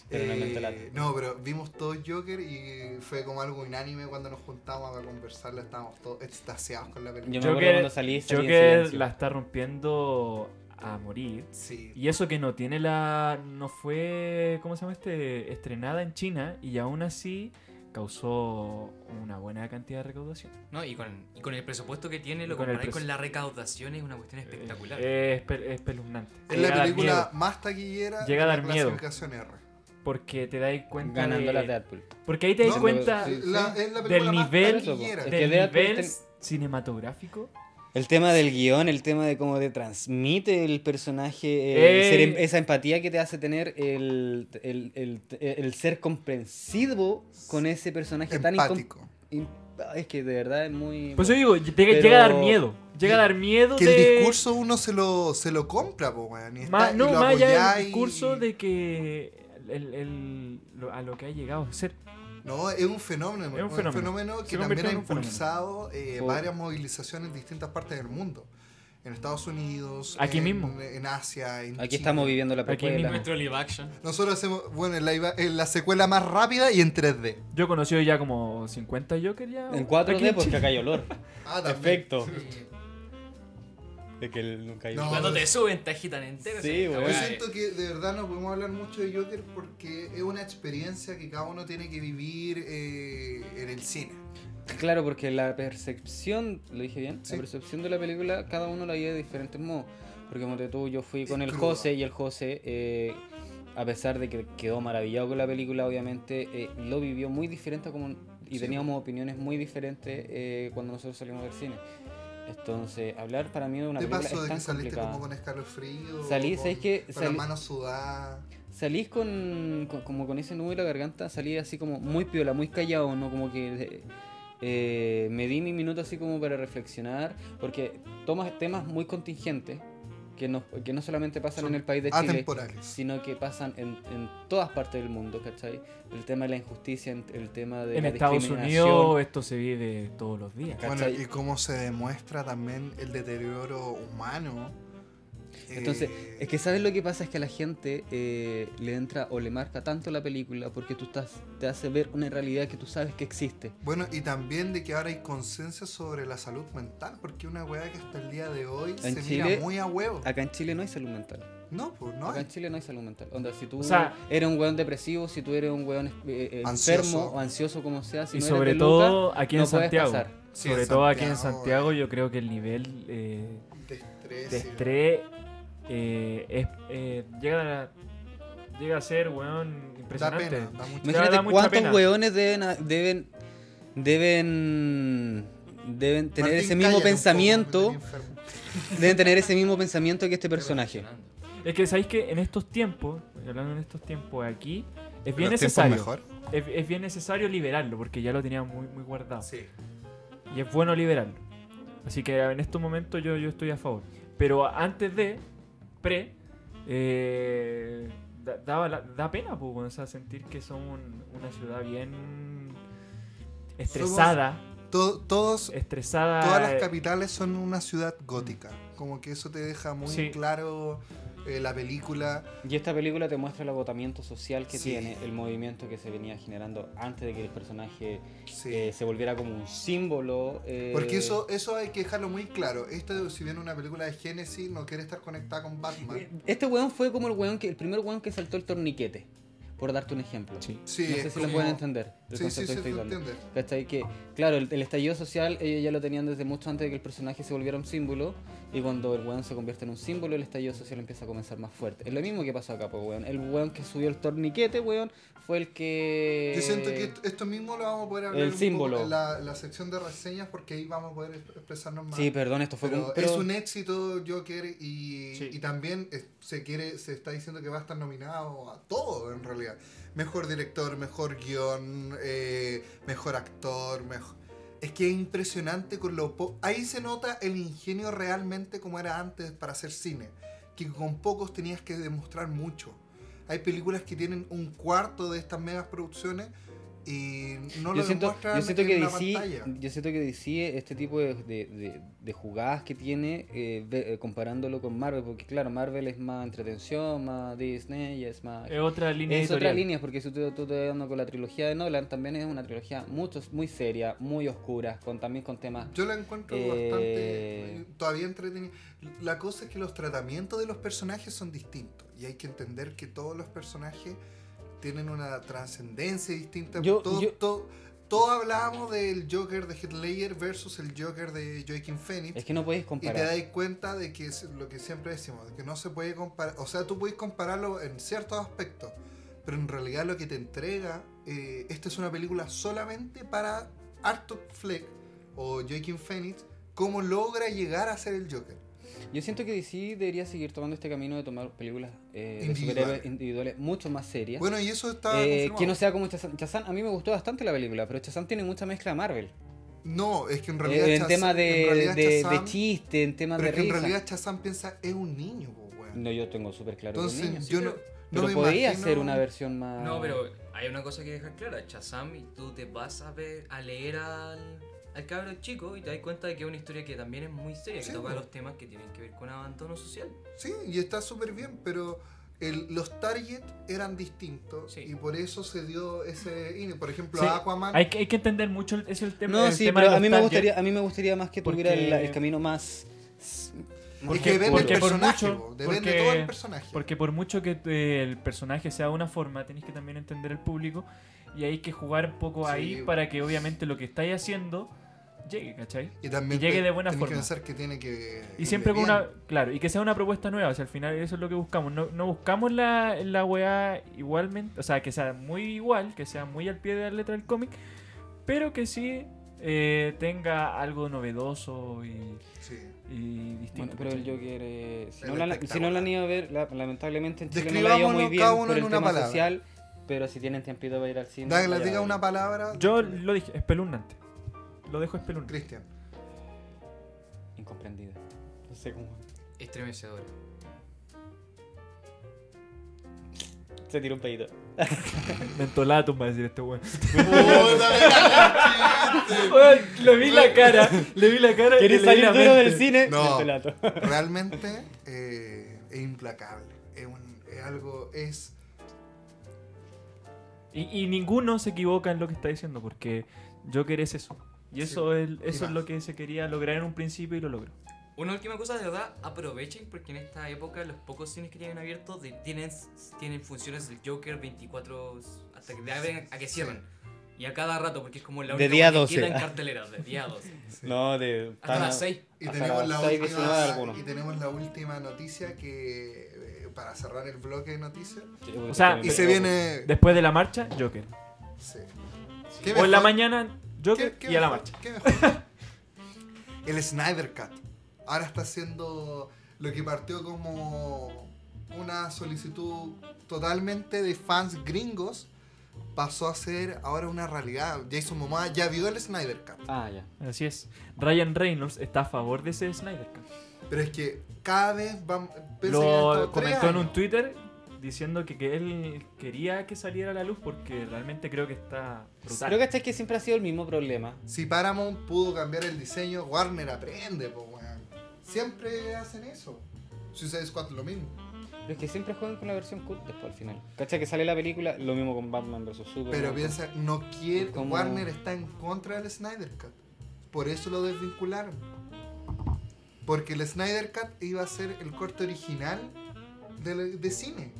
[SPEAKER 10] Pero no
[SPEAKER 1] Eh,
[SPEAKER 10] canto lata.
[SPEAKER 1] no, pero vimos todo Joker y fue como algo unánime cuando nos juntamos a conversarla. Estábamos todos extasiados con la
[SPEAKER 10] Yo
[SPEAKER 1] película.
[SPEAKER 10] me
[SPEAKER 2] Joker-
[SPEAKER 10] acuerdo cuando salí, salí en
[SPEAKER 2] Joker
[SPEAKER 10] silencio.
[SPEAKER 2] la está rompiendo a morir.
[SPEAKER 1] Sí.
[SPEAKER 2] Y eso que no tiene la. no fue. ¿Cómo se llama este? estrenada en China y aún así causó una buena cantidad de recaudación.
[SPEAKER 4] No, y con, y con el presupuesto que tiene, lo
[SPEAKER 2] Y con el
[SPEAKER 4] comparáis con
[SPEAKER 2] presu-
[SPEAKER 4] la recaudación, es una cuestión espectacular.
[SPEAKER 2] Eh, Es, espe- espeluznante.
[SPEAKER 1] Es
[SPEAKER 2] Llega a
[SPEAKER 1] la
[SPEAKER 2] dar
[SPEAKER 1] película
[SPEAKER 2] miedo,
[SPEAKER 1] más taquillera
[SPEAKER 2] Llega a
[SPEAKER 1] de
[SPEAKER 2] dar
[SPEAKER 1] la
[SPEAKER 2] miedo.
[SPEAKER 1] clasificación R.
[SPEAKER 2] porque te das cuenta.
[SPEAKER 10] ganando
[SPEAKER 2] de-
[SPEAKER 10] las de Deadpool.
[SPEAKER 2] Porque ahí te das
[SPEAKER 1] No,
[SPEAKER 2] cuenta
[SPEAKER 1] Sí, la- es la película
[SPEAKER 2] del
[SPEAKER 1] más
[SPEAKER 2] nivel
[SPEAKER 1] taquillera.
[SPEAKER 10] Es que
[SPEAKER 2] del
[SPEAKER 10] Deadpool
[SPEAKER 2] nivel
[SPEAKER 10] ten-
[SPEAKER 2] cinematográfico.
[SPEAKER 3] El tema del guión, el tema de cómo te transmite el personaje, eh,
[SPEAKER 2] Eh.
[SPEAKER 3] ser em- esa empatía que te hace tener el, el- el- el ser comprensivo con ese personaje
[SPEAKER 1] Empático.
[SPEAKER 3] tan incom- imp- Es que de verdad es muy...
[SPEAKER 2] Pues yo digo, llega,
[SPEAKER 3] Pero-
[SPEAKER 2] llega a dar miedo. Llega a dar miedo
[SPEAKER 1] Que
[SPEAKER 2] de.
[SPEAKER 1] el discurso uno se lo, se lo compra, po, weón. Y, está-
[SPEAKER 2] Ma-
[SPEAKER 1] y
[SPEAKER 2] no,
[SPEAKER 1] lo
[SPEAKER 2] más allá
[SPEAKER 1] apoyáis
[SPEAKER 2] del discurso
[SPEAKER 1] y-
[SPEAKER 2] de que el- el- lo- a lo que ha llegado a ser.
[SPEAKER 1] No, es un fenómeno. Es un fenómeno, que
[SPEAKER 2] Se
[SPEAKER 1] también
[SPEAKER 2] convirtió
[SPEAKER 1] ha
[SPEAKER 2] en un fenómeno.
[SPEAKER 1] impulsado eh,
[SPEAKER 3] Por-
[SPEAKER 1] varias movilizaciones en distintas partes del mundo. En Estados Unidos,
[SPEAKER 2] Aquí
[SPEAKER 1] en,
[SPEAKER 2] mismo.
[SPEAKER 1] en Asia, en
[SPEAKER 3] Aquí
[SPEAKER 1] Chile.
[SPEAKER 3] estamos viviendo la
[SPEAKER 2] Aquí
[SPEAKER 3] precuela.
[SPEAKER 2] mismo.
[SPEAKER 4] Nuestro live action.
[SPEAKER 1] Nosotros hacemos, bueno, en la, iba- en la secuela más rápida y en 3D.
[SPEAKER 2] Yo he conocido ya como 50 Joker ya.
[SPEAKER 3] En pues,
[SPEAKER 2] Aquí
[SPEAKER 3] 4D
[SPEAKER 2] en
[SPEAKER 10] porque
[SPEAKER 2] Chile.
[SPEAKER 10] acá hay olor.
[SPEAKER 1] Ah,
[SPEAKER 10] Perfecto. De que él nunca hay
[SPEAKER 1] No,
[SPEAKER 10] olor.
[SPEAKER 4] Cuando te suben, te agitan entero.
[SPEAKER 10] Sí,
[SPEAKER 4] esa
[SPEAKER 10] weón.
[SPEAKER 1] Yo
[SPEAKER 4] weá, eh.
[SPEAKER 1] siento que de verdad no podemos hablar mucho de Joker porque es una experiencia que cada uno tiene que vivir eh, en el cine.
[SPEAKER 3] Claro, porque la percepción, lo dije bien,
[SPEAKER 1] Sí.
[SPEAKER 3] la percepción de la película, cada uno la vive de diferentes modos. Porque como te tú, yo fui con
[SPEAKER 1] Es
[SPEAKER 3] el
[SPEAKER 1] cruda.
[SPEAKER 3] José y el José, eh, a pesar de que quedó maravillado con la película, obviamente, eh, lo vivió muy diferente a como, y
[SPEAKER 1] Sí. pues.
[SPEAKER 3] teníamos opiniones muy diferentes eh, cuando nosotros salimos del cine. Entonces, hablar para mí de una
[SPEAKER 1] ¿Te
[SPEAKER 3] película
[SPEAKER 1] pasó
[SPEAKER 3] es
[SPEAKER 1] de
[SPEAKER 3] tan
[SPEAKER 1] que saliste
[SPEAKER 3] complicada.
[SPEAKER 1] como con escalofrío?
[SPEAKER 3] Salí,
[SPEAKER 1] con,
[SPEAKER 3] ¿sabes qué?
[SPEAKER 1] Con
[SPEAKER 3] Salí-
[SPEAKER 1] las manos sudadas.
[SPEAKER 3] Salís con, con- como con ese nudo en la garganta, salí así como muy piola, muy callado, ¿no? Como que eh, eh, me di mi minuto así como para reflexionar, porque tomas temas muy contingentes, que no, que no solamente pasan
[SPEAKER 1] Son
[SPEAKER 3] en el país de Chile,
[SPEAKER 1] Atemporales.
[SPEAKER 3] sino que pasan en, en todas partes del mundo, ¿cachai? El tema de la injusticia, en- el tema de
[SPEAKER 2] En
[SPEAKER 3] la
[SPEAKER 2] Estados
[SPEAKER 3] discriminación.
[SPEAKER 2] Unidos esto se vive todos los días.
[SPEAKER 1] Bueno,
[SPEAKER 3] ¿cachai?
[SPEAKER 1] y cómo se demuestra también el deterioro humano.
[SPEAKER 3] Entonces,
[SPEAKER 1] Eh,
[SPEAKER 3] es que sabes lo que pasa es que a la gente eh, le entra o le marca tanto la película porque tú estás, te hace ver una realidad que tú sabes que existe.
[SPEAKER 1] Bueno, y también de que ahora hay conciencia sobre la salud mental, porque una weá que hasta el día de hoy se
[SPEAKER 3] Chile-
[SPEAKER 1] mira muy a huevo.
[SPEAKER 3] Acá en Chile no hay salud mental.
[SPEAKER 1] No, pues no
[SPEAKER 3] Acá en
[SPEAKER 1] hay.
[SPEAKER 3] Chile no hay salud mental. Onda, si tú
[SPEAKER 2] O sea-
[SPEAKER 3] eres un weón depresivo, si tú eres un weón eh, eh,
[SPEAKER 1] Ansioso.
[SPEAKER 3] enfermo o ansioso como sea, si
[SPEAKER 2] y
[SPEAKER 3] no eres
[SPEAKER 2] sobre
[SPEAKER 3] de
[SPEAKER 2] todo
[SPEAKER 3] Luca,
[SPEAKER 2] aquí
[SPEAKER 3] no
[SPEAKER 2] en
[SPEAKER 3] puedes
[SPEAKER 2] Santiago.
[SPEAKER 3] pasar.
[SPEAKER 1] Sí,
[SPEAKER 2] sobre
[SPEAKER 1] en
[SPEAKER 2] todo aquí en
[SPEAKER 1] Santiago,
[SPEAKER 2] Santiago
[SPEAKER 1] eh.
[SPEAKER 2] yo creo que el nivel eh,
[SPEAKER 1] De estrés.
[SPEAKER 2] de
[SPEAKER 1] y-
[SPEAKER 2] estrés eh, es- eh, llega, a, llega a ser, weón,
[SPEAKER 1] Da
[SPEAKER 2] impresionante.
[SPEAKER 1] pena, da mucha-
[SPEAKER 2] Me- da
[SPEAKER 3] Imagínate
[SPEAKER 2] mucha
[SPEAKER 3] cuántos
[SPEAKER 2] pena.
[SPEAKER 3] weones deben, a- deben, deben, deben tener
[SPEAKER 1] Martín,
[SPEAKER 3] ese mismo
[SPEAKER 1] cállate un poco,
[SPEAKER 3] pensamiento,
[SPEAKER 1] me tenía enfermo.
[SPEAKER 3] deben tener ese mismo pensamiento que este personaje.
[SPEAKER 2] Es que sabéis que en estos tiempos, hablando en estos tiempos aquí, es bien
[SPEAKER 1] ¿Los tiempos
[SPEAKER 2] necesario.
[SPEAKER 1] mejor?
[SPEAKER 2] Es, es bien necesario liberarlo, porque ya lo tenía muy, muy guardado.
[SPEAKER 1] Ah, Sí.
[SPEAKER 2] Y es bueno liberarlo. Así que en estos momentos yo, yo estoy a favor. Pero antes de, pre, eh, da, daba la- da pena, pues, bueno, o sea, sentir que son un- una ciudad bien estresada.
[SPEAKER 1] To- todos,
[SPEAKER 2] Estresada.
[SPEAKER 1] todas las
[SPEAKER 2] eh,
[SPEAKER 1] capitales son una ciudad gótica. Como que eso te deja muy
[SPEAKER 2] Sí.
[SPEAKER 1] claro eh, la película.
[SPEAKER 3] Y esta película te muestra el agotamiento social que
[SPEAKER 1] Sí.
[SPEAKER 3] tiene, el movimiento que se venía generando antes de que el personaje
[SPEAKER 1] Sí.
[SPEAKER 3] eh, se volviera como un símbolo. eh,
[SPEAKER 1] Porque eso, eso hay que dejarlo muy claro. Esta, si bien una película de Genesis, no quiere estar conectada con
[SPEAKER 3] eh,
[SPEAKER 1] Batman.
[SPEAKER 3] Este weón fue como el weón que, el primer weón que saltó el torniquete, por darte un ejemplo.
[SPEAKER 1] Sí,
[SPEAKER 3] no
[SPEAKER 1] es
[SPEAKER 3] sé si lo
[SPEAKER 1] como-
[SPEAKER 3] pueden entender. el
[SPEAKER 1] Sí, sí,
[SPEAKER 3] concepto
[SPEAKER 1] sí,
[SPEAKER 3] que
[SPEAKER 1] se
[SPEAKER 3] estoy dando.
[SPEAKER 1] entiende.
[SPEAKER 3] ¿Cachai? Que, claro, el, el estallido social ellos ya lo tenían desde mucho antes de que el personaje se volviera un símbolo. Y cuando el weón se convierte en un símbolo, el estallido social empieza a comenzar más fuerte. Es lo mismo que pasó acá, pues, weón. El weón que subió el torniquete, weón, fue el que.
[SPEAKER 1] Yo siento que esto- esto mismo lo vamos a poder hablar
[SPEAKER 3] Eh, el
[SPEAKER 1] un poco
[SPEAKER 3] símbolo.
[SPEAKER 1] en la, la sección de reseñas porque ahí vamos a poder exp- expresarnos más.
[SPEAKER 3] Sí, perdón, esto fue
[SPEAKER 1] Pero
[SPEAKER 3] como- pero-
[SPEAKER 1] es un éxito Joker y,
[SPEAKER 2] Sí.
[SPEAKER 1] y también es- se quiere se está diciendo que va a estar nominado a todo en realidad. Mejor director, mejor guión, eh, mejor actor, mejor... Es que es impresionante con lo... po- Ahí se nota el ingenio realmente como era antes para hacer cine, que con pocos tenías que demostrar mucho. Hay películas que tienen un cuarto de estas megas producciones y no
[SPEAKER 3] yo
[SPEAKER 1] lo
[SPEAKER 3] siento,
[SPEAKER 1] demuestran
[SPEAKER 3] yo siento que
[SPEAKER 1] en la
[SPEAKER 3] DC,
[SPEAKER 1] pantalla.
[SPEAKER 3] yo siento que DC este tipo de, de- de- de jugadas que tiene eh, ve- eh, comparándolo con Marvel porque claro Marvel es más entretención más Disney y es más
[SPEAKER 2] Es eh, otra línea
[SPEAKER 3] es otra
[SPEAKER 2] editorial.
[SPEAKER 3] línea, porque si tú, tú te dando con la trilogía de Nolan, también es una trilogía mucho, muy seria, muy oscura, con, también con temas...
[SPEAKER 1] Yo la encuentro
[SPEAKER 3] Eh,
[SPEAKER 1] bastante. eh, Todavía entretenida. La cosa es que los tratamientos de los personajes son distintos. Y hay que entender que todos los personajes tienen una trascendencia distinta.
[SPEAKER 3] Yo-
[SPEAKER 1] Todo-
[SPEAKER 3] yo-
[SPEAKER 1] todo- todos hablábamos del Joker de Hitler versus el Joker de Joaquin Phoenix.
[SPEAKER 3] Es que no podéis
[SPEAKER 1] Y te
[SPEAKER 3] comparar.
[SPEAKER 1] das cuenta de que es lo que siempre decimos, de que no se puede comparar, o sea, tú puedes compararlo en ciertos aspectos, pero en realidad lo que te entrega, eh, esta es una película solamente para Arthur Fleck o Joaquin Phoenix, cómo logra llegar a ser el Joker.
[SPEAKER 3] Yo siento que DC debería seguir tomando este camino de tomar películas eh, de
[SPEAKER 1] Individuales.
[SPEAKER 3] superhéroes individuales mucho más serias.
[SPEAKER 1] Bueno, y eso está...
[SPEAKER 3] Eh,
[SPEAKER 1] confirmado.
[SPEAKER 3] que no sea como Chazam. Chazam, a mí me gustó bastante la película, pero Chazam tiene mucha mezcla Marvel.
[SPEAKER 1] No, es que en realidad...
[SPEAKER 3] Eh, en
[SPEAKER 1] Chaz-
[SPEAKER 3] tema de,
[SPEAKER 1] en realidad
[SPEAKER 3] de- de
[SPEAKER 1] Shazam-
[SPEAKER 3] chiste, en temas
[SPEAKER 1] Pero
[SPEAKER 3] de
[SPEAKER 1] es que en
[SPEAKER 3] risa.
[SPEAKER 1] realidad Chazam piensa, es un niño, po, weón.
[SPEAKER 3] No, yo tengo súper claro que es un niño.
[SPEAKER 1] Entonces, yo no... no
[SPEAKER 3] pero
[SPEAKER 1] me
[SPEAKER 3] podía
[SPEAKER 1] imagino-
[SPEAKER 3] hacer una versión más...
[SPEAKER 4] No, pero hay una cosa que dejar clara. Chazam, y tú te vas a ver, a leer al, al cabro chico y te das cuenta de que es una historia que también es muy seria,
[SPEAKER 1] Sí,
[SPEAKER 4] que toca
[SPEAKER 1] po.
[SPEAKER 4] los temas que tienen que ver con abandono social.
[SPEAKER 1] Sí, y está súper bien, pero el- los targets eran distintos
[SPEAKER 4] Sí.
[SPEAKER 1] y por eso se dio ese... ine. Por ejemplo,
[SPEAKER 2] Sí,
[SPEAKER 1] Aquaman...
[SPEAKER 2] Hay que, hay que entender mucho el, es el tema.
[SPEAKER 3] No,
[SPEAKER 2] el
[SPEAKER 3] sí,
[SPEAKER 2] tema
[SPEAKER 3] pero
[SPEAKER 2] de
[SPEAKER 3] a mí,
[SPEAKER 2] nostalgia.
[SPEAKER 3] me gustaría, a mí me gustaría más que tuviera el,
[SPEAKER 2] Porque-
[SPEAKER 3] el camino más...
[SPEAKER 1] es
[SPEAKER 2] porque-
[SPEAKER 1] que depende
[SPEAKER 2] porque
[SPEAKER 1] del
[SPEAKER 2] por
[SPEAKER 1] personaje,
[SPEAKER 2] mucho-
[SPEAKER 1] po, depende
[SPEAKER 2] porque-
[SPEAKER 1] todo el personaje.
[SPEAKER 2] Porque por mucho que te- el personaje sea de una forma, tenéis que también entender el público y hay que jugar un poco
[SPEAKER 1] Sí,
[SPEAKER 2] ahí
[SPEAKER 1] bueno.
[SPEAKER 2] para que obviamente lo que estáis haciendo llegue, ¿cachai?
[SPEAKER 1] y también
[SPEAKER 2] y llegue
[SPEAKER 1] te-
[SPEAKER 2] de buena
[SPEAKER 1] tenés que
[SPEAKER 2] forma.
[SPEAKER 1] pensar que tiene que...
[SPEAKER 2] Y siempre con
[SPEAKER 1] irle
[SPEAKER 2] una.
[SPEAKER 1] bien.
[SPEAKER 2] Claro, y que sea una propuesta nueva. O sea, al final eso es lo que buscamos. No, no buscamos la, la weá igualmente. O sea, que sea muy igual, que sea muy al pie de la letra del cómic. Pero que sí eh, tenga algo novedoso y,
[SPEAKER 1] Sí.
[SPEAKER 2] y
[SPEAKER 3] Bueno,
[SPEAKER 2] distinto.
[SPEAKER 3] pero el
[SPEAKER 2] ¿cachai?
[SPEAKER 3] Joker, eh, si,
[SPEAKER 1] Es
[SPEAKER 3] no la, si no la
[SPEAKER 1] espectacular.
[SPEAKER 3] han ido a ver, la- lamentablemente en Chile no la ha ido muy
[SPEAKER 1] Describámoslo
[SPEAKER 3] bien
[SPEAKER 1] cada uno
[SPEAKER 3] por
[SPEAKER 1] en
[SPEAKER 3] el
[SPEAKER 1] una
[SPEAKER 3] tema
[SPEAKER 1] palabra.
[SPEAKER 3] social, pero si tienen tiempito para ir al cine...
[SPEAKER 1] Dale,
[SPEAKER 3] vayan a
[SPEAKER 1] diga
[SPEAKER 3] verlo.
[SPEAKER 1] una palabra.
[SPEAKER 2] Yo lo dije, espeluznante. Lo dejo espeluznante.
[SPEAKER 1] Cristian.
[SPEAKER 3] Incomprendida. No sé cómo...
[SPEAKER 4] Estremecedora.
[SPEAKER 3] Se tiró un pedito.
[SPEAKER 2] Mentolatum va a decir este weón.
[SPEAKER 3] Le vi la cara, le vi la cara... ¿Quieres
[SPEAKER 2] y le vi
[SPEAKER 3] salir
[SPEAKER 2] la
[SPEAKER 3] duro
[SPEAKER 2] mente.
[SPEAKER 3] del cine?
[SPEAKER 1] No.
[SPEAKER 3] Este lato.
[SPEAKER 1] Realmente eh, es implacable. Es, un- es algo... Es...
[SPEAKER 2] Y, y ninguno se equivoca en lo que está diciendo, porque Joker es eso. Y eso, es, eso es
[SPEAKER 1] más.
[SPEAKER 2] lo que se quería lograr en un principio y lo logró.
[SPEAKER 4] Una última cosa, de verdad, aprovechen porque en esta época los pocos cines que tienen abiertos de- tienen, tienen funciones del Joker 24 hasta que de abren a que cierran. Y a cada rato, porque es como la
[SPEAKER 3] De
[SPEAKER 4] única
[SPEAKER 3] día
[SPEAKER 4] cosa
[SPEAKER 3] 12.
[SPEAKER 4] que queda en cartelera, de día 12.
[SPEAKER 3] No, de...
[SPEAKER 4] Hasta las 6.
[SPEAKER 1] Y
[SPEAKER 3] Hasta
[SPEAKER 1] tenemos,
[SPEAKER 3] las
[SPEAKER 1] la
[SPEAKER 3] seis, diecinueve
[SPEAKER 1] última,
[SPEAKER 3] algunos.
[SPEAKER 1] y tenemos la última noticia que... eh, para cerrar el bloque de noticias.
[SPEAKER 2] O sea,
[SPEAKER 1] Y se viene...
[SPEAKER 2] Después de la marcha, Joker.
[SPEAKER 1] sí.
[SPEAKER 2] O
[SPEAKER 1] ¿Qué
[SPEAKER 2] en la
[SPEAKER 1] mejor?
[SPEAKER 2] mañana, Joker y a la marcha.
[SPEAKER 1] ¿Qué mejor? El Snyder Cut. Ahora está haciendo lo que partió como una solicitud totalmente de fans gringos. Pasó a ser ahora una realidad. Jason Momoa ya vio el Snyder Cut.
[SPEAKER 3] Ah, ya.
[SPEAKER 2] Así es. Ryan Reynolds está a favor de ese Snyder Cut. Pero
[SPEAKER 1] Pero es que cada vez van. pese a que han
[SPEAKER 2] Lo
[SPEAKER 1] estado tres
[SPEAKER 2] comentó en un
[SPEAKER 1] años.
[SPEAKER 2] Twitter diciendo que, que él quería que saliera a la luz porque realmente creo que está brutal.
[SPEAKER 3] Creo que este es que siempre ha sido el mismo problema.
[SPEAKER 1] Si Paramount pudo cambiar el diseño, Warner aprende, pues, Siempre hacen eso. Suicide Squad lo mismo.
[SPEAKER 3] Pero es que siempre juegan con la versión cut después al final. ¿Cachai? Que sale la película, lo mismo con Batman vs. Superman.
[SPEAKER 1] Pero piensa, no quiere.
[SPEAKER 3] Como-
[SPEAKER 1] Warner está en contra del Snyder Cut. Por eso lo desvincularon. Porque el Snyder Cut iba a ser el corte original de, de cine.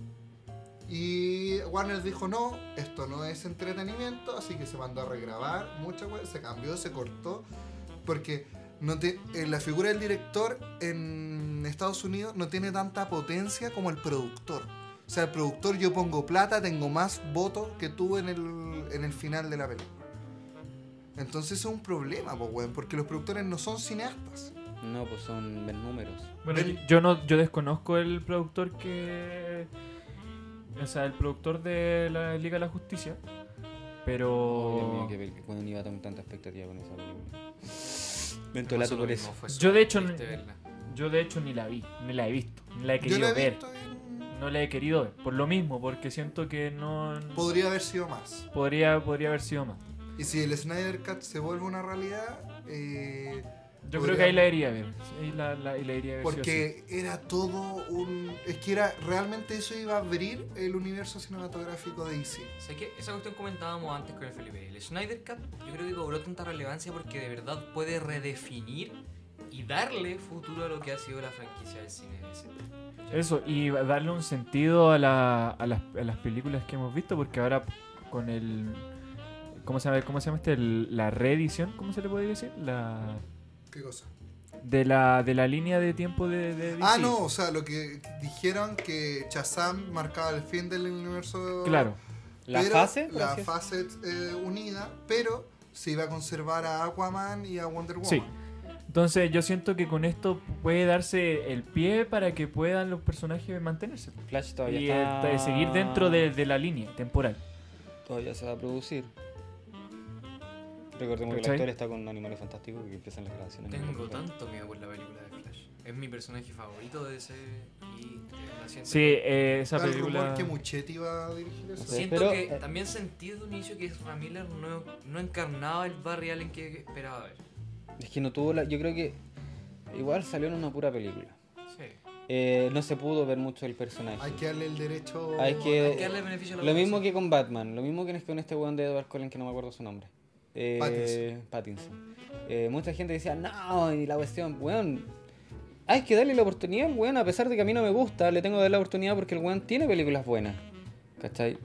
[SPEAKER 1] Y Warner dijo: No, esto no es entretenimiento. Así que se mandó a regrabar mucha wea, Se cambió, se cortó. Porque no te- eh, la figura del director en Estados Unidos no tiene tanta potencia como el productor. O sea, el productor yo pongo plata, tengo más votos que tú en el, en el final de la película. Entonces eso es un problema, po, weón, porque los productores no son cineastas.
[SPEAKER 3] No, pues son ven números.
[SPEAKER 2] Bueno,
[SPEAKER 1] Del-
[SPEAKER 2] yo no, yo desconozco el productor que, o sea, el productor de la Liga de la Justicia, pero
[SPEAKER 3] Oh, Dios mío, qué pel- cuando iba a tener tanta expectativa con esa película. Mentolato
[SPEAKER 4] Pasó lo
[SPEAKER 3] por
[SPEAKER 4] mismo,
[SPEAKER 3] eso.
[SPEAKER 4] fue
[SPEAKER 2] Yo, de hecho,
[SPEAKER 4] súper
[SPEAKER 2] no-
[SPEAKER 4] triste verla.
[SPEAKER 2] yo de hecho ni la vi, ni la he visto, ni la he
[SPEAKER 1] Yo
[SPEAKER 2] querido
[SPEAKER 1] lo he
[SPEAKER 2] ver,
[SPEAKER 1] visto en-
[SPEAKER 2] no la he querido ver, por lo mismo, porque siento que no
[SPEAKER 1] Podría haber sido más.
[SPEAKER 2] podría podría haber sido más.
[SPEAKER 1] Y si el Snyder Cut se vuelve una realidad, eh,
[SPEAKER 2] Yo
[SPEAKER 1] Podría-
[SPEAKER 2] creo que ahí la iría a ver, ahí la, la- ahí la iría a ver. sí o sí.
[SPEAKER 1] porque era todo un... Es que era realmente eso iba a abrir el universo cinematográfico de DC.
[SPEAKER 4] Sé que esa cuestión comentábamos antes con el Felipe. El Snyder Cut yo creo que cobró tanta relevancia porque de verdad puede redefinir y darle futuro a lo que ha sido la franquicia del cine. de ese tiempo.
[SPEAKER 2] Eso, y darle un sentido a, la- a las, a las películas que hemos visto, porque ahora con el... ¿Cómo se llama, cómo se llama este? El- la reedición, ¿cómo se le puede decir? La,
[SPEAKER 1] ¿Qué cosa?
[SPEAKER 2] de, la, de la línea de tiempo de... de DC.
[SPEAKER 1] Ah, no, o sea, lo que dijeron que Shazam marcaba el fin del universo...
[SPEAKER 2] Claro,
[SPEAKER 3] La
[SPEAKER 1] Pero
[SPEAKER 3] fase, por
[SPEAKER 1] La
[SPEAKER 3] así es-
[SPEAKER 1] fase eh, unida, pero se iba a conservar a Aquaman y a Wonder Woman.
[SPEAKER 2] sí. Entonces yo siento que con esto puede darse el pie para que puedan los personajes mantenerse.
[SPEAKER 3] Flash todavía
[SPEAKER 2] y eh,
[SPEAKER 3] está...
[SPEAKER 2] ta- seguir dentro de, de la línea temporal.
[SPEAKER 3] Todavía se va a producir. Recordemos que el
[SPEAKER 2] ¿Cachai?
[SPEAKER 3] actor está con Animales Fantásticos que empiezan las grabaciones.
[SPEAKER 4] Tengo tanto miedo por la película de Flash. Es mi personaje favorito de ese y la siento
[SPEAKER 2] Sí,
[SPEAKER 4] que-
[SPEAKER 2] eh, esa
[SPEAKER 1] Está el
[SPEAKER 2] película...
[SPEAKER 1] rumor que Muchetti iba a dirigir eso.
[SPEAKER 3] Sí.
[SPEAKER 4] Siento
[SPEAKER 3] pero,
[SPEAKER 4] que
[SPEAKER 3] eh,
[SPEAKER 4] también sentí de un inicio que Ezra Miller no, no encarnaba el Barry Allen que esperaba ver.
[SPEAKER 3] Es que no tuvo la... Yo creo que igual salió en una pura película.
[SPEAKER 4] Sí.
[SPEAKER 3] Eh, no se pudo ver mucho el personaje.
[SPEAKER 1] Hay que darle el derecho.
[SPEAKER 3] Hay que-
[SPEAKER 4] Hay que darle beneficio a la
[SPEAKER 3] Lo mismo
[SPEAKER 4] duda, sí.
[SPEAKER 3] que con Batman, lo mismo que con este weón de Edward Cullen que no me acuerdo su nombre. Eh,
[SPEAKER 1] Pattinson.
[SPEAKER 3] Pattinson. Eh, mucha gente decía, no, y la cuestión, weón. Hay que darle la oportunidad al weón, a pesar de que a mí no me gusta, le tengo que dar la oportunidad porque el weón tiene películas buenas. ¿Cachai?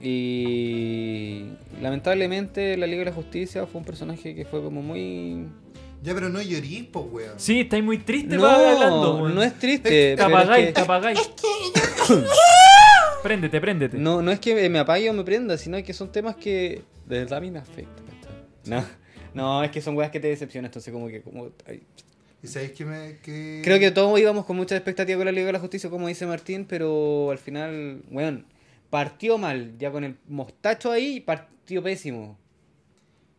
[SPEAKER 3] Y lamentablemente la Liga de la Justicia fue un personaje que fue como muy...
[SPEAKER 1] Ya, pero no llorís, po, weón.
[SPEAKER 2] Sí, estáis muy triste
[SPEAKER 3] No,
[SPEAKER 2] va hablando. weón.
[SPEAKER 3] no es triste.
[SPEAKER 2] Te
[SPEAKER 3] pero es
[SPEAKER 2] apagáis,
[SPEAKER 3] que-
[SPEAKER 2] te apagáis. préndete, préndete.
[SPEAKER 3] No, no es que me apague o me prenda, sino que son temas que de verdad a mí me afectan. ¿cachai? No, no, es que son weas que te decepcionan, entonces como que... Como, ay.
[SPEAKER 1] ¿Y sabéis que me.? Que...
[SPEAKER 3] Creo que todos íbamos con mucha expectativa con la Liga de la Justicia, como dice Martín, pero al final, weón, partió mal, ya con el mostacho ahí, partió pésimo.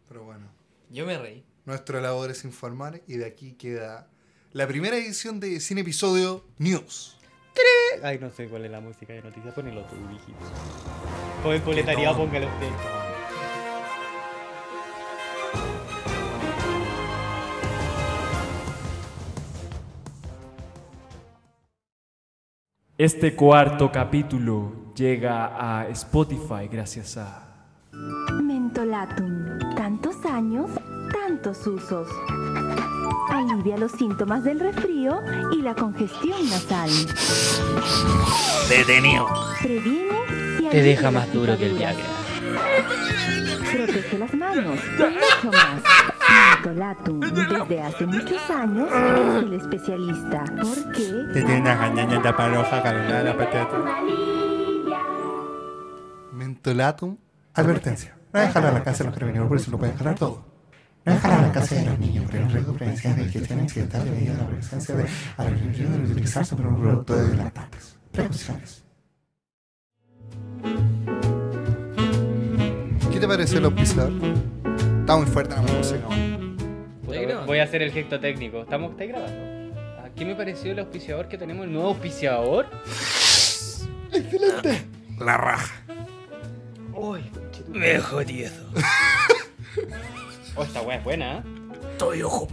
[SPEAKER 1] Pero bueno,
[SPEAKER 4] Yo me reí.
[SPEAKER 1] nuestro labor es informar y de aquí queda la primera edición de Cine Episodio News.
[SPEAKER 3] Ay, no sé cuál es la música de noticias, ponelo tú, viejito. Joven proletaria, póngalo usted.
[SPEAKER 2] Este cuarto capítulo llega a Spotify gracias a...
[SPEAKER 11] Mentolatum. Tantos años, tantos usos. Alivia los síntomas del resfrío y la congestión nasal. Detenido. Previene y
[SPEAKER 12] Te deja
[SPEAKER 11] alivia
[SPEAKER 12] más
[SPEAKER 11] las
[SPEAKER 12] duro que el
[SPEAKER 11] picaduras.
[SPEAKER 12] Viagra.
[SPEAKER 11] Protege las manos y mucho más. Mentolatum, desde hace muchos años, es el especialista. Porque...
[SPEAKER 1] Mentolatum. Advertencia. No dejar a la casa de los prevenidos, por eso lo pueden jalar todo. No dejar a la casa de los niños, pero en riesgo prevención de que estén accidentados debido a la presencia de al de utilizarse por un producto de lactantes. Precauciones. ¿Qué te pareció el auspiciador? Está muy fuerte la música.
[SPEAKER 3] Puta,
[SPEAKER 4] ¿Estáis grabando?
[SPEAKER 3] voy a hacer el gesto técnico. ¿Estamos, ¿Estáis grabando? ¿A ¿Qué me pareció el auspiciador que tenemos? ¿El nuevo auspiciador?
[SPEAKER 1] La raja.
[SPEAKER 12] Me jodí eso.
[SPEAKER 3] Oh, esta weá es buena, ¿eh?
[SPEAKER 9] estamos.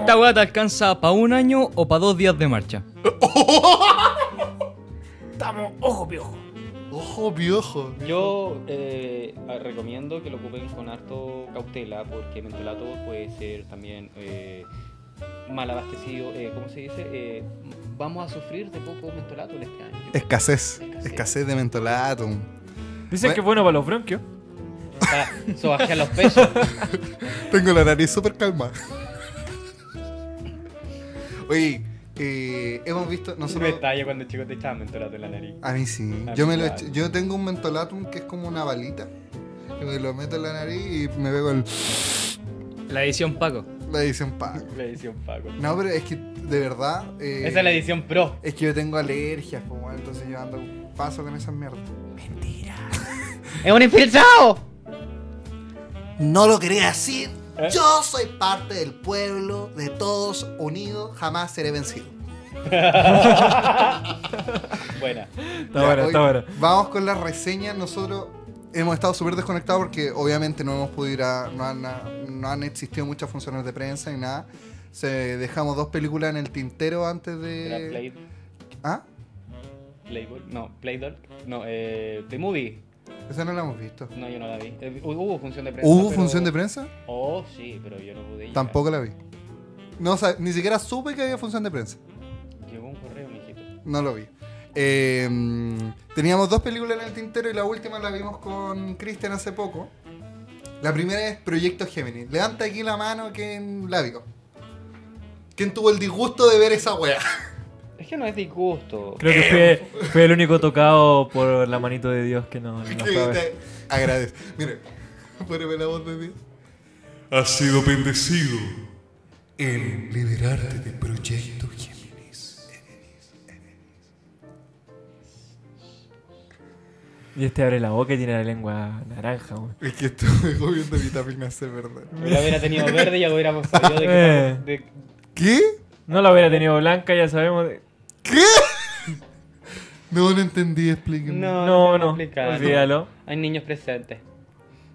[SPEAKER 13] Esta weá te alcanza para un año o para dos días de marcha.
[SPEAKER 9] Estamos, ojo piojo.
[SPEAKER 1] Ojo, viejo.
[SPEAKER 3] Yo eh, a- recomiendo que lo ocupen con harto cautela porque mentolato puede ser también eh, mal abastecido. eh, ¿Cómo se dice? Eh, vamos a sufrir de poco mentolato en este año.
[SPEAKER 1] Escasez. Escasez de mentolatum.
[SPEAKER 9] Dicen
[SPEAKER 1] Bueno.
[SPEAKER 9] que es bueno para los bronquios.
[SPEAKER 3] Para sobajear los pesos.
[SPEAKER 1] Tengo la nariz súper calma. Oye, eh, hemos visto.
[SPEAKER 7] Me
[SPEAKER 1] Nosotros,
[SPEAKER 7] estalla cuando chico te echaba mentolato en la nariz.
[SPEAKER 1] a mí sí.
[SPEAKER 7] A
[SPEAKER 1] Yo,
[SPEAKER 7] mí
[SPEAKER 1] me lo
[SPEAKER 7] igual.
[SPEAKER 1] echo- yo tengo un mentolatum que es como una balita. Y me lo meto en la nariz y me pego el.
[SPEAKER 13] La edición Paco.
[SPEAKER 1] La edición pago.
[SPEAKER 7] La edición Paco.
[SPEAKER 1] No, pero es que de verdad. eh,
[SPEAKER 7] Esa es la edición pro.
[SPEAKER 1] Es que yo tengo alergias, pues, weón, entonces yo ando paso con esas mierdas.
[SPEAKER 3] ¡Es un infiltrado!
[SPEAKER 1] No lo quería decir.
[SPEAKER 7] ¿Eh?
[SPEAKER 1] Yo soy parte del pueblo, de todos unidos, jamás seré vencido.
[SPEAKER 7] Buena.
[SPEAKER 9] Está
[SPEAKER 1] Ya,
[SPEAKER 9] bueno,
[SPEAKER 1] hoy
[SPEAKER 9] está bueno.
[SPEAKER 1] Vamos con las reseñas. Nosotros hemos estado súper desconectados porque obviamente no hemos podido ir a- No han, no han existido muchas funciones de prensa ni nada. Se dejamos dos películas en el tintero antes
[SPEAKER 7] Era
[SPEAKER 1] de.
[SPEAKER 7] Play,
[SPEAKER 1] ¿Ah?
[SPEAKER 7] Playboy. No, Playdol. No, eh, The Movie.
[SPEAKER 1] Esa no la hemos visto.
[SPEAKER 7] No, yo no la vi. Eh, hubo hubo función de prensa.
[SPEAKER 1] ¿Hubo
[SPEAKER 7] pero-
[SPEAKER 1] función de prensa?
[SPEAKER 7] Oh, sí, pero yo no pude ir.
[SPEAKER 1] Tampoco la vi. No, sab- ni siquiera supe que había función de prensa.
[SPEAKER 7] Llegó un correo, mijito.
[SPEAKER 1] No lo vi. Eh, mm, teníamos dos películas en el tintero y la última la vimos con Christian hace poco. La primera es Proyecto Gemini. Levanta aquí la mano quien la vio. ¿Quién tuvo el disgusto de ver esa wea?
[SPEAKER 7] Es que no es disgusto.
[SPEAKER 2] Creo que fue, fue el único tocado por la manito de Dios que no, no
[SPEAKER 1] Que
[SPEAKER 2] fue a ver.
[SPEAKER 1] te agradezco. Mire, poneme la voz de Dios.
[SPEAKER 14] Has sido bendecido en liberarte de Proyecto Géminis.
[SPEAKER 9] Y este abre la boca y tiene la lengua naranja, weón.
[SPEAKER 1] Es que estuve comiendo vitamina C, ¿verdad?
[SPEAKER 7] Lo hubiera tenido verde y ya hubiéramos sabido de que. estamos- de-
[SPEAKER 1] ¿Qué?
[SPEAKER 9] No la hubiera tenido blanca, ya sabemos. de-
[SPEAKER 1] No, no entendí, explíqueme.
[SPEAKER 7] No,
[SPEAKER 9] No, no,
[SPEAKER 7] explicar.
[SPEAKER 9] olvídalo.
[SPEAKER 7] Hay niños presentes.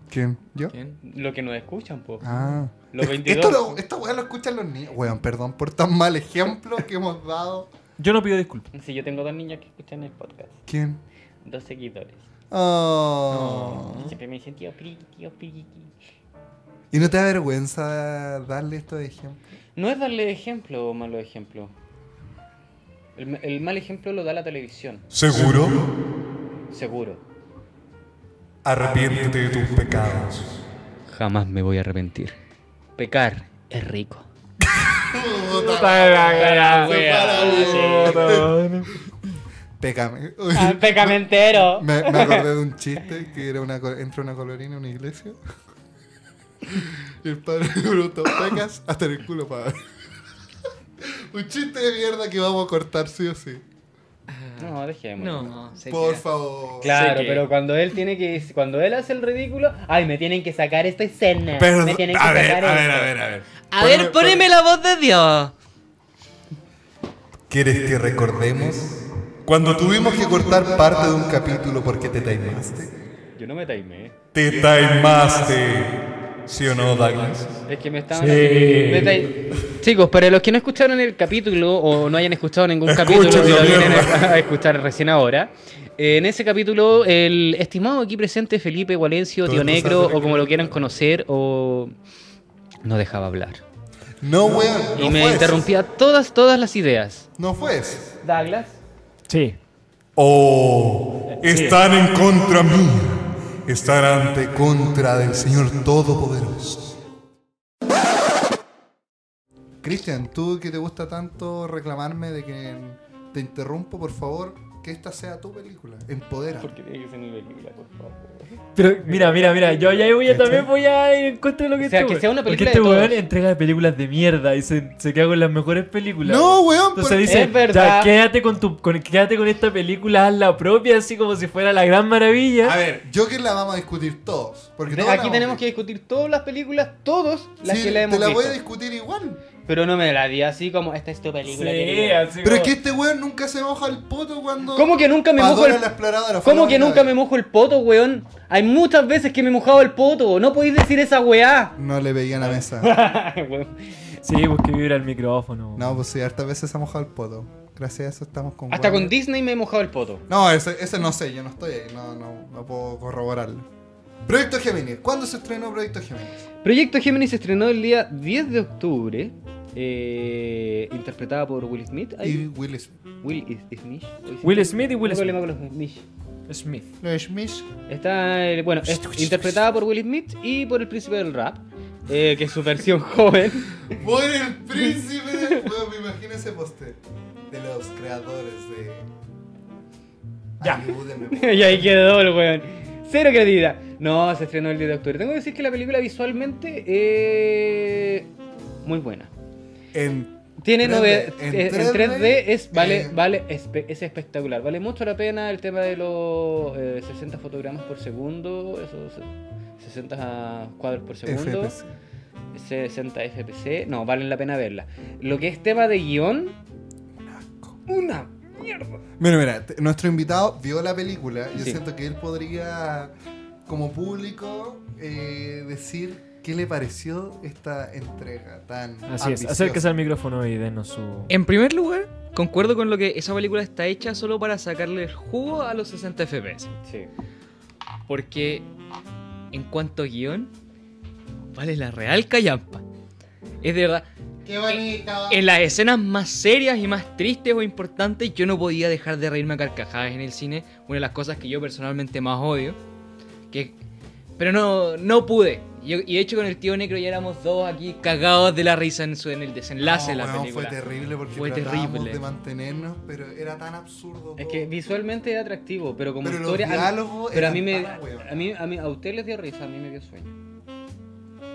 [SPEAKER 1] ¿Quién? ¿Yo?
[SPEAKER 7] Lo que nos escuchan, pues. po.
[SPEAKER 1] Ah.
[SPEAKER 7] Los
[SPEAKER 1] Es-
[SPEAKER 7] 22.
[SPEAKER 1] Esto lo, esta weá lo escuchan los niños. Weón, perdón por tan mal ejemplo que hemos dado.
[SPEAKER 9] Yo no pido disculpas.
[SPEAKER 7] Si yo tengo dos niños que escuchan el podcast.
[SPEAKER 1] ¿Quién?
[SPEAKER 7] Dos seguidores.
[SPEAKER 1] Oh.
[SPEAKER 7] Siempre me dicen, tío, pri, tío, pri.
[SPEAKER 1] ¿Y no te da vergüenza darle esto de ejemplo?
[SPEAKER 7] No es darle ejemplo o malo ejemplo. El, ma- el mal ejemplo lo da la televisión,
[SPEAKER 14] ¿Seguro?
[SPEAKER 7] seguro.
[SPEAKER 14] Arrepiéntete de tus pecados.
[SPEAKER 3] Jamás me voy a arrepentir. Pecar es rico.
[SPEAKER 2] Ah,
[SPEAKER 7] Ah,
[SPEAKER 1] Pécame.
[SPEAKER 7] Ah, pecamentero.
[SPEAKER 1] me, me acordé de un chiste que era una, co- entra una colorina a una iglesia. Y el padre le preguntó, pecas hasta en el culo, padre. un chiste de mierda que vamos a cortar sí o sí.
[SPEAKER 7] No, dejémoslo.
[SPEAKER 4] No, se
[SPEAKER 1] Por
[SPEAKER 4] queda.
[SPEAKER 1] favor.
[SPEAKER 7] Sé
[SPEAKER 3] Claro,
[SPEAKER 7] que-
[SPEAKER 3] pero cuando él tiene que. Cuando él hace el ridículo. Ay, me tienen que sacar esta escena.
[SPEAKER 14] Pero-
[SPEAKER 3] me tienen que
[SPEAKER 14] a ver,
[SPEAKER 3] sacar
[SPEAKER 14] a ver,
[SPEAKER 3] esto".
[SPEAKER 14] a ver, a ver.
[SPEAKER 4] A ver, poneme la voz de Dios.
[SPEAKER 14] ¿Quieres que recordemos? Cuando
[SPEAKER 1] Tuvimos
[SPEAKER 14] tuvimos
[SPEAKER 1] que cortar parte de un capítulo porque te taimaste.
[SPEAKER 7] Yo no me taimé.
[SPEAKER 14] Te taimaste. ¿Sí o no, Douglas?
[SPEAKER 7] Es que me estaban. Me tai-
[SPEAKER 3] Chicos, para los que no escucharon el capítulo o no hayan escuchado ningún
[SPEAKER 14] Escúchenlo,
[SPEAKER 3] capítulo y lo vienen
[SPEAKER 14] mierda.
[SPEAKER 3] a a escuchar recién ahora, eh, en ese capítulo el estimado aquí presente Felipe Valencio,
[SPEAKER 14] Todo
[SPEAKER 3] Tío
[SPEAKER 14] esto se
[SPEAKER 3] Negro
[SPEAKER 14] hace
[SPEAKER 3] o como lo quieran conocer o no dejaba hablar
[SPEAKER 1] No, weón. No
[SPEAKER 3] y me
[SPEAKER 1] fue eso.
[SPEAKER 3] interrumpía todas todas las ideas.
[SPEAKER 1] No fue eso.
[SPEAKER 3] Douglas,
[SPEAKER 9] Sí.
[SPEAKER 14] Oh, están en contra mí. Están ante contra del Señor Todopoderoso.
[SPEAKER 1] Cristian, tú que te gusta tanto reclamarme de que te interrumpo, por favor, que esta sea tu película. Empodera.
[SPEAKER 7] ¿Por qué tiene que ser mi película, por favor?
[SPEAKER 9] Pero mira, mira, mira, yo ya voy a,
[SPEAKER 1] ¿Cachai?
[SPEAKER 9] también voy a ir en contra de lo que
[SPEAKER 3] O sea,
[SPEAKER 9] este
[SPEAKER 3] que
[SPEAKER 9] weón.
[SPEAKER 3] sea una película
[SPEAKER 9] Porque este
[SPEAKER 3] de
[SPEAKER 9] weón
[SPEAKER 3] todos.
[SPEAKER 9] entrega películas de mierda y se, se queda con las mejores películas.
[SPEAKER 1] No, weón,
[SPEAKER 9] Entonces
[SPEAKER 1] porque-
[SPEAKER 9] dice,
[SPEAKER 3] Es verdad.
[SPEAKER 9] ya, quédate con, tu, con- quédate con esta película, haz la propia, así como si fuera la gran maravilla.
[SPEAKER 1] A ver, yo que la vamos a discutir todos. Porque todos la
[SPEAKER 3] aquí
[SPEAKER 1] vamos a
[SPEAKER 3] tenemos que
[SPEAKER 1] discutir.
[SPEAKER 3] discutir todas las películas, todas las
[SPEAKER 1] Sí,
[SPEAKER 3] que le hemos
[SPEAKER 1] Te la voy a
[SPEAKER 3] visto.
[SPEAKER 1] discutir igual.
[SPEAKER 3] Pero no me la di así como, esta es tu película.
[SPEAKER 2] Sí,
[SPEAKER 3] querido".
[SPEAKER 2] así
[SPEAKER 1] Pero es
[SPEAKER 2] como-
[SPEAKER 1] que este weón nunca se moja el poto cuando.
[SPEAKER 3] ¿Cómo que nunca me mojo
[SPEAKER 1] Pandora
[SPEAKER 3] el...
[SPEAKER 1] la exploradora? fue
[SPEAKER 3] ¿Cómo
[SPEAKER 1] la
[SPEAKER 3] que
[SPEAKER 1] única
[SPEAKER 3] nunca me
[SPEAKER 1] vez.
[SPEAKER 3] mojo el poto, weón? Hay muchas veces que me he mojado el poto. No podéis decir esa weá.
[SPEAKER 1] No le veía en la mesa.
[SPEAKER 3] Weón.
[SPEAKER 2] Sí, pues que vibra el micrófono.
[SPEAKER 1] No, pues sí, hartas veces se ha mojado el poto. Gracias a eso estamos con.
[SPEAKER 3] Hasta
[SPEAKER 1] weones.
[SPEAKER 3] con Disney me he mojado el poto.
[SPEAKER 1] No, ese, ese no sé, yo no estoy ahí, no, no, no puedo corroborarlo. Proyecto Géminis, ¿cuándo se estrenó Proyecto Géminis?
[SPEAKER 3] Proyecto Géminis se estrenó el día 10 de octubre. eh, interpretada por Will Smith. ¿Ay?
[SPEAKER 1] Y Will Smith.
[SPEAKER 3] Will is- is Smith. Will Smith.
[SPEAKER 2] Will Smith y Will
[SPEAKER 3] Tengo
[SPEAKER 2] Smith.
[SPEAKER 3] problema con los Smith.
[SPEAKER 2] Smith.
[SPEAKER 3] Está, eh, bueno, es interpretada por Will Smith y por el príncipe del rap, eh, que es su versión joven.
[SPEAKER 1] Por el príncipe del juego, me imagino ese póster. De los creadores de.
[SPEAKER 2] Ya.
[SPEAKER 1] Ayúdeme. por favor.
[SPEAKER 3] y ahí quedó el weón. Cero credibilidad. No, se estrenó el 10 de octubre. Tengo que decir que la película visualmente eh, muy buena.
[SPEAKER 1] En
[SPEAKER 3] Tiene
[SPEAKER 1] 3D,
[SPEAKER 3] novedad.
[SPEAKER 1] en
[SPEAKER 3] eh, En 3D,
[SPEAKER 1] 3D,
[SPEAKER 3] es, vale,
[SPEAKER 1] eh,
[SPEAKER 3] vale, espe- es espectacular. Vale mucho la pena el tema de los eh, 60 fotogramas por segundo. Esos eh, 60 cuadros por segundo.
[SPEAKER 1] FPS.
[SPEAKER 3] 60 FPC, no, valen la pena verla. Lo que es tema de guión, una mierda.
[SPEAKER 1] Mira, mira, t- nuestro invitado vio la película. Yo
[SPEAKER 3] Sí.
[SPEAKER 1] siento que él podría, como público, eh, decir qué le pareció esta entrega tan.
[SPEAKER 2] Así es,
[SPEAKER 1] ambiciosa.
[SPEAKER 2] acérquese al micrófono y denos su...
[SPEAKER 4] En primer lugar, concuerdo con lo que esa película está hecha solo para sacarle el jugo a los 60 FPS.
[SPEAKER 3] Sí.
[SPEAKER 4] Porque en cuanto a guión, vale la real callampa. Es de verdad.
[SPEAKER 1] ¡Qué bonito!
[SPEAKER 4] En las escenas más serias y más tristes o importantes, yo no podía dejar de reírme a carcajadas en el cine. Una de las cosas que yo personalmente más odio. Que... Pero no, no pude. Yo- y de hecho, con el tío Necro ya éramos dos aquí cagados de la risa en, su- en el
[SPEAKER 1] No,
[SPEAKER 4] desenlace de la
[SPEAKER 1] weón,
[SPEAKER 4] película.
[SPEAKER 1] Fue terrible porque
[SPEAKER 4] Fue
[SPEAKER 1] tratábamos
[SPEAKER 4] terrible.
[SPEAKER 1] de mantenernos, pero era tan absurdo.
[SPEAKER 3] Es
[SPEAKER 1] todo.
[SPEAKER 3] que visualmente es atractivo, pero como
[SPEAKER 1] pero los
[SPEAKER 3] historia. a mí-
[SPEAKER 1] diálogos
[SPEAKER 3] pero a
[SPEAKER 1] eran
[SPEAKER 3] mí me.
[SPEAKER 1] tan weón.
[SPEAKER 3] A, mí, a, mí, a usted les dio risa, a mí me dio sueño.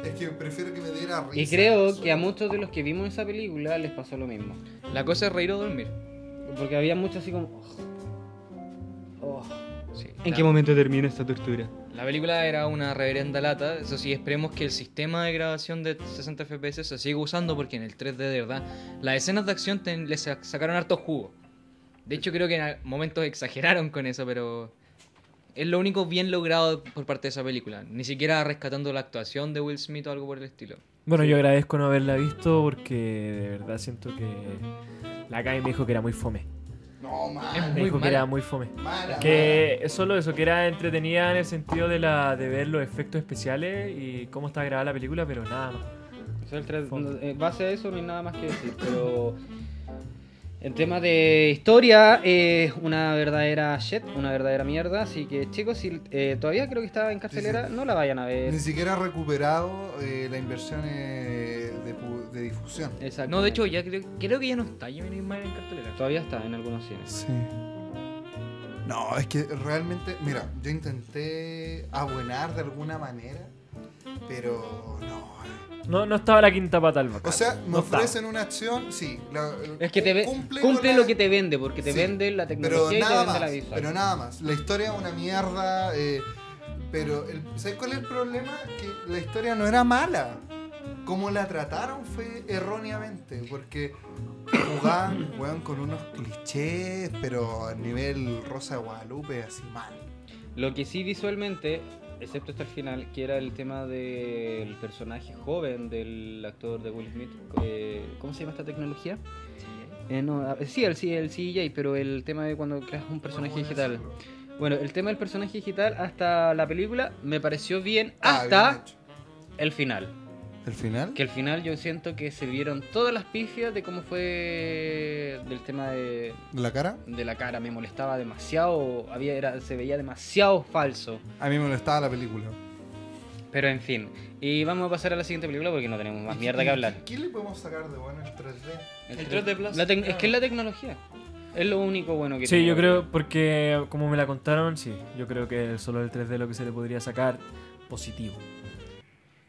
[SPEAKER 1] Es que prefiero que me diera risa.
[SPEAKER 3] Y creo que a muchos de los que vimos esa película les pasó lo mismo.
[SPEAKER 4] La cosa es reír o dormir.
[SPEAKER 3] Porque había muchos así como. "Oh, oh".
[SPEAKER 4] Sí,
[SPEAKER 15] ¿En
[SPEAKER 4] la-
[SPEAKER 15] qué momento termina esta tortura?
[SPEAKER 4] La película era una reverenda lata, eso sí, esperemos que el sistema de grabación de 60 FPS se siga usando porque en el 3D de verdad las escenas de acción ten- le sa- sacaron harto jugo. De hecho creo que en al- momentos exageraron con eso, pero es lo único bien logrado por parte de esa película. Ni siquiera rescatando la actuación de Will Smith o algo por el estilo.
[SPEAKER 2] Bueno, yo agradezco no haberla visto porque de verdad siento que la Kai me dijo que era muy fome.
[SPEAKER 1] No,
[SPEAKER 4] Es
[SPEAKER 1] mala,
[SPEAKER 2] Me
[SPEAKER 4] muy
[SPEAKER 2] Ah, dijo que era
[SPEAKER 4] mala.
[SPEAKER 2] muy fome.
[SPEAKER 1] mala.
[SPEAKER 2] Que es solo eso, que era entretenida en el sentido de, la, de ver los efectos especiales y cómo está grabada la película, pero nada más.
[SPEAKER 3] Eso el tres-
[SPEAKER 2] Fondo.
[SPEAKER 3] no, En base a eso no hay nada más que decir, pero en tema de historia es una verdadera shit, una verdadera mierda, así que chicos, si eh, todavía creo que está en cartelera, no la vayan a
[SPEAKER 1] mala.
[SPEAKER 3] ver.
[SPEAKER 1] Ni siquiera ha recuperado eh, la inversión eh, de, pu- de difusión.
[SPEAKER 3] Exacto.
[SPEAKER 4] No, de hecho ya creo, creo que ya no está Gemini Man en cartelera.
[SPEAKER 3] todavía está en algunos cines.
[SPEAKER 1] Sí. No, es que realmente, mira, yo intenté abuenar de alguna manera, pero no.
[SPEAKER 2] No, no estaba la quinta pata al bacán.
[SPEAKER 1] O sea, me
[SPEAKER 2] No estaba.
[SPEAKER 1] ofrecen una acción, sí. la-
[SPEAKER 3] Es que te ve- cumple,
[SPEAKER 1] cumple con la-
[SPEAKER 3] lo que te vende, porque te
[SPEAKER 1] Sí,
[SPEAKER 3] vende la
[SPEAKER 1] Pero
[SPEAKER 3] tecnología y te
[SPEAKER 1] nada
[SPEAKER 3] vende
[SPEAKER 1] más,
[SPEAKER 3] la visual.
[SPEAKER 1] pero nada más. La historia es una mierda, eh, pero el, ¿sabes cuál es el problema? Que la historia no era mala. Como la trataron fue erróneamente, porque jugaban, jugaban con unos clichés, pero a nivel Rosa de Guadalupe, así mal.
[SPEAKER 3] Lo que sí visualmente, excepto hasta el final, que era el tema del personaje joven del actor de Will Smith, eh, ¿cómo se llama esta tecnología? Eh, no, ah, sí, el, sí, el CGI, pero el tema de cuando creas un personaje
[SPEAKER 1] Bueno,
[SPEAKER 3] digital.
[SPEAKER 1] bueno, sí,
[SPEAKER 3] Bueno, el tema del personaje digital hasta la película me pareció bien
[SPEAKER 1] ah, bien
[SPEAKER 3] hasta
[SPEAKER 1] hecho.
[SPEAKER 3] el final.
[SPEAKER 1] ¿El final?
[SPEAKER 3] Que el final yo siento que se vieron todas las pifias de cómo fue del tema de,
[SPEAKER 1] ¿La cara?
[SPEAKER 3] de la cara. Me molestaba demasiado, había, era, se veía demasiado falso.
[SPEAKER 1] A mí me molestaba la película.
[SPEAKER 3] Pero en fin, y vamos a pasar a la siguiente película porque no tenemos más mierda que hablar.
[SPEAKER 1] ¿Qué le podemos sacar de bueno al 3D?
[SPEAKER 4] El 3D Plus.
[SPEAKER 3] La tec- es que es la tecnología. Es lo único bueno que
[SPEAKER 2] Sí,
[SPEAKER 3] tiene.
[SPEAKER 2] yo creo, porque como me la contaron, sí, yo creo que solo el 3D lo que se le podría sacar positivo.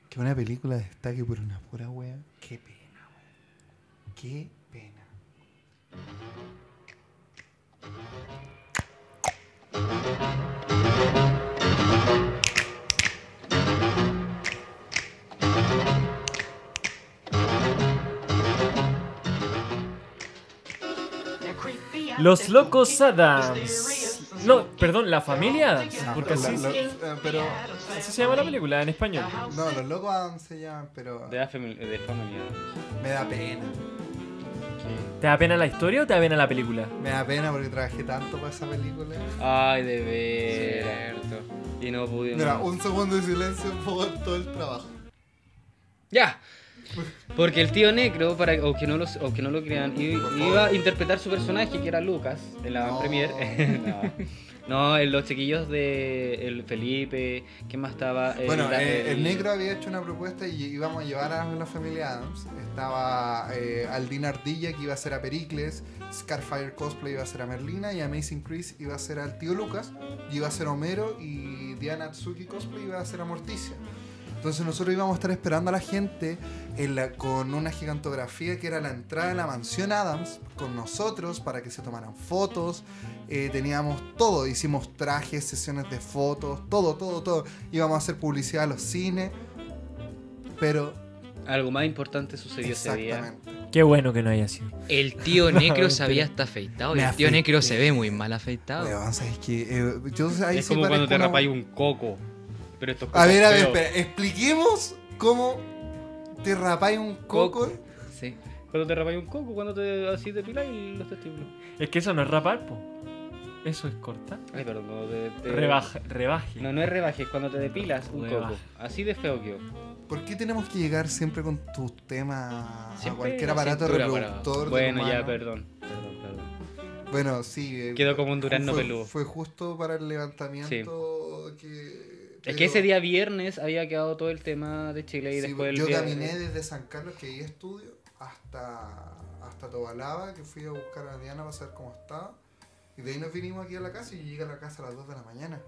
[SPEAKER 1] Que una película destaque por una pura wea. Qué pena, wea. Qué pena.
[SPEAKER 2] Los locos Adams. No, perdón, la familia Adams. Porque
[SPEAKER 1] Ah, La-
[SPEAKER 2] así,
[SPEAKER 1] lo- eh, pero,
[SPEAKER 2] así se llama la película en español.
[SPEAKER 1] no, los locos Adams se llaman, pero
[SPEAKER 3] De la fami- de familia.
[SPEAKER 1] me da pena.
[SPEAKER 2] ¿Te da pena la historia o te da pena la película?
[SPEAKER 1] Me da pena porque trabajé tanto para esa película.
[SPEAKER 3] Ay, de veras. Y no pudimos.
[SPEAKER 1] Mira, un segundo de silencio por todo el trabajo.
[SPEAKER 3] ¡Ya!
[SPEAKER 16] Porque el tío Necro, para, o, que no lo, o que no lo crean, i- iba a interpretar su personaje, que era Lucas, en la
[SPEAKER 1] No.
[SPEAKER 16] premier. no. No, en los chiquillos de el Felipe, ¿quién más estaba? El-
[SPEAKER 1] Bueno,
[SPEAKER 16] la-
[SPEAKER 1] eh, el negro había hecho una propuesta y íbamos a llevar a la familia Adams. Estaba eh, Aldina Ardilla, que iba a ser a Pericles, Scarfire Cosplay iba a ser a Merlina y Amazing Chris iba a ser al tío Lucas, y iba a ser a Homero y Diana Tsuki Cosplay iba a ser a Morticia. Entonces nosotros íbamos a estar esperando a la gente en la- con una gigantografía que era la entrada de la mansión Adams con nosotros para que se tomaran fotos. Eh, teníamos todo, hicimos trajes, sesiones de fotos, todo, todo, todo. Íbamos a hacer publicidad a los cines, pero
[SPEAKER 16] Algo más importante sucedió ese día.
[SPEAKER 1] exactamente.
[SPEAKER 2] Qué bueno que no haya sido.
[SPEAKER 4] El tío Necro se había hasta afeitado. y
[SPEAKER 1] Me
[SPEAKER 4] El tío
[SPEAKER 1] afeité.
[SPEAKER 4] Necro se ve muy mal afeitado.
[SPEAKER 1] Weón, ¿sabes qué? Eh, yo ahí
[SPEAKER 3] es
[SPEAKER 1] sí
[SPEAKER 3] como cuando
[SPEAKER 1] parezco
[SPEAKER 3] te
[SPEAKER 1] una-
[SPEAKER 3] rapáis un coco. Pero esto es
[SPEAKER 1] A ver, a ver,
[SPEAKER 3] feo.
[SPEAKER 1] espera, expliquemos cómo te rapáis un coco.
[SPEAKER 4] Sí.
[SPEAKER 3] Cuando te rapáis un coco, cuando te así depiláis los testículos.
[SPEAKER 2] Es que eso no es rapar, po. Eso es cortar.
[SPEAKER 3] Ay, perdón, cuando te. te-
[SPEAKER 2] Rebaja, rebaje.
[SPEAKER 3] Eh, No, no es rebaje, es cuando te depilas un
[SPEAKER 2] Rebaje.
[SPEAKER 3] coco. Así de feo quedó.
[SPEAKER 1] ¿Por qué tenemos que llegar siempre con tus temas a
[SPEAKER 3] Siempre
[SPEAKER 1] cualquier
[SPEAKER 3] la
[SPEAKER 1] aparato
[SPEAKER 4] cintura para abajo.
[SPEAKER 1] Ah, reproductor? del
[SPEAKER 3] Bueno, ya,
[SPEAKER 1] humano?
[SPEAKER 3] perdón. Perdón, perdón.
[SPEAKER 1] Bueno, sí. eh,
[SPEAKER 3] Quedó como un durazno
[SPEAKER 1] fue,
[SPEAKER 3] peludo.
[SPEAKER 1] Fue justo para el levantamiento que.
[SPEAKER 16] Es que ese día viernes había quedado todo el tema de Chile y
[SPEAKER 1] Sí,
[SPEAKER 16] después el
[SPEAKER 1] yo
[SPEAKER 16] día-
[SPEAKER 1] caminé desde San Carlos, que ahí estudio, hasta, hasta Tobalaba, que fui a buscar a Diana para saber cómo estaba. Y de ahí nos vinimos aquí a la casa y yo llegué a la casa a las 2 de la mañana.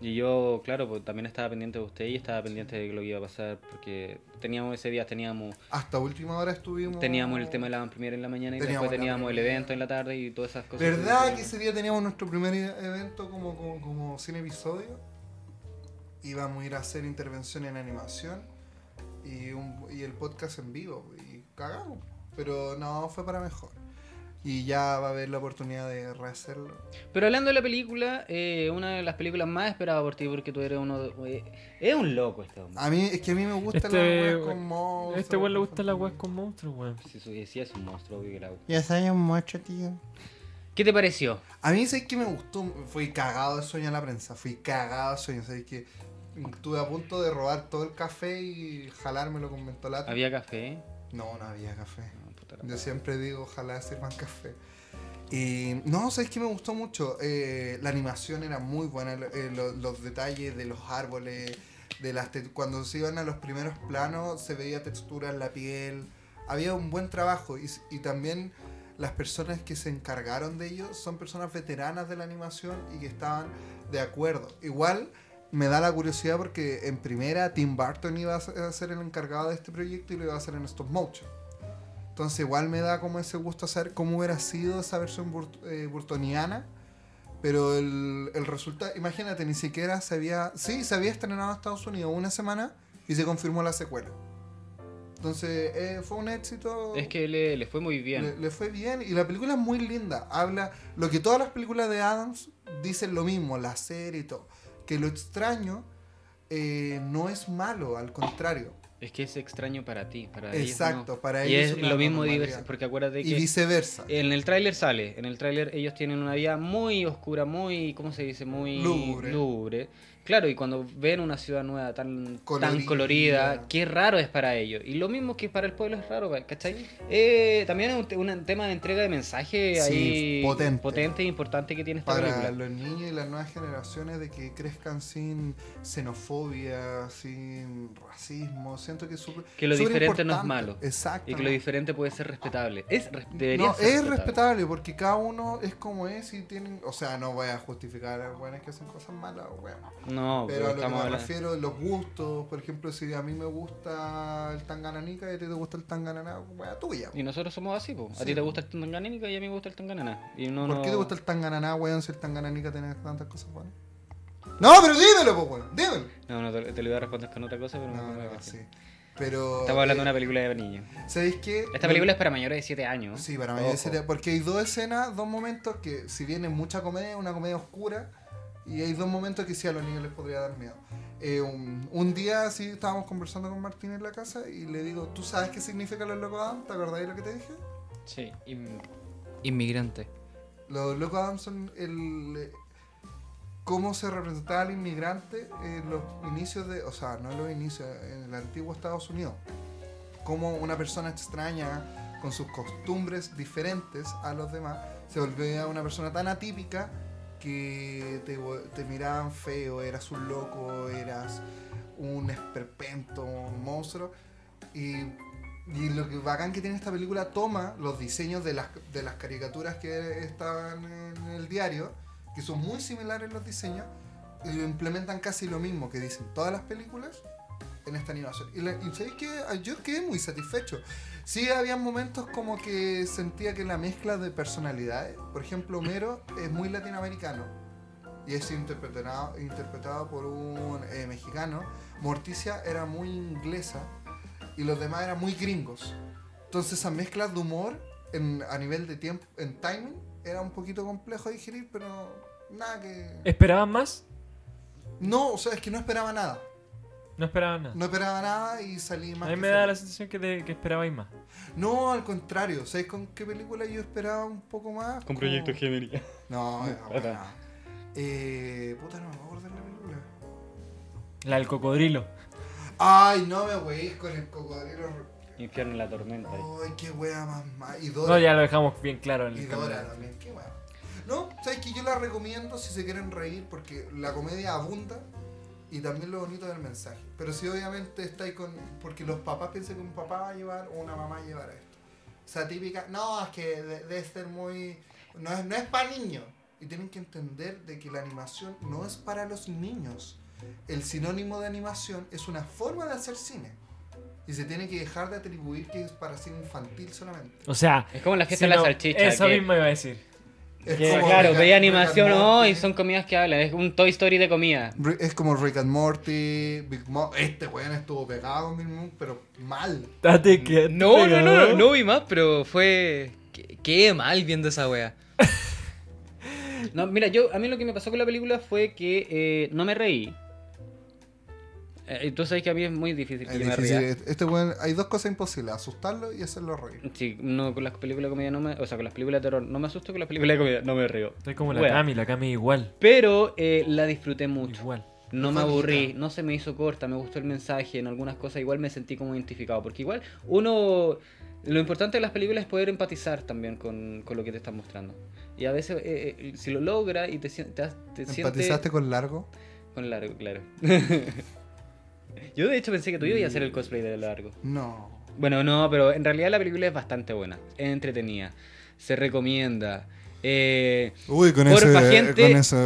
[SPEAKER 3] Y yo, claro, pues también estaba pendiente de usted y estaba pendiente de lo que iba a pasar porque teníamos ese día, teníamos
[SPEAKER 1] Hasta última hora estuvimos.
[SPEAKER 3] teníamos el tema de la primera en la mañana y
[SPEAKER 1] Teníamos
[SPEAKER 3] después
[SPEAKER 1] la
[SPEAKER 3] teníamos el
[SPEAKER 1] primera.
[SPEAKER 3] evento en la tarde y todas esas cosas.
[SPEAKER 1] ¿Verdad que ese día teníamos nuestro primer e- evento como, como, como sin episodio? Íbamos a ir a hacer intervención en animación y, un- y el podcast en vivo. Y cagamos. Pero no, fue para mejor. Y ya va a haber la oportunidad de rehacerlo.
[SPEAKER 16] Pero hablando de la película, eh, una de las películas más esperadas por ti porque tú eres uno de... eh, es un loco este hombre.
[SPEAKER 1] A mí, es que a mí me gusta
[SPEAKER 2] Este-
[SPEAKER 1] la con monstruos.
[SPEAKER 2] este weón le gusta la weas
[SPEAKER 1] web
[SPEAKER 2] con monstruos, weón.
[SPEAKER 16] Si su-
[SPEAKER 3] eh,
[SPEAKER 16] si es un monstruo, obvio que era-
[SPEAKER 1] Ya sabes, mucho, tío.
[SPEAKER 16] ¿Qué te pareció?
[SPEAKER 1] A mí, ¿sabes que me gustó? Fui cagado de sueño en la prensa. Fui cagado de sueño. ¿Sabes que Estuve a punto de robar todo el café y jalármelo con mentolato.
[SPEAKER 3] Había café.
[SPEAKER 1] No, no había café.
[SPEAKER 3] No, puta la-
[SPEAKER 1] Yo siempre digo, ojalá sirvan café. Y no, sabes que me gustó mucho. Eh, la animación era muy buena, lo- eh, lo- los detalles de los árboles, de las te- cuando se iban a los primeros planos se veía textura en la piel. Había un buen trabajo y, s- y también las personas que se encargaron de ello son personas veteranas de la animación y que estaban de acuerdo. Igual me da la curiosidad porque en primera Tim Burton iba a s- a ser el encargado de este proyecto y lo iba a hacer en stop motion. Entonces igual me da como ese gusto saber cómo hubiera sido esa versión burt- eh, burtoniana. Pero el, el resultado, imagínate, ni siquiera se había... Sí, se había estrenado en Estados Unidos una semana y se confirmó la secuela. Entonces eh, fue un éxito.
[SPEAKER 3] Es que le, le fue muy
[SPEAKER 1] Le,
[SPEAKER 3] bien.
[SPEAKER 1] le fue bien y la película es muy linda. Habla lo que todas las películas de Adams dicen lo mismo, la serie y todo. Que lo extraño eh, no es malo, al contrario.
[SPEAKER 3] Es que es extraño para ti, para ellos
[SPEAKER 1] Exacto, para
[SPEAKER 3] no. Y
[SPEAKER 1] ellos
[SPEAKER 3] es
[SPEAKER 1] una
[SPEAKER 3] lo mismo
[SPEAKER 1] normalidad.
[SPEAKER 3] diverso, porque acuérdate
[SPEAKER 1] Y
[SPEAKER 3] que
[SPEAKER 1] viceversa.
[SPEAKER 3] en el tráiler sale, en el tráiler ellos tienen una vida muy oscura, muy, ¿cómo se dice? Muy
[SPEAKER 1] Lúgubre.
[SPEAKER 3] lúgubre. Claro, y cuando ven una ciudad nueva tan colorida.
[SPEAKER 1] Colorida.
[SPEAKER 3] tan colorida, qué raro es para ellos. Y lo mismo que para el pueblo es raro, ¿cachai? Eh, también es un, te- un tema de entrega de mensaje
[SPEAKER 1] Sí,
[SPEAKER 3] ahí
[SPEAKER 1] potente.
[SPEAKER 3] e importante que tiene esta
[SPEAKER 1] para
[SPEAKER 3] película.
[SPEAKER 1] los niños y las nuevas generaciones de que crezcan sin xenofobia, sin racismo. Siento que es súper-
[SPEAKER 3] Que lo
[SPEAKER 1] súper
[SPEAKER 3] diferente no es
[SPEAKER 1] importante.
[SPEAKER 3] malo.
[SPEAKER 1] Exacto.
[SPEAKER 3] Y que lo diferente puede ser respetable. Es, res- debería
[SPEAKER 1] no,
[SPEAKER 3] ser
[SPEAKER 1] es respetable porque cada uno es como es y tienen. O sea, no voy a justificar a los weones que hacen cosas malas, weón.
[SPEAKER 3] No,
[SPEAKER 1] Pero a lo que
[SPEAKER 3] estamos
[SPEAKER 1] me
[SPEAKER 3] hablando.
[SPEAKER 1] refiero, los gustos. Por ejemplo, si a mí me gusta el tangananica y a ti te gusta el tangananá, wea tuya.
[SPEAKER 3] Y nosotros somos así, po. A
[SPEAKER 1] Sí,
[SPEAKER 3] ti te
[SPEAKER 1] po.
[SPEAKER 3] gusta el tanganánica y a mí me gusta el tanganana. Y no,
[SPEAKER 1] ¿Por
[SPEAKER 3] no-
[SPEAKER 1] qué te gusta el tangananá, weón, si el tangananica tiene tantas cosas buenas? No, pero dímelo, pues, weón, dímelo.
[SPEAKER 3] No, no, te, te lo iba a responder con otra cosa, pero
[SPEAKER 1] No,
[SPEAKER 3] me- me-
[SPEAKER 1] no,
[SPEAKER 3] me-
[SPEAKER 1] sí. Pero.
[SPEAKER 3] Estamos hablando de una película de niños.
[SPEAKER 1] ¿Sabéis qué?
[SPEAKER 3] Esta película es para mayores de 7 años.
[SPEAKER 1] Sí, para mí
[SPEAKER 3] Ojo.
[SPEAKER 1] sería- Porque hay dos escenas, dos momentos que, si bien es mucha comedia, es una comedia oscura. Y hay dos momentos que sí a los niños les podría dar miedo. Eh, un, un día sí estábamos conversando con Martín en la casa y le digo, ¿tú sabes qué significa los locos Adams? ¿Te acordáis lo que te dije?
[SPEAKER 13] Sí, in- inmigrante.
[SPEAKER 1] Los locos Adams son el... eh, cómo se representaba al inmigrante en los inicios de... O sea, no en los inicios, en el antiguo Estados Unidos. Cómo una persona extraña, con sus costumbres diferentes a los demás, se volvía una persona tan atípica que te, vo- te miraban feo, eras un loco, eras un esperpento, un monstruo. Y, y lo que bacán que tiene esta película toma los diseños de las, de las caricaturas que estaban en el diario, que son muy similares los diseños, y lo implementan casi lo mismo que dicen todas las películas en esta animación. Y, la- y sabéis que ah, yo quedé muy satisfecho. Sí, había momentos como que sentía que la mezcla de personalidades, por ejemplo, Homero es muy latinoamericano y es interpretado, interpretado por un eh, mexicano. Morticia era muy inglesa y los demás eran muy gringos. Entonces esa mezcla de humor en- a nivel de tiempo, en timing, era un poquito complejo de digerir, pero nada que...
[SPEAKER 9] ¿Esperaban más?
[SPEAKER 1] No, o sea, es que no esperaba nada.
[SPEAKER 9] No esperaban nada.
[SPEAKER 1] No esperaba nada y salí más...
[SPEAKER 9] A mí
[SPEAKER 1] que
[SPEAKER 9] me da
[SPEAKER 1] feliz.
[SPEAKER 9] la sensación que, te- que esperabais más.
[SPEAKER 1] No, al contrario. ¿Sabes con qué película yo esperaba un poco más?
[SPEAKER 7] Con
[SPEAKER 1] Como-
[SPEAKER 7] Proyecto Gemini.
[SPEAKER 1] No, esa
[SPEAKER 7] Puta.
[SPEAKER 1] weá. Eh, puta, no me acuerdo de la película.
[SPEAKER 9] La del cocodrilo.
[SPEAKER 1] Ay, no me weís con el cocodrilo.
[SPEAKER 3] Infierno en la tormenta.
[SPEAKER 1] Ay, qué wea más mal. Y Dora.
[SPEAKER 9] No, ya lo dejamos bien claro en
[SPEAKER 1] Y
[SPEAKER 9] el
[SPEAKER 1] Dora
[SPEAKER 9] canal.
[SPEAKER 1] también, qué wea. No, sabes que yo la recomiendo si se quieren reír porque la comedia abunda y también lo bonito del mensaje. Pero si obviamente estáis con. Porque los papás piensan que un papá va a llevar o una mamá va a llevar a esto. O sea, típica. No, es que de- debe ser muy. No es, no es para niños. Y tienen que entender de que la animación no es para los niños. El sinónimo de animación es una forma de hacer cine. Y se tiene que dejar de atribuir que es para cine infantil solamente.
[SPEAKER 9] O sea,
[SPEAKER 3] Es como la fiesta
[SPEAKER 9] si
[SPEAKER 3] de la
[SPEAKER 9] no,
[SPEAKER 3] salchicha.
[SPEAKER 9] Eso
[SPEAKER 3] que-
[SPEAKER 9] mismo iba a decir.
[SPEAKER 1] Es
[SPEAKER 3] que,
[SPEAKER 1] como
[SPEAKER 3] claro,
[SPEAKER 1] Rick and-
[SPEAKER 3] veía
[SPEAKER 1] Rick and
[SPEAKER 3] animación hoy,
[SPEAKER 1] Morty.
[SPEAKER 3] son comidas que hablan. Es un Toy Story de comida.
[SPEAKER 1] Ri- Es como Rick and Morty, Big Mom. Este weón estuvo pegado con Big Mom, pero mal.
[SPEAKER 9] Date que.
[SPEAKER 13] No, no, no, no, no vi más, pero fue. Qué, qué mal viendo esa wea.
[SPEAKER 3] No, mira, yo a mí lo que me pasó con la película fue que eh, no me reí. Eh, tú sabes que a mí es muy difícil que
[SPEAKER 1] Es
[SPEAKER 3] yo me
[SPEAKER 1] difícil.
[SPEAKER 3] ría.
[SPEAKER 1] Este weón, hay dos cosas imposibles: asustarlo y hacerlo reír.
[SPEAKER 3] Sí, no, con las películas de comedia no me... O sea, con las películas de terror no me asusto, con las películas de comedia no me río.
[SPEAKER 9] Estoy como la
[SPEAKER 3] Wea.
[SPEAKER 9] Cami, la Cami igual.
[SPEAKER 3] Pero eh, la disfruté mucho.
[SPEAKER 9] Igual.
[SPEAKER 3] No me
[SPEAKER 1] Bonita.
[SPEAKER 3] aburrí, no se me hizo corta, me gustó el mensaje, en algunas cosas igual me sentí como identificado, porque igual uno, lo importante de las películas es poder empatizar también con, con lo que te están mostrando. Y a veces eh, eh, si lo logra y te, sien- te, has- te sientes
[SPEAKER 1] ¿Empatizaste con largo?
[SPEAKER 3] con largo, claro. yo de hecho pensé que tú ibas a hacer el cosplay de largo.
[SPEAKER 1] No.
[SPEAKER 3] Bueno, no, pero en realidad la película es bastante buena, es entretenida, se recomienda. Eh,
[SPEAKER 1] Uy, con
[SPEAKER 3] Porfa,
[SPEAKER 1] ese,
[SPEAKER 3] gente-
[SPEAKER 1] con ese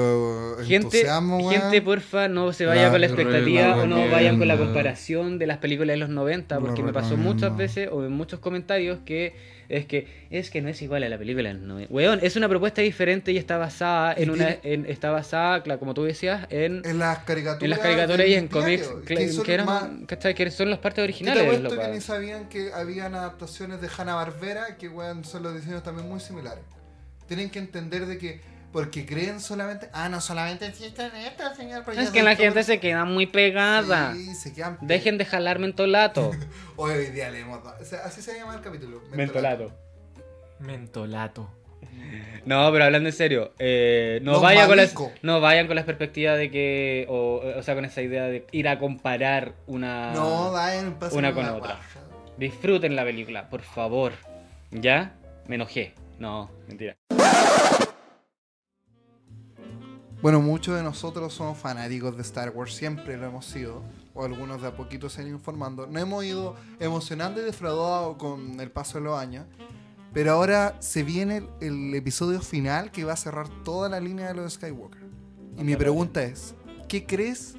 [SPEAKER 3] Gente,
[SPEAKER 1] entusiasmo, weón.
[SPEAKER 3] gente, porfa, no se vaya
[SPEAKER 1] La
[SPEAKER 3] con la expectativa o no
[SPEAKER 1] recomiendo.
[SPEAKER 3] vayan con la comparación de las películas de los 90,
[SPEAKER 1] La
[SPEAKER 3] porque me pasó
[SPEAKER 1] recomiendo.
[SPEAKER 3] muchas veces o en muchos comentarios que es que es que no es igual a la película de los 90. Weón, es una propuesta diferente y está basada en
[SPEAKER 1] Y
[SPEAKER 3] una
[SPEAKER 1] tiene-
[SPEAKER 3] en- está basada, claro, como tú decías, en,
[SPEAKER 1] En las caricaturas.
[SPEAKER 3] en las caricaturas y
[SPEAKER 1] del
[SPEAKER 3] en cómics
[SPEAKER 1] diario,
[SPEAKER 3] cla-
[SPEAKER 1] que son
[SPEAKER 3] que eran,
[SPEAKER 1] más-
[SPEAKER 3] ¿cachai? que son las partes
[SPEAKER 1] Que te
[SPEAKER 3] originales,
[SPEAKER 1] apuesto
[SPEAKER 3] loco. eh.
[SPEAKER 1] que ni sabían que habían adaptaciones de Hanna-Barbera que weón, son los diseños también muy similares. Tienen que entender de que porque creen solamente, ah, no solamente existen estas, señor, pero
[SPEAKER 3] Es
[SPEAKER 1] yo
[SPEAKER 3] que
[SPEAKER 1] soy
[SPEAKER 3] la
[SPEAKER 1] sobre-
[SPEAKER 3] gente se queda muy pegada.
[SPEAKER 1] Sí, se quedan
[SPEAKER 3] Dejen de jalar mentolato.
[SPEAKER 1] Hoy, hoy día le hemos dado- o sea, así se llama el capítulo.
[SPEAKER 3] mentolato.
[SPEAKER 9] Mentolato.
[SPEAKER 3] No, pero hablando en serio, eh, no,
[SPEAKER 1] Los
[SPEAKER 3] vaya con las,
[SPEAKER 1] malucos.
[SPEAKER 3] no vayan con la perspectiva de que, o, o sea, con esa idea de ir a comparar una...
[SPEAKER 1] No, Daen, pasa
[SPEAKER 3] Una
[SPEAKER 1] la
[SPEAKER 3] con otra.
[SPEAKER 1] guaja.
[SPEAKER 3] Disfruten la película, por favor. ¿Ya? Me enojé. No, mentira.
[SPEAKER 1] Bueno, muchos de nosotros somos fanáticos de Star Wars, siempre lo hemos sido, o algunos de a poquito se han ido informando. No hemos ido emocionando y defraudados con el paso de los años, pero ahora se viene el, el episodio final que va a cerrar toda la línea de los Skywalker. Y mi pregunta es, ¿qué crees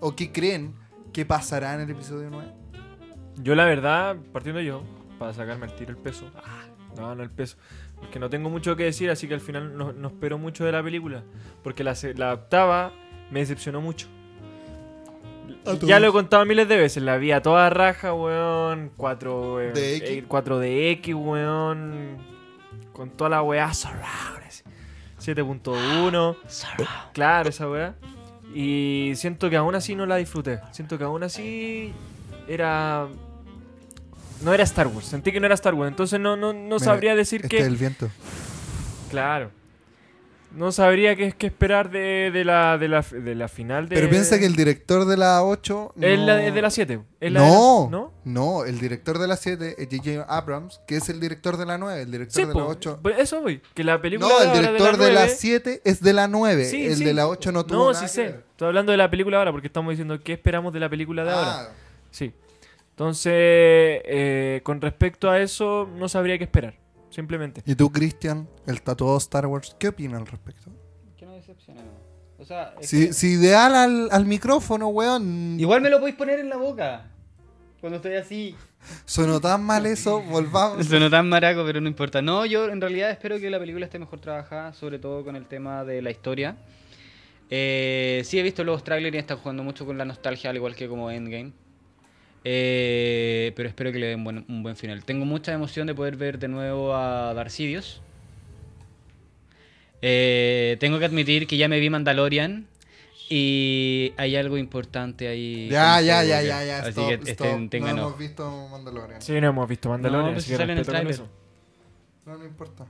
[SPEAKER 1] o qué creen que pasará en el episodio 9?
[SPEAKER 9] Yo la verdad, partiendo yo, para sacarme al tiro el peso. Ah, no, no el peso. Porque no tengo mucho que decir, así que al final no, no espero mucho de la película. Porque la, se- la octava me decepcionó mucho.
[SPEAKER 1] a todos.
[SPEAKER 2] Ya lo he contado miles de veces, la vía toda raja, weón. 4
[SPEAKER 1] DX.
[SPEAKER 9] eh,
[SPEAKER 2] de X, weón. Con toda la weá surround. así. 7.1. Claro, esa weá. Y siento que aún así no la disfruté. Siento que aún así era... No era Star Wars, sentí que no era Star Wars. Entonces no, no, no
[SPEAKER 1] Mira,
[SPEAKER 2] sabría decir
[SPEAKER 1] Este
[SPEAKER 2] que...
[SPEAKER 1] es el viento.
[SPEAKER 2] Claro. No sabría qué, qué esperar de, de la, de, la, de la final de...
[SPEAKER 1] Pero piensa que el director de la 8.
[SPEAKER 2] Es
[SPEAKER 1] no-
[SPEAKER 2] la de, de la 7. es la de
[SPEAKER 1] no,
[SPEAKER 2] la-
[SPEAKER 1] no, el director de la 7 es J.J. Abrams, que es el director de la 9, el director
[SPEAKER 2] Sí,
[SPEAKER 1] de la
[SPEAKER 2] po,
[SPEAKER 1] 8.
[SPEAKER 2] pero eso voy. Que la película
[SPEAKER 1] No,
[SPEAKER 2] de
[SPEAKER 1] el
[SPEAKER 2] ahora
[SPEAKER 1] director de
[SPEAKER 2] de
[SPEAKER 1] la
[SPEAKER 2] la
[SPEAKER 1] 7 es de la 9,
[SPEAKER 2] 9, sí,
[SPEAKER 1] el
[SPEAKER 2] sí.
[SPEAKER 1] de la 8 no tuvo
[SPEAKER 2] No,
[SPEAKER 1] nada
[SPEAKER 2] sí
[SPEAKER 1] que
[SPEAKER 2] sé.
[SPEAKER 1] ver.
[SPEAKER 2] Estoy hablando de la película ahora porque estamos diciendo qué esperamos de la película de ahora.
[SPEAKER 1] Ah,
[SPEAKER 2] Sí. Entonces, eh, con respecto a eso, no sabría qué esperar. Simplemente.
[SPEAKER 1] Y tú, Christian, el tatuado Star Wars, ¿qué opinas al respecto?
[SPEAKER 3] Que no decepciona, no. O sea, es
[SPEAKER 1] Si,
[SPEAKER 3] que-
[SPEAKER 1] si ideal al, al micrófono, weón.
[SPEAKER 3] igual me lo podéis poner en la boca. Cuando estoy así.
[SPEAKER 1] Sonó tan mal eso, volvamos.
[SPEAKER 3] Suena tan maraco, pero no importa. No, yo en realidad espero que la película esté mejor trabajada, sobre todo con el tema de la historia. Eh, sí he visto los trailers y están jugando mucho con la nostalgia, al igual que como Endgame. Eh, pero espero que le den buen- un buen final. Tengo mucha emoción de poder ver de nuevo a Darcidios. Eh, tengo que admitir que ya me vi Mandalorian y hay algo importante ahí.
[SPEAKER 1] Ya,
[SPEAKER 3] con
[SPEAKER 1] ya,
[SPEAKER 3] Skywalker.
[SPEAKER 1] ya, ya, ya.
[SPEAKER 3] Así
[SPEAKER 1] Stop,
[SPEAKER 3] que
[SPEAKER 1] stop.
[SPEAKER 3] estén-
[SPEAKER 1] No
[SPEAKER 3] tengan
[SPEAKER 1] hemos
[SPEAKER 3] ojo.
[SPEAKER 1] visto Mandalorian.
[SPEAKER 2] Sí, no hemos visto Mandalorian.
[SPEAKER 3] No, pues
[SPEAKER 2] así
[SPEAKER 3] si
[SPEAKER 2] que
[SPEAKER 3] sale en el
[SPEAKER 2] respeto con
[SPEAKER 3] tráiler.
[SPEAKER 2] eso.
[SPEAKER 1] No, no importa.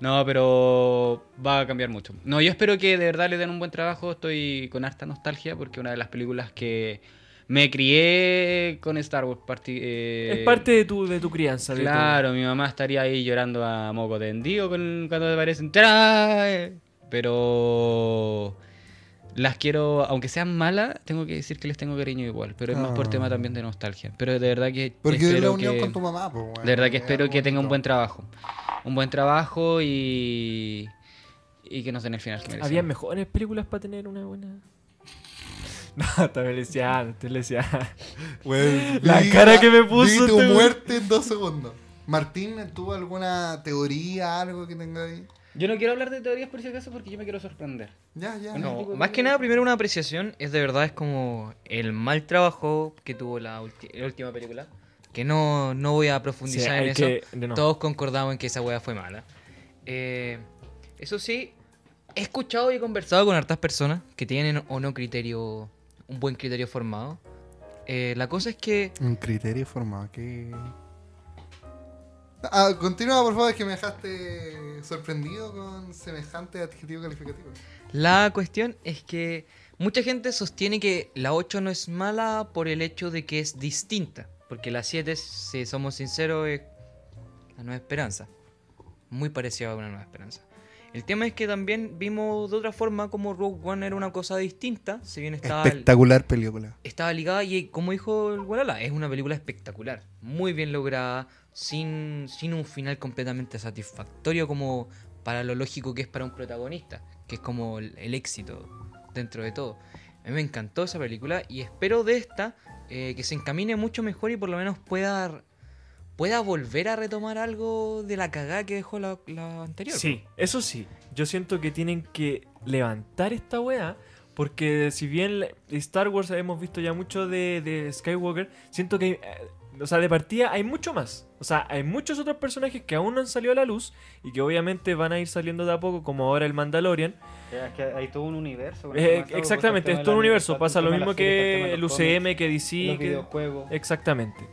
[SPEAKER 3] No, pero va a cambiar mucho. No, yo espero que de verdad le den un buen trabajo. Estoy con harta nostalgia porque una de las películas que me crié con Star Wars. parti- eh,
[SPEAKER 2] Es parte de tu, de tu crianza. de tu-
[SPEAKER 3] Claro, mi mamá estaría ahí llorando a moco tendido con, cuando aparecen. ¡Tarán! Pero las quiero, aunque sean malas, tengo que decir que les tengo cariño igual. Pero es más por
[SPEAKER 1] Ah.
[SPEAKER 3] tema también de nostalgia. Pero de verdad que.
[SPEAKER 1] Porque es la
[SPEAKER 3] espero
[SPEAKER 1] unión
[SPEAKER 3] que-
[SPEAKER 1] con tu mamá, pues, weón.
[SPEAKER 3] de verdad
[SPEAKER 1] Es
[SPEAKER 3] que espero
[SPEAKER 1] algo
[SPEAKER 3] que tenga un
[SPEAKER 1] bonito.
[SPEAKER 3] buen trabajo. Un buen trabajo y. Y que nos den el final que
[SPEAKER 2] Había
[SPEAKER 3] merecemos.
[SPEAKER 2] mejores películas para tener una buena. No, también le decía, te le decía.
[SPEAKER 1] Weón,
[SPEAKER 2] La
[SPEAKER 1] vi
[SPEAKER 2] cara que me puso,
[SPEAKER 1] Vi tu
[SPEAKER 2] te-
[SPEAKER 1] muerte en dos segundos. Martín, ¿tuvo alguna teoría, algo que tenga ahí?
[SPEAKER 3] Yo no quiero hablar de teorías por si acaso porque yo me quiero sorprender.
[SPEAKER 1] Ya, ya.
[SPEAKER 3] No.
[SPEAKER 4] No, más que nada, primero una apreciación es de verdad es como el mal trabajo que tuvo la, ulti- la última película. Que no, no voy a profundizar
[SPEAKER 2] Sí,
[SPEAKER 4] en
[SPEAKER 2] hay
[SPEAKER 4] eso.
[SPEAKER 2] que- no.
[SPEAKER 4] Todos concordamos en que esa wea fue mala. Eh, eso sí, he escuchado y he conversado con hartas personas que tienen o no criterio, un buen criterio formado. Eh, la cosa es que
[SPEAKER 1] Un criterio formado que. Ah, continúa, por favor, que me dejaste sorprendido con semejante adjetivo calificativo.
[SPEAKER 4] La cuestión es que mucha gente sostiene que la 8 no es mala por el hecho de que es distinta. Porque la 7, si somos sinceros, es la nueva esperanza. Muy parecida a una nueva esperanza. El tema es que también vimos de otra forma como Rogue One era una cosa distinta, si bien estaba,
[SPEAKER 1] Espectacular película.
[SPEAKER 4] estaba ligada y como dijo el Walala, es una película espectacular, muy bien lograda, sin, sin un final completamente satisfactorio como para lo lógico que es para un protagonista, que es como el, el éxito dentro de todo. A mí me encantó esa película y espero de esta eh, que se encamine mucho mejor y por lo menos pueda, pueda volver a retomar algo de la cagada que dejó la, la anterior.
[SPEAKER 2] Sí, eso sí. Yo siento que tienen que levantar esta weá. Porque si bien la- Star Wars hemos visto ya mucho de, de Skywalker, siento que... eh, o sea, de partida hay mucho más. O sea, hay muchos otros personajes que aún no han salido a la luz y que obviamente van a ir saliendo de a poco, como ahora el Mandalorian.
[SPEAKER 3] Es que hay todo un universo.
[SPEAKER 2] Eh, exactamente, es todo un universo. Pasa lo mismo que el UCM, que DC, que... eh,
[SPEAKER 3] videojuegos.
[SPEAKER 2] Exactamente.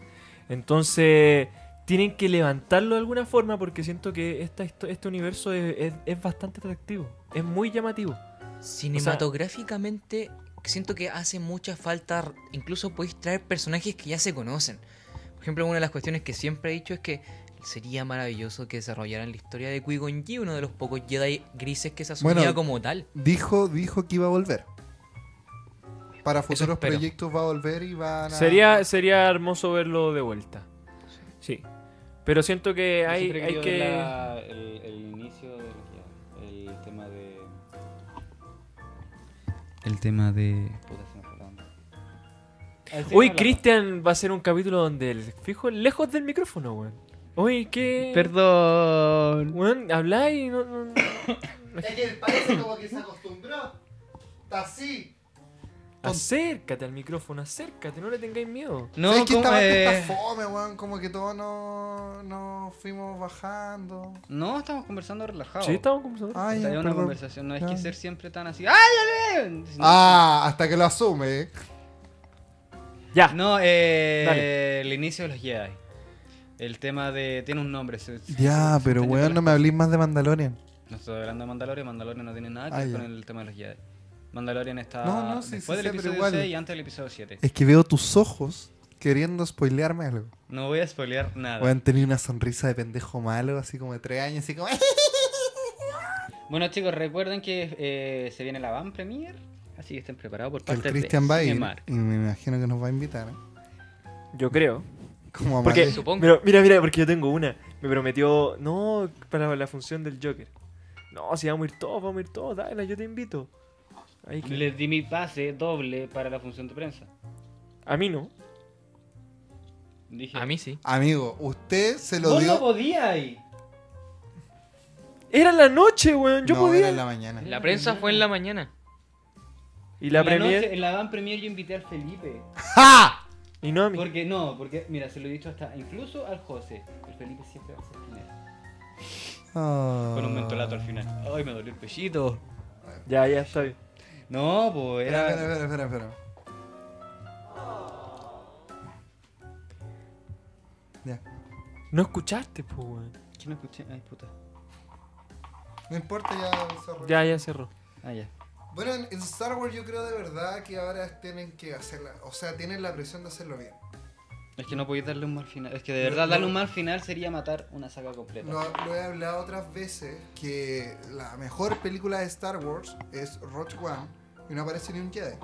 [SPEAKER 2] Entonces, tienen que levantarlo de alguna forma porque siento que esta, histo- este universo es, es- es bastante atractivo. Es muy llamativo.
[SPEAKER 4] Cinematográficamente siento que hace mucha falta, incluso podéis traer personajes que ya se conocen. Por ejemplo, una de las cuestiones que siempre he dicho es que sería maravilloso que desarrollaran la historia de Qui-Gon Jinn, uno de los pocos Jedi grises que se asumía
[SPEAKER 1] Bueno,
[SPEAKER 4] como tal.
[SPEAKER 1] Dijo, dijo que iba a volver. Para futuros
[SPEAKER 4] espero.
[SPEAKER 1] proyectos va a volver y van a.
[SPEAKER 2] Sería, sería hermoso verlo de vuelta. Sí. Pero siento que hay, hay que...
[SPEAKER 3] el, inicio del el tema de. El tema de.
[SPEAKER 2] Hoy Cristian va a ser un capítulo donde el fijo lejos del micrófono, weón. Hoy qué...
[SPEAKER 3] Perdón.
[SPEAKER 2] Weón, habla y no... no- no-
[SPEAKER 1] Es que parece como que se acostumbró. Está así.
[SPEAKER 2] Acércate al micrófono, acércate, no le tengáis miedo.
[SPEAKER 13] No,
[SPEAKER 1] ¿Sabes que
[SPEAKER 13] como,
[SPEAKER 1] esta
[SPEAKER 13] eh,
[SPEAKER 1] banda está fome, weón? Como que todos nos no fuimos bajando.
[SPEAKER 3] No, estamos conversando relajados.
[SPEAKER 2] Sí, estamos conversando.
[SPEAKER 1] Ay,
[SPEAKER 3] Esta es una
[SPEAKER 1] perdón.
[SPEAKER 3] conversación, no es
[SPEAKER 1] Ah.
[SPEAKER 3] que ser siempre tan así. ¡Ay, ay, ay! No,
[SPEAKER 1] Ah, hasta que lo asume. eh.
[SPEAKER 2] Ya.
[SPEAKER 1] Ah.
[SPEAKER 3] No, eh, el inicio de los Jedi. El tema de. Tiene un nombre. se- se-
[SPEAKER 1] Ya,
[SPEAKER 3] se-
[SPEAKER 1] pero
[SPEAKER 3] se-
[SPEAKER 1] weón, no me hablís más de Mandalorian.
[SPEAKER 3] No estoy hablando de Mandalorian, Mandalorian no tiene nada que
[SPEAKER 1] Ah,
[SPEAKER 3] ver
[SPEAKER 1] ya.
[SPEAKER 3] con el tema de los Jedi. Mandalorian está
[SPEAKER 1] No, no, sí,
[SPEAKER 3] después
[SPEAKER 1] sí sé,
[SPEAKER 3] del
[SPEAKER 1] pero
[SPEAKER 3] episodio
[SPEAKER 1] igual.
[SPEAKER 3] 6 y antes del episodio 7.
[SPEAKER 1] Es que veo tus ojos queriendo spoilearme algo.
[SPEAKER 3] No voy a spoilear nada. Bueno,
[SPEAKER 1] Weón, tenía una sonrisa de pendejo malo, así como de tres años, así como... "Eh,
[SPEAKER 3] chicos, recuerden que eh, se viene la Van Premier, así que estén preparados por
[SPEAKER 1] El
[SPEAKER 3] parte de
[SPEAKER 1] Christian Bale.
[SPEAKER 3] Cinemark.
[SPEAKER 1] Y me imagino que nos va a invitar. ¿eh?
[SPEAKER 2] Yo creo.
[SPEAKER 1] Como a
[SPEAKER 2] Porque,
[SPEAKER 1] Malek.
[SPEAKER 13] Supongo.
[SPEAKER 2] pero, mira, mira, porque yo tengo una. Me prometió, no, para la función del Joker. No, si vamos a ir todos, vamos a ir todos, dale, yo te invito. Ahí que-
[SPEAKER 3] Les di mi pase doble para la función de prensa.
[SPEAKER 2] A mí no.
[SPEAKER 3] Dije,
[SPEAKER 13] A mí sí.
[SPEAKER 1] Amigo, usted se lo
[SPEAKER 3] vos no
[SPEAKER 1] dio...
[SPEAKER 3] podías ir.
[SPEAKER 2] Era la noche, weón, yo
[SPEAKER 1] no,
[SPEAKER 2] podía.
[SPEAKER 1] era en la mañana.
[SPEAKER 13] La prensa fue en la mañana.
[SPEAKER 2] Y la, premier.
[SPEAKER 3] noche, en la Van Premier Ah, yo invité al Felipe.
[SPEAKER 1] ¡Ja!
[SPEAKER 2] Y no a mí.
[SPEAKER 3] Porque no, porque mira, se lo he dicho hasta incluso al José. El Felipe siempre va a ser primero.
[SPEAKER 1] Ah.
[SPEAKER 3] Ah. Con un mentolato al final. Ay, me dolió el pellito.
[SPEAKER 2] Ya, ya, está bien.
[SPEAKER 3] No, pues
[SPEAKER 1] Espera,
[SPEAKER 3] era.
[SPEAKER 1] espera, espera, espera, espera. Ya.
[SPEAKER 2] No escuchaste, pues, weón.
[SPEAKER 3] ¿Qué no escuché? Ay, puta.
[SPEAKER 1] No importa, ya... se arregló.
[SPEAKER 2] Ya, ya cerró.
[SPEAKER 3] Ah, ya.
[SPEAKER 1] Bueno, en, en Star Wars yo creo de verdad que ahora tienen que hacerla... O sea, tienen la presión de hacerlo bien.
[SPEAKER 3] Es que no podéis darle un mal final. Es que de verdad, darle un mal final sería matar una saga completa.
[SPEAKER 1] Lo, lo he hablado otras veces que la mejor película de Star Wars es Rogue One y no aparece ni un Jedi.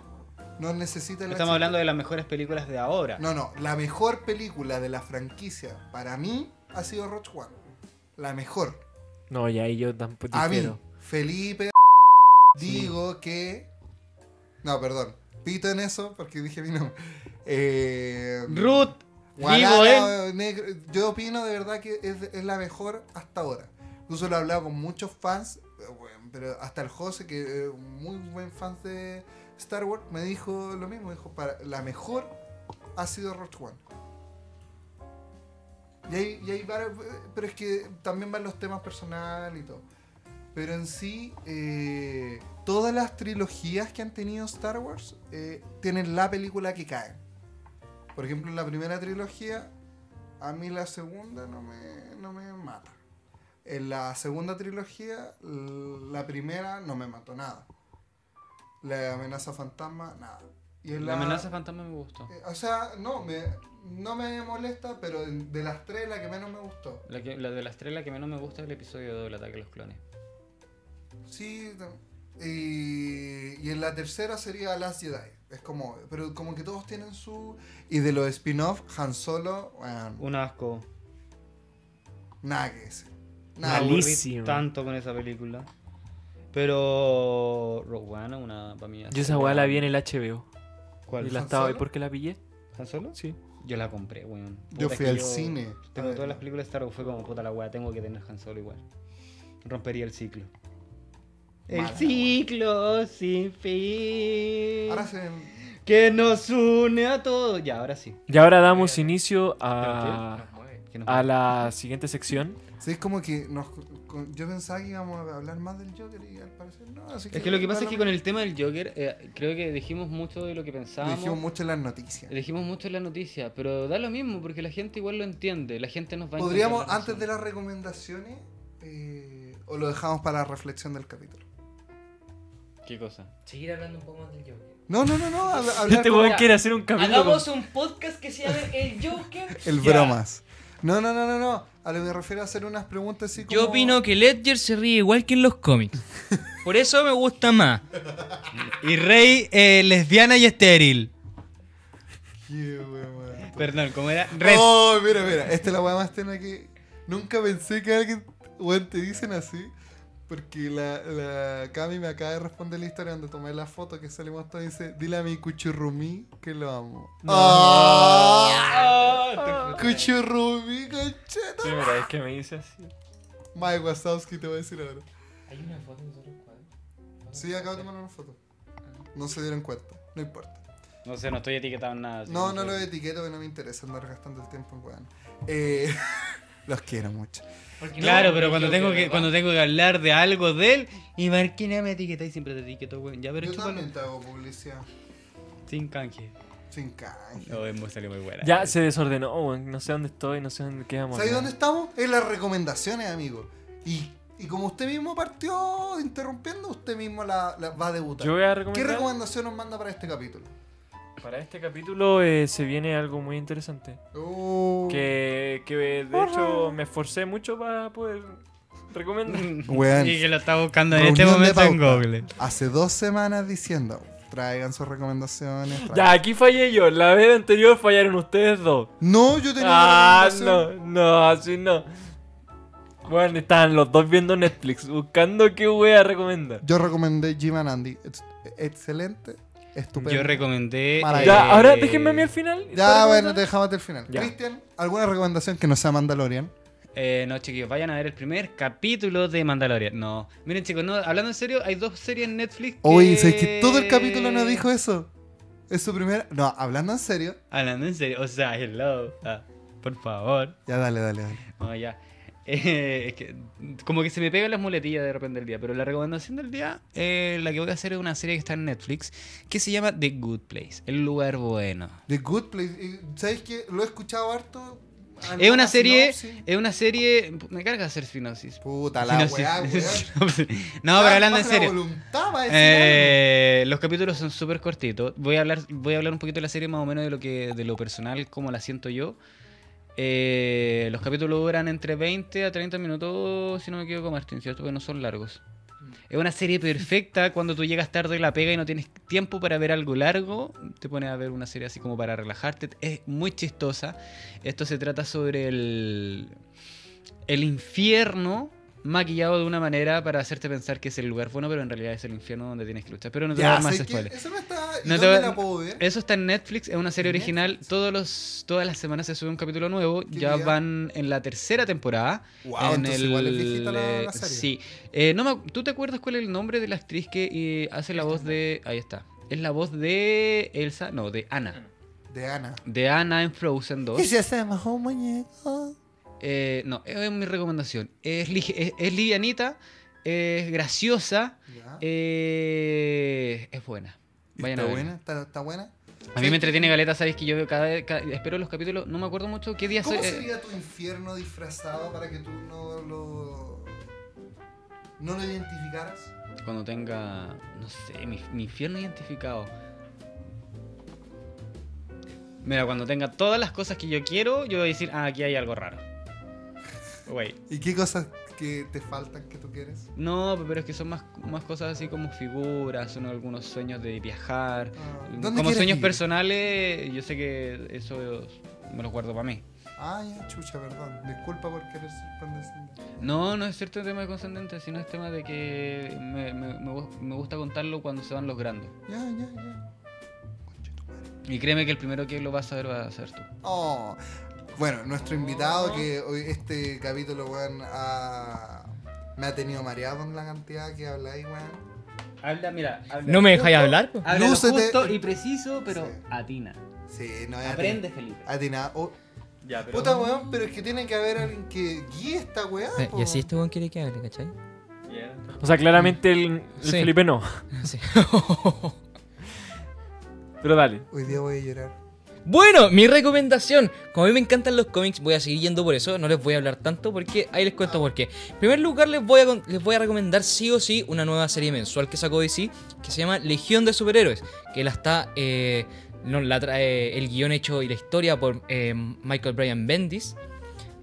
[SPEAKER 1] No necesita la
[SPEAKER 3] Estamos hablando de las mejores películas de ahora.
[SPEAKER 1] No, no, la mejor película de la franquicia para mí ha sido Rogue One. La mejor.
[SPEAKER 2] No, ya, y yo tampoco.
[SPEAKER 1] A mí,
[SPEAKER 2] difiero.
[SPEAKER 1] Felipe, digo que. No, perdón. Pito en eso porque dije mi nombre. Eh,
[SPEAKER 3] Ruth, digo, eh.
[SPEAKER 1] Gualala, negro. Yo opino de verdad que es, es la mejor hasta ahora. Incluso lo he hablado con muchos fans, eh, bueno, pero hasta el José, que es un muy buen fan de Star Wars, me dijo lo mismo. Dijo, para, la mejor ha sido Rogue One. Y hay, y hay varios- pero es que también van los temas personales y todo. Pero en sí, eh, todas las trilogías que han tenido Star Wars eh, tienen la película que cae. Por ejemplo, en la primera trilogía, a mí la segunda no me, no me mata. En la segunda trilogía, l- la primera no me mató nada. La amenaza fantasma, nada. Y en
[SPEAKER 3] La amenaza fantasma me gustó.
[SPEAKER 1] eh, O sea, no me, no me molesta, pero de- de las tres la que menos me gustó.
[SPEAKER 3] La, que- la de la estrella que menos me gusta es el episodio 2, el ataque a los clones.
[SPEAKER 1] Sí, tam- y, y en la tercera sería Last Jedi. Es como, pero como que todos tienen su... Y de los spin-off, Han Solo, bueno,
[SPEAKER 3] Un asco.
[SPEAKER 1] nada que decir.
[SPEAKER 3] Me
[SPEAKER 1] Nada,
[SPEAKER 3] aburrí
[SPEAKER 2] Malísimo.
[SPEAKER 3] tanto con esa película. Pero Rogue One, es una para mí.
[SPEAKER 2] Yo esa weá la vi en el HBO.
[SPEAKER 3] ¿Cuál?
[SPEAKER 2] Y la
[SPEAKER 1] ¿Han
[SPEAKER 2] estaba. ¿Y
[SPEAKER 1] Solo?
[SPEAKER 2] por qué la pillé?
[SPEAKER 3] ¿Tan solo?
[SPEAKER 2] Sí.
[SPEAKER 3] Yo la compré, weón.
[SPEAKER 1] Yo
[SPEAKER 3] Puta,
[SPEAKER 1] fui
[SPEAKER 3] es
[SPEAKER 1] al
[SPEAKER 3] que
[SPEAKER 1] cine. A
[SPEAKER 3] Tengo
[SPEAKER 1] ver.
[SPEAKER 3] todas las películas de Star Wars, fue como puta la weá, tengo que tener Han Solo igual. Rompería el ciclo.
[SPEAKER 1] Mala
[SPEAKER 3] el
[SPEAKER 1] weá.
[SPEAKER 3] ciclo sin fin.
[SPEAKER 1] Ahora se...
[SPEAKER 3] Que nos une a todos. Ya, ahora sí.
[SPEAKER 2] Y ahora damos inicio a.
[SPEAKER 3] Que nos-
[SPEAKER 2] A la siguiente sección.
[SPEAKER 1] Sí, es como que nos, con- yo pensaba que íbamos a hablar más del Joker y al parecer no. Así
[SPEAKER 3] Es que lo que pasa es que con
[SPEAKER 1] hablamos-
[SPEAKER 3] el tema del Joker, eh, creo que dijimos mucho de lo que pensábamos.
[SPEAKER 1] Dijimos mucho en las noticias.
[SPEAKER 3] Elegimos mucho en la noticia, pero da lo mismo porque la gente igual lo entiende. La gente nos va a
[SPEAKER 1] Podríamos,
[SPEAKER 3] encontrar la
[SPEAKER 1] antes de
[SPEAKER 3] razón.
[SPEAKER 1] las recomendaciones, eh, o lo dejamos para la reflexión del capítulo.
[SPEAKER 3] ¿Qué cosa?
[SPEAKER 13] Seguir hablando un poco más del Joker.
[SPEAKER 1] No, no, no, no. habla- hablar
[SPEAKER 2] Este
[SPEAKER 1] como-
[SPEAKER 2] weón quiere hacer un capítulo. con-
[SPEAKER 13] Hagamos un podcast que se llame El Joker.
[SPEAKER 1] El
[SPEAKER 13] Ya.
[SPEAKER 1] bromas. No, no, no, no, no. A lo que me refiero a hacer unas preguntas así como.
[SPEAKER 13] Yo opino que Ledger se ríe igual que en los cómics. Por eso me gusta más. Y Rey, eh, lesbiana y estéril.
[SPEAKER 1] Qué weón.
[SPEAKER 3] Perdón, ¿cómo era? Red.
[SPEAKER 1] Oh, mira, mira. Esta es la weá más tena que. Nunca pensé que alguien. Weón, te dicen así. Porque la, la Cami me acaba de responder la historia donde tomé la foto que salimos todos y dice: Dile a mi cuchurrumí que lo amo. Ah. cuchurrumí,
[SPEAKER 2] Sí,
[SPEAKER 1] concheta.
[SPEAKER 2] mira, es que me dice así.
[SPEAKER 1] Mike Wazowski te voy a decir ahora.
[SPEAKER 13] Hay una foto de nosotros cuadros.
[SPEAKER 1] Sí, acabo de tomar una foto. No se dieron cuenta. No importa.
[SPEAKER 3] No sé, no estoy etiquetado en nada. así
[SPEAKER 1] No,
[SPEAKER 3] que-
[SPEAKER 1] no los etiqueto que no me interesa andar gastando el tiempo en weón. Eh, los quiero mucho.
[SPEAKER 3] Claro, pero cuando tengo, que, cuando tengo que hablar de algo de él, y Marquina me etiqueta y siempre te etiqueto, weón. Ya, pero
[SPEAKER 1] Yo
[SPEAKER 3] chúpalo.
[SPEAKER 1] también te hago publicidad.
[SPEAKER 3] Sin canje.
[SPEAKER 1] Sin canje.
[SPEAKER 3] No, hemos salido muy buena.
[SPEAKER 2] Ya se desordenó, weón. No sé dónde estoy, no sé dónde qué vamos. a
[SPEAKER 1] ¿Sabéis
[SPEAKER 2] hablar.
[SPEAKER 1] dónde estamos? En las recomendaciones, amigo. Y, y como usted mismo partió interrumpiendo, usted mismo la, la va a debutar.
[SPEAKER 2] Yo voy a
[SPEAKER 1] ¿Qué
[SPEAKER 2] recomendar.
[SPEAKER 1] recomendación nos manda para este capítulo?
[SPEAKER 2] Para este capítulo eh, se viene algo muy interesante.
[SPEAKER 1] Uh,
[SPEAKER 2] Que, que de hecho me esforcé mucho para poder recomendar.
[SPEAKER 1] weón,
[SPEAKER 3] Y que lo está buscando en
[SPEAKER 1] Reunión
[SPEAKER 3] este
[SPEAKER 1] de
[SPEAKER 3] momento en
[SPEAKER 1] pauta.
[SPEAKER 3] Google.
[SPEAKER 1] Hace dos semanas diciendo, traigan sus recomendaciones. traigan".
[SPEAKER 2] Ya, aquí fallé yo. La vez anterior fallaron ustedes dos.
[SPEAKER 1] No, yo tenía una
[SPEAKER 2] Ah,
[SPEAKER 1] recomendación.
[SPEAKER 2] no, no, así no. Bueno, estaban los dos viendo Netflix, buscando qué voy a recomendar.
[SPEAKER 1] Yo recomendé Jim and Andy. Ex- excelente, estupendo.
[SPEAKER 3] Yo recomendé.
[SPEAKER 1] Maravilloso.
[SPEAKER 2] Ya,
[SPEAKER 3] eh,
[SPEAKER 2] ahora déjenme a mí al final.
[SPEAKER 1] Ya,
[SPEAKER 2] para
[SPEAKER 1] bueno, te
[SPEAKER 2] recomendar.
[SPEAKER 1] dejamos hasta el final.
[SPEAKER 2] Ya.
[SPEAKER 1] Cristian, ¿alguna recomendación que no sea Mandalorian?
[SPEAKER 3] Eh, no, chiquillos, vayan a ver el primer capítulo de Mandalorian. No. Miren, chicos, no, hablando en serio, hay dos series en Netflix. Que...
[SPEAKER 1] Oye, ¿sabes que todo el capítulo nos dijo eso? Es su primera. No, hablando en serio.
[SPEAKER 3] Hablando en serio, o sea, hello. Ah, por favor.
[SPEAKER 1] Ya, dale, dale, dale.
[SPEAKER 3] No, ya. Eh, es que, como que se me pegan las muletillas de repente del día. Pero la recomendación del día, eh, la que voy a hacer es una serie que está en Netflix que se llama The Good Place, El Lugar Bueno.
[SPEAKER 1] The Good Place. eh, ¿Sabes qué? Lo he escuchado harto.
[SPEAKER 3] Es una serie.
[SPEAKER 1] Ah, sinopsis.
[SPEAKER 3] Es una serie. Me carga hacer sinopsis.
[SPEAKER 1] Puta la
[SPEAKER 3] Sinopsis.
[SPEAKER 1] weá, weón.
[SPEAKER 3] Sinopsis. no, pero hablando en
[SPEAKER 1] Baja la
[SPEAKER 3] serio.
[SPEAKER 1] voluntad para decir
[SPEAKER 3] Eh, los capítulos son súper cortitos. Voy a hablar, voy a hablar un poquito de la serie más o menos de lo que, de lo personal, como la siento yo. Eh, los capítulos duran entre 20 a 30 minutos, si no me equivoco, Martín, ¿cierto? Porque no son largos. Es una serie perfecta cuando tú llegas tarde y la pega y no tienes tiempo para ver algo largo. Te pones a ver una serie así como para relajarte. Es muy chistosa. Esto se trata sobre el, el infierno maquillado de una manera para hacerte pensar que es el lugar bueno, pero en realidad es el infierno donde tienes que luchar. Pero no
[SPEAKER 1] algo.
[SPEAKER 3] te voy a
[SPEAKER 1] Ya,
[SPEAKER 3] dar más
[SPEAKER 1] ¿sabes qué?
[SPEAKER 3] spoilers.
[SPEAKER 1] Eso no está. ¿Y
[SPEAKER 3] No te
[SPEAKER 1] dónde
[SPEAKER 3] voy a-
[SPEAKER 1] la puedo ver?
[SPEAKER 3] Eso está en Netflix, es una serie
[SPEAKER 1] ¿En
[SPEAKER 3] original.
[SPEAKER 1] Netflix?
[SPEAKER 3] Todos los, todas las semanas se sube un capítulo nuevo.
[SPEAKER 1] Qué
[SPEAKER 3] Ya
[SPEAKER 1] bien.
[SPEAKER 3] van en la tercera temporada.
[SPEAKER 1] Wow,
[SPEAKER 3] en
[SPEAKER 1] entonces igual es viejita la,
[SPEAKER 3] eh,
[SPEAKER 1] la serie.
[SPEAKER 3] Sí. Eh, no me ac- ¿Tú te acuerdas cuál es el nombre de la actriz que eh, hace la voz de. Ahí está. Es la voz de Elsa. No, de Ana.
[SPEAKER 1] De Ana.
[SPEAKER 3] De Ana en Frozen 2.
[SPEAKER 1] hacemos un muñeco?
[SPEAKER 3] Eh, no, es mi recomendación. Es, lige- es, es livianita, es graciosa,
[SPEAKER 1] Ya.
[SPEAKER 3] eh, es buena.
[SPEAKER 1] ¿Y
[SPEAKER 3] Vayan
[SPEAKER 1] ¿Está
[SPEAKER 3] a verla.
[SPEAKER 1] buena? ¿Está, está buena?
[SPEAKER 3] A mí me entretiene Galeta, sabes que yo veo cada vez, cada- espero los capítulos, no me acuerdo mucho qué día soy.
[SPEAKER 1] ¿Cómo
[SPEAKER 3] eh,
[SPEAKER 1] sería tu infierno disfrazado para que tú no lo. no lo identificaras?
[SPEAKER 3] cuando tenga, no sé, mi, mi infierno identificado. Mira, cuando tenga todas las cosas que yo quiero, yo voy a decir, ah, aquí hay algo raro. Wait.
[SPEAKER 1] ¿Y qué cosas que te faltan que tú quieres?
[SPEAKER 3] No, pero es que son más, más cosas así como figuras, son algunos sueños de viajar.
[SPEAKER 1] Ah,
[SPEAKER 3] Como
[SPEAKER 1] quieres
[SPEAKER 3] sueños
[SPEAKER 1] vivir?
[SPEAKER 3] personales, yo sé que eso me los guardo para mí.
[SPEAKER 1] Ah, ya, chucha, perdón. Disculpa por querer ser condescendente.
[SPEAKER 3] No, no es cierto el tema de condescendente, sino es tema de que me, me- me gu- me gusta contarlo cuando se van los grandes.
[SPEAKER 1] Ya, ya, ya. Conche tu madre.
[SPEAKER 3] Y créeme que el primero que lo vas a saber va a ser tú.
[SPEAKER 1] Oh. Bueno, nuestro invitado que hoy este capítulo, weón, ha- me ha tenido mareado con la cantidad que habláis, weón.
[SPEAKER 3] Habla, mira.
[SPEAKER 17] ¿No me dejáis hablar? po?
[SPEAKER 3] Habla lo
[SPEAKER 1] Lúcete.
[SPEAKER 3] justo y preciso, pero
[SPEAKER 1] Sí.
[SPEAKER 3] atina.
[SPEAKER 1] Sí, no es
[SPEAKER 3] Aprende, Felipe.
[SPEAKER 1] Atinado. Oh, Puta, weón, pero es que tiene que haber alguien que guíe esta weá. po.
[SPEAKER 4] Y así este weón quiere que hable, ¿cachai?
[SPEAKER 2] O sea, claramente el, el
[SPEAKER 18] Sí.
[SPEAKER 2] Felipe no.
[SPEAKER 18] Sí.
[SPEAKER 2] Pero dale.
[SPEAKER 1] Hoy día voy a llorar.
[SPEAKER 4] Bueno, mi recomendación. Como a mí me encantan los cómics, voy a seguir yendo por eso. No les voy a hablar tanto porque ahí les cuento por qué. En primer lugar, les voy, a, con- les voy a recomendar sí o sí una nueva serie mensual que sacó DC que se llama Legión de Superhéroes. Que la está. eh, no, la trae el guión hecho y la historia por eh, Michael Bryan Bendis.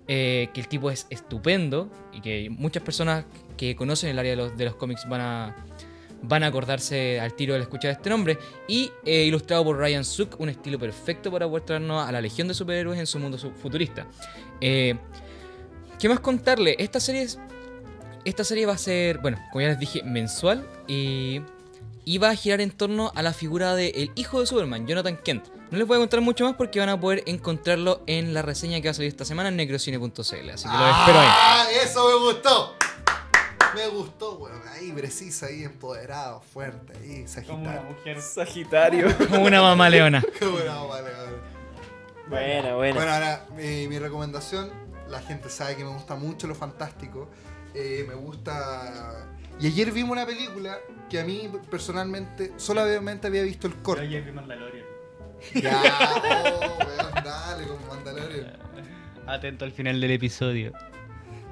[SPEAKER 4] eh, que el tipo es estupendo y que muchas personas que conocen el área de los, de los cómics van a, van a acordarse al tiro al escuchar este nombre. Y eh, ilustrado por Ryan Suk, un estilo perfecto para mostrarnos a la legión de superhéroes en su mundo su- futurista. Eh, ¿Qué más contarle? Esta serie es- Esta serie va a ser, bueno, como ya les dije, mensual y. Y va a girar en torno a la figura del hijo de Superman, Jonathan Kent. No les voy a contar mucho más porque van a poder encontrarlo en la
[SPEAKER 13] Ah.
[SPEAKER 4] reseña que va a salir esta semana en necrocine.cl. Así que lo espero ahí.
[SPEAKER 1] ¡Ah! ¡Eso me gustó! Me gustó, weón. Ahí precisa, ahí empoderado, fuerte, ahí, sagitario.
[SPEAKER 7] mujer.
[SPEAKER 2] Sagitario.
[SPEAKER 13] Como una mamá leona.
[SPEAKER 1] Qué bueno, vale, vale.
[SPEAKER 2] Bueno,
[SPEAKER 1] Bueno, ahora eh, mi recomendación, la gente sabe que me gusta mucho lo fantástico, eh, me gusta... Y ayer vimos una película que a mí personalmente solamente había visto el corte.
[SPEAKER 7] Oye, vi Mandalorian.
[SPEAKER 1] Ya, oh, weón, dale con Mandalorian.
[SPEAKER 7] Atento al final del episodio.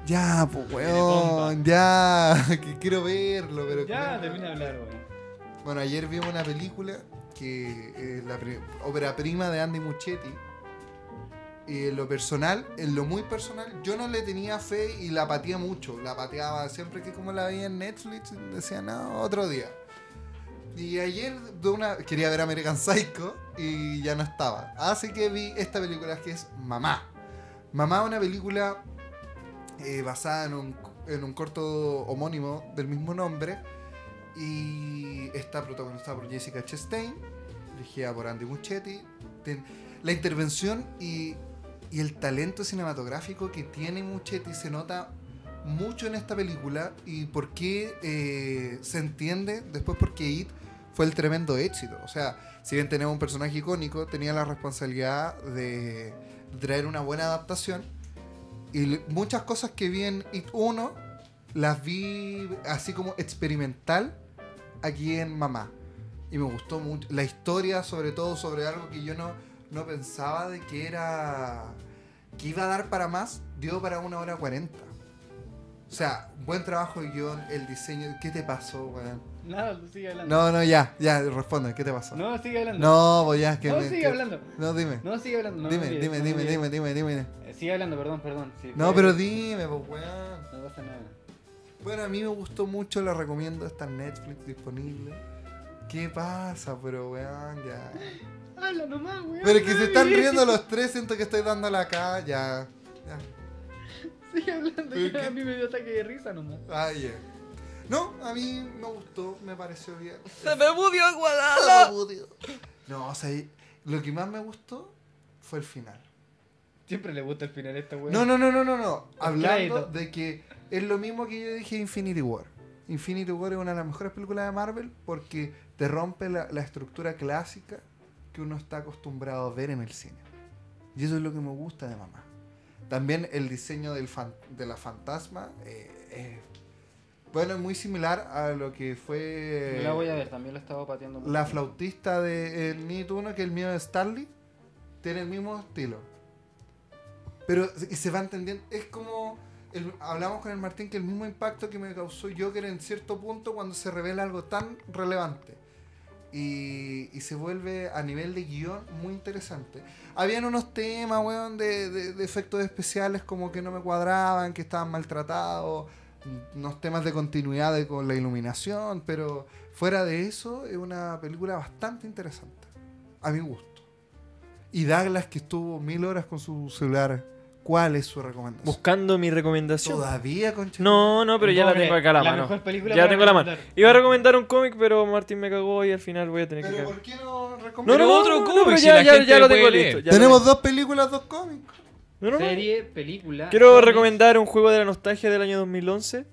[SPEAKER 1] Ya, pues weón, ya, que quiero verlo, pero...
[SPEAKER 7] Ya,
[SPEAKER 1] claro.
[SPEAKER 7] termina de hablar, weón.
[SPEAKER 1] Bueno, ayer vimos una película que es la pri- ópera prima de Andy Muchetti. Y en lo personal, en lo muy personal, yo no le tenía fe y la patía mucho. La pateaba siempre que como la veía en Netflix, decía, no, otro día. Y ayer de una, quería ver American Psycho y ya no estaba. Así que vi esta película que es Mamá. Mamá, una película eh, basada en un, en un corto homónimo del mismo nombre. Y está protagonizada por Jessica Chastain, dirigida por Andy Muschietti. Ten- la intervención y, y el talento cinematográfico que tiene Muschietti se nota mucho en esta película y por qué eh, se entiende después porque It fue el tremendo éxito. O sea, si bien tenemos un personaje icónico, tenía la responsabilidad de traer una buena adaptación. Y l- muchas cosas que vi en It 1 las vi así como experimental aquí en Mamá. Y me gustó mucho. La historia, sobre todo, sobre algo que yo no, no pensaba de que era. que iba a dar para más, dio para una hora cuarenta. O sea, buen trabajo de guión, el diseño. ¿Qué te pasó, weón?
[SPEAKER 7] Nada, tú sigue hablando.
[SPEAKER 1] No, no, ya, ya, responde, ¿qué te pasó? No,
[SPEAKER 7] No, sigue hablando.
[SPEAKER 1] pues ya, que.
[SPEAKER 7] No,
[SPEAKER 1] me-
[SPEAKER 7] sigue
[SPEAKER 1] que-
[SPEAKER 7] hablando.
[SPEAKER 1] No, dime.
[SPEAKER 7] No, sigue hablando. No,
[SPEAKER 1] dime,
[SPEAKER 7] no,
[SPEAKER 1] dime,
[SPEAKER 7] no,
[SPEAKER 1] dime,
[SPEAKER 7] no,
[SPEAKER 1] dime, dime, dime.
[SPEAKER 7] Eh, Sigue hablando, perdón, perdón. sí,
[SPEAKER 1] No,
[SPEAKER 7] fue-
[SPEAKER 1] pero dime, pues, weón.
[SPEAKER 7] No pasa nada.
[SPEAKER 1] Bueno, a mí me gustó mucho, la recomiendo, está en Netflix disponible. ¿Qué pasa, pero weón? Ya.
[SPEAKER 7] Habla nomás, weón.
[SPEAKER 1] Pero que se están riendo los tres, siento que estoy dándola acá, ya. ya.
[SPEAKER 7] Sigue hablando.
[SPEAKER 1] ¿Pero
[SPEAKER 7] ya,
[SPEAKER 1] qué?
[SPEAKER 7] A mí me dio ataque de risa nomás.
[SPEAKER 1] Ah, ya. No, a mí me gustó, me pareció bien.
[SPEAKER 13] Se me murió
[SPEAKER 1] Ah, puto. No, o sea, y- lo que más me gustó fue el final.
[SPEAKER 7] Siempre le gusta el final a esta weón.
[SPEAKER 1] No, no, no, no, no, no. Hablando
[SPEAKER 7] crédito.
[SPEAKER 1] de que es lo mismo que yo dije de Infinity War. Infinity War es una de las mejores películas de Marvel porque te rompe la, la estructura clásica que uno está acostumbrado a ver en el cine. Y eso es lo que me gusta de mamá. También el diseño del fan- de la fantasma eh, es- bueno, es muy similar a lo que fue
[SPEAKER 7] Yo la voy a ver, también la estaba pateando.
[SPEAKER 1] la flautista de el Need 1, que es el mío de Stanley, tiene el mismo estilo. Pero y se va entendiendo. Es como. el- hablamos con el Martín que el mismo impacto que me causó Joker en cierto punto cuando se revela algo tan relevante. Y, y se vuelve a nivel de guión muy interesante. Habían unos temas, weón, de, de- de efectos especiales como que no me cuadraban, que estaban maltratados, unos temas de continuidad de- con la iluminación, pero Fuera de eso, es una película bastante interesante, a mi gusto. Y Douglas, que estuvo mil horas con su celular, ¿cuál es su recomendación?
[SPEAKER 2] Buscando mi recomendación.
[SPEAKER 1] Todavía, concha.
[SPEAKER 2] No, no, pero ya la
[SPEAKER 7] Pobre,
[SPEAKER 2] tengo acá a la,
[SPEAKER 7] la
[SPEAKER 2] mano.
[SPEAKER 7] mejor película
[SPEAKER 2] ya
[SPEAKER 7] para
[SPEAKER 2] tengo la mano.
[SPEAKER 7] recomendar.
[SPEAKER 2] Iba a recomendar un cómic, pero Martín me cagó y al final voy a tener que
[SPEAKER 1] ¿Pero
[SPEAKER 2] cagar.
[SPEAKER 1] por qué no
[SPEAKER 2] No,
[SPEAKER 1] recomiendas?
[SPEAKER 2] no,
[SPEAKER 13] Pero
[SPEAKER 2] no,
[SPEAKER 13] otro
[SPEAKER 2] no,
[SPEAKER 13] cómic,
[SPEAKER 2] pero
[SPEAKER 13] si
[SPEAKER 2] ya,
[SPEAKER 13] la
[SPEAKER 2] ya,
[SPEAKER 13] gente
[SPEAKER 2] ya lo
[SPEAKER 13] puede
[SPEAKER 2] tengo
[SPEAKER 13] leer.
[SPEAKER 2] listo. ya lo
[SPEAKER 1] Tenemos
[SPEAKER 2] tengo.
[SPEAKER 1] dos películas, dos cómics.
[SPEAKER 2] No, no, no.
[SPEAKER 7] Serie, película.
[SPEAKER 2] Quiero
[SPEAKER 7] cómics.
[SPEAKER 2] recomendar un juego de la nostalgia del año 2011,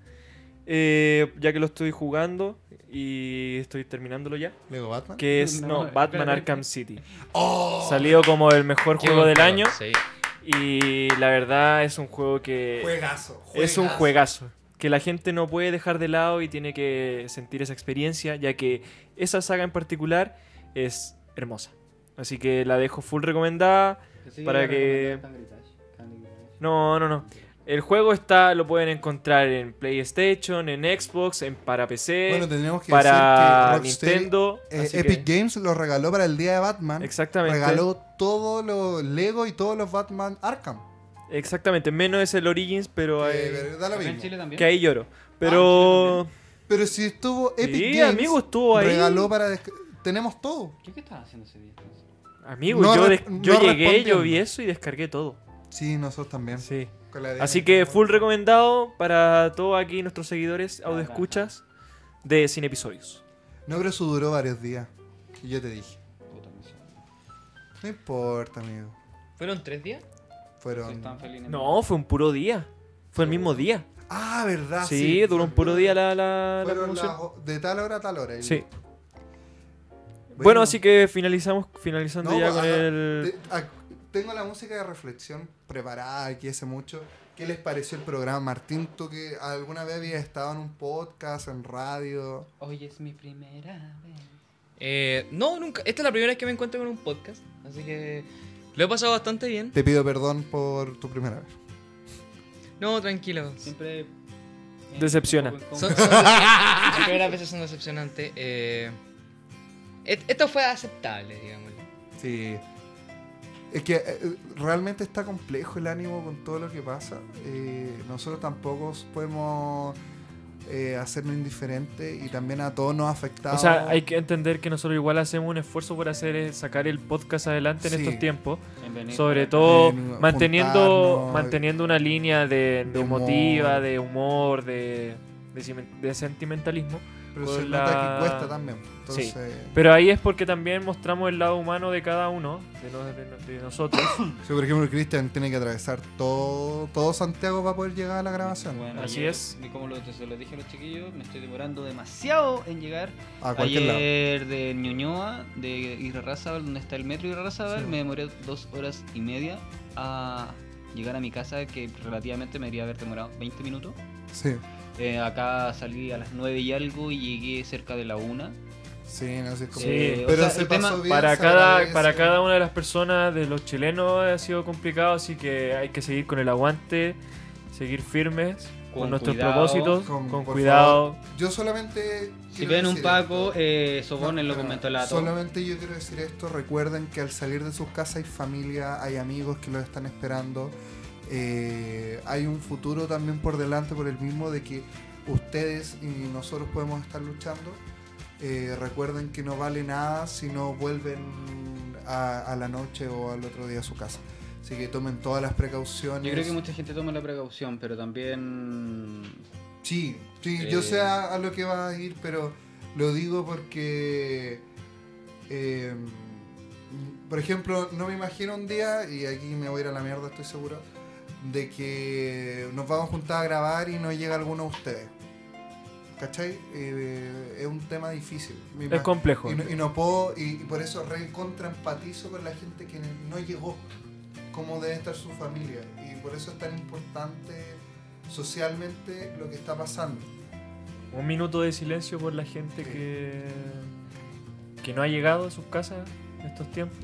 [SPEAKER 2] eh, ya que lo estoy jugando y estoy terminándolo ya.
[SPEAKER 1] Lego Batman.
[SPEAKER 2] Que es,
[SPEAKER 7] No,
[SPEAKER 2] no, Batman
[SPEAKER 7] espérate.
[SPEAKER 2] Arkham City.
[SPEAKER 1] Oh.
[SPEAKER 2] Salido como el mejor juego del año
[SPEAKER 13] Sí.
[SPEAKER 2] y la verdad es un juego que
[SPEAKER 1] Juegazo,
[SPEAKER 2] es un juegazo que la gente no puede dejar de lado y tiene que sentir esa experiencia, ya que esa saga en particular es hermosa. Así que la dejo full recomendada.
[SPEAKER 7] Sí,
[SPEAKER 2] para
[SPEAKER 7] la
[SPEAKER 2] que-
[SPEAKER 7] recomendaba Candy Crush, Candy Crush.
[SPEAKER 2] No, no, no. El juego está, lo pueden encontrar en PlayStation, en Xbox, en para PC,
[SPEAKER 1] Bueno, tenemos que
[SPEAKER 2] para
[SPEAKER 1] decir que Rocksteady,
[SPEAKER 2] Nintendo.
[SPEAKER 1] eh,
[SPEAKER 2] así que-
[SPEAKER 1] Epic Games lo regaló para el día de Batman.
[SPEAKER 2] exactamente.
[SPEAKER 1] Regaló todos los Lego y todos los Batman Arkham.
[SPEAKER 2] Exactamente. Menos es el Origins, pero
[SPEAKER 1] Eh,
[SPEAKER 2] hay-
[SPEAKER 1] pero da lo
[SPEAKER 7] ¿Acá en
[SPEAKER 1] mismo.
[SPEAKER 7] Chile también?
[SPEAKER 2] que ahí lloro.
[SPEAKER 1] Ah,
[SPEAKER 2] Pero
[SPEAKER 1] Pero si estuvo Epic
[SPEAKER 2] sí,
[SPEAKER 1] Games.
[SPEAKER 2] amigo, estuvo ahí.
[SPEAKER 1] Regaló para. desc- Tenemos todo.
[SPEAKER 7] ¿Qué, qué estabas haciendo ese día? entonces?
[SPEAKER 2] Amigo,
[SPEAKER 1] No
[SPEAKER 2] yo,
[SPEAKER 1] re-
[SPEAKER 2] des- yo
[SPEAKER 1] no
[SPEAKER 2] llegué, yo vi
[SPEAKER 1] respondiendo.
[SPEAKER 2] eso y descargué todo.
[SPEAKER 1] Sí, nosotros también.
[SPEAKER 2] Sí.
[SPEAKER 1] Con la de-
[SPEAKER 2] Así que full recomendado para todos aquí nuestros seguidores, escuchas de Sin Episodios.
[SPEAKER 1] No, pero eso duró varios días. Y yo te dije.
[SPEAKER 7] Puta, me suena.
[SPEAKER 1] No importa, amigo.
[SPEAKER 13] ¿Fueron tres días?
[SPEAKER 1] Fueron.
[SPEAKER 7] Estaban felices.
[SPEAKER 2] No, fue un puro día. Fue el mismo día.
[SPEAKER 1] Ah, ¿verdad?
[SPEAKER 2] Sí, duró un puro día la, la, la
[SPEAKER 1] Fueron
[SPEAKER 2] promoción.
[SPEAKER 1] las o- de tal hora a tal hora. y-
[SPEAKER 2] Sí. Bueno, así que finalizamos, finalizando
[SPEAKER 1] No,
[SPEAKER 2] ya
[SPEAKER 1] ah,
[SPEAKER 2] con el...
[SPEAKER 1] te- ah, tengo la música de reflexión preparada aquí hace mucho. ¿Qué les pareció el programa, Martín? Tú que alguna vez habías estado en un podcast, en radio.
[SPEAKER 3] Hoy es mi primera vez.
[SPEAKER 13] Eh, no, nunca. Esta es la primera vez que me encuentro con un podcast. Así que lo he pasado bastante bien.
[SPEAKER 1] Te pido perdón por tu primera vez.
[SPEAKER 13] No, tranquilo.
[SPEAKER 3] Siempre. eh,
[SPEAKER 2] Decepciona.
[SPEAKER 3] un poco
[SPEAKER 13] Son,
[SPEAKER 3] incómodo.
[SPEAKER 13] son- las primeras veces son decepcionantes. eh, et- esto fue aceptable, digamos.
[SPEAKER 1] Sí. Es que eh, realmente está complejo el ánimo con todo lo que pasa. Eh, nosotros tampoco podemos eh, hacernos indiferentes y también a todos nos ha afectado.
[SPEAKER 2] O sea, hay que entender que nosotros igual hacemos un esfuerzo por hacer eh, sacar el podcast adelante en
[SPEAKER 1] Sí.
[SPEAKER 2] estos tiempos.
[SPEAKER 3] En venir
[SPEAKER 2] Sobre
[SPEAKER 3] para acá.
[SPEAKER 2] todo
[SPEAKER 1] Bien,
[SPEAKER 2] manteniendo,
[SPEAKER 1] juntarnos.
[SPEAKER 2] manteniendo una línea de,
[SPEAKER 1] De
[SPEAKER 2] de
[SPEAKER 1] humor.
[SPEAKER 2] emotiva, de humor, de, de, simen- de sentimentalismo.
[SPEAKER 1] pero
[SPEAKER 2] con
[SPEAKER 1] se nota
[SPEAKER 2] la-
[SPEAKER 1] que cuesta también.
[SPEAKER 2] Sí.
[SPEAKER 1] Entonces,
[SPEAKER 2] Pero ahí es porque también mostramos el lado humano de cada uno, de, no- de no- de nosotros.
[SPEAKER 1] si por ejemplo Cristian tiene que atravesar todo, todo Santiago para poder llegar a la grabación.
[SPEAKER 3] Bueno,
[SPEAKER 2] Así
[SPEAKER 3] ayer,
[SPEAKER 2] es.
[SPEAKER 3] y como lo, se lo dije a los chiquillos, me estoy demorando demasiado en llegar.
[SPEAKER 1] A cualquier lado.
[SPEAKER 3] Ayer de Ñuñoa, de Irarrázaval, donde está el metro Irarrázaval, me demoré dos horas y media a llegar a mi casa, que relativamente me debería haber demorado 20 minutos.
[SPEAKER 1] Sí.
[SPEAKER 3] Eh, acá salí a las 9 y algo y llegué cerca de la 1.
[SPEAKER 1] Sí, no sé cómo.
[SPEAKER 2] Sí,
[SPEAKER 1] Pero
[SPEAKER 3] o sea,
[SPEAKER 1] se
[SPEAKER 3] el tema-
[SPEAKER 1] pasó bien,
[SPEAKER 2] Para
[SPEAKER 1] se
[SPEAKER 2] cada,
[SPEAKER 1] agradece.
[SPEAKER 2] para cada una de las personas, de los chilenos, ha sido complicado, así que hay que seguir con el aguante, seguir firmes con,
[SPEAKER 3] Con
[SPEAKER 2] nuestros
[SPEAKER 3] cuidado,
[SPEAKER 2] propósitos,
[SPEAKER 1] con-
[SPEAKER 2] con,
[SPEAKER 1] por
[SPEAKER 2] cuidado.
[SPEAKER 1] Yo solamente.
[SPEAKER 3] Si
[SPEAKER 1] quiero
[SPEAKER 3] ven un
[SPEAKER 1] decir
[SPEAKER 3] Paco,
[SPEAKER 1] esto.
[SPEAKER 3] eh, sobónenlo
[SPEAKER 1] No, no,
[SPEAKER 3] con mentolato.
[SPEAKER 1] Solamente yo quiero decir esto, recuerden que al salir de sus casas hay familia, hay amigos que los están esperando, eh, hay un futuro también por delante por el mismo de que ustedes y nosotros podemos estar luchando. Eh, recuerden que no vale nada si no vuelven a, a la noche o al otro día a su casa. Así que tomen todas las precauciones.
[SPEAKER 3] Yo creo que mucha gente toma la precaución, pero también...
[SPEAKER 1] Sí, sí, yo
[SPEAKER 3] Eh.
[SPEAKER 1] sé a, a lo que va a ir, pero lo digo porque, eh, por ejemplo, no me imagino un día, y aquí me voy a ir a la mierda, estoy seguro, de que nos vamos a juntar a grabar y no llega alguno de ustedes. ¿Cachai? Eh, es un tema difícil. Me
[SPEAKER 2] Es
[SPEAKER 1] ima-
[SPEAKER 2] complejo.
[SPEAKER 1] y no, y no puedo, y, y por eso re contraempatizo con la gente que no llegó, cómo debe estar su familia. Y por eso es tan importante socialmente lo que está pasando.
[SPEAKER 2] Un minuto de silencio por la gente que, que no ha llegado a sus casas en estos tiempos.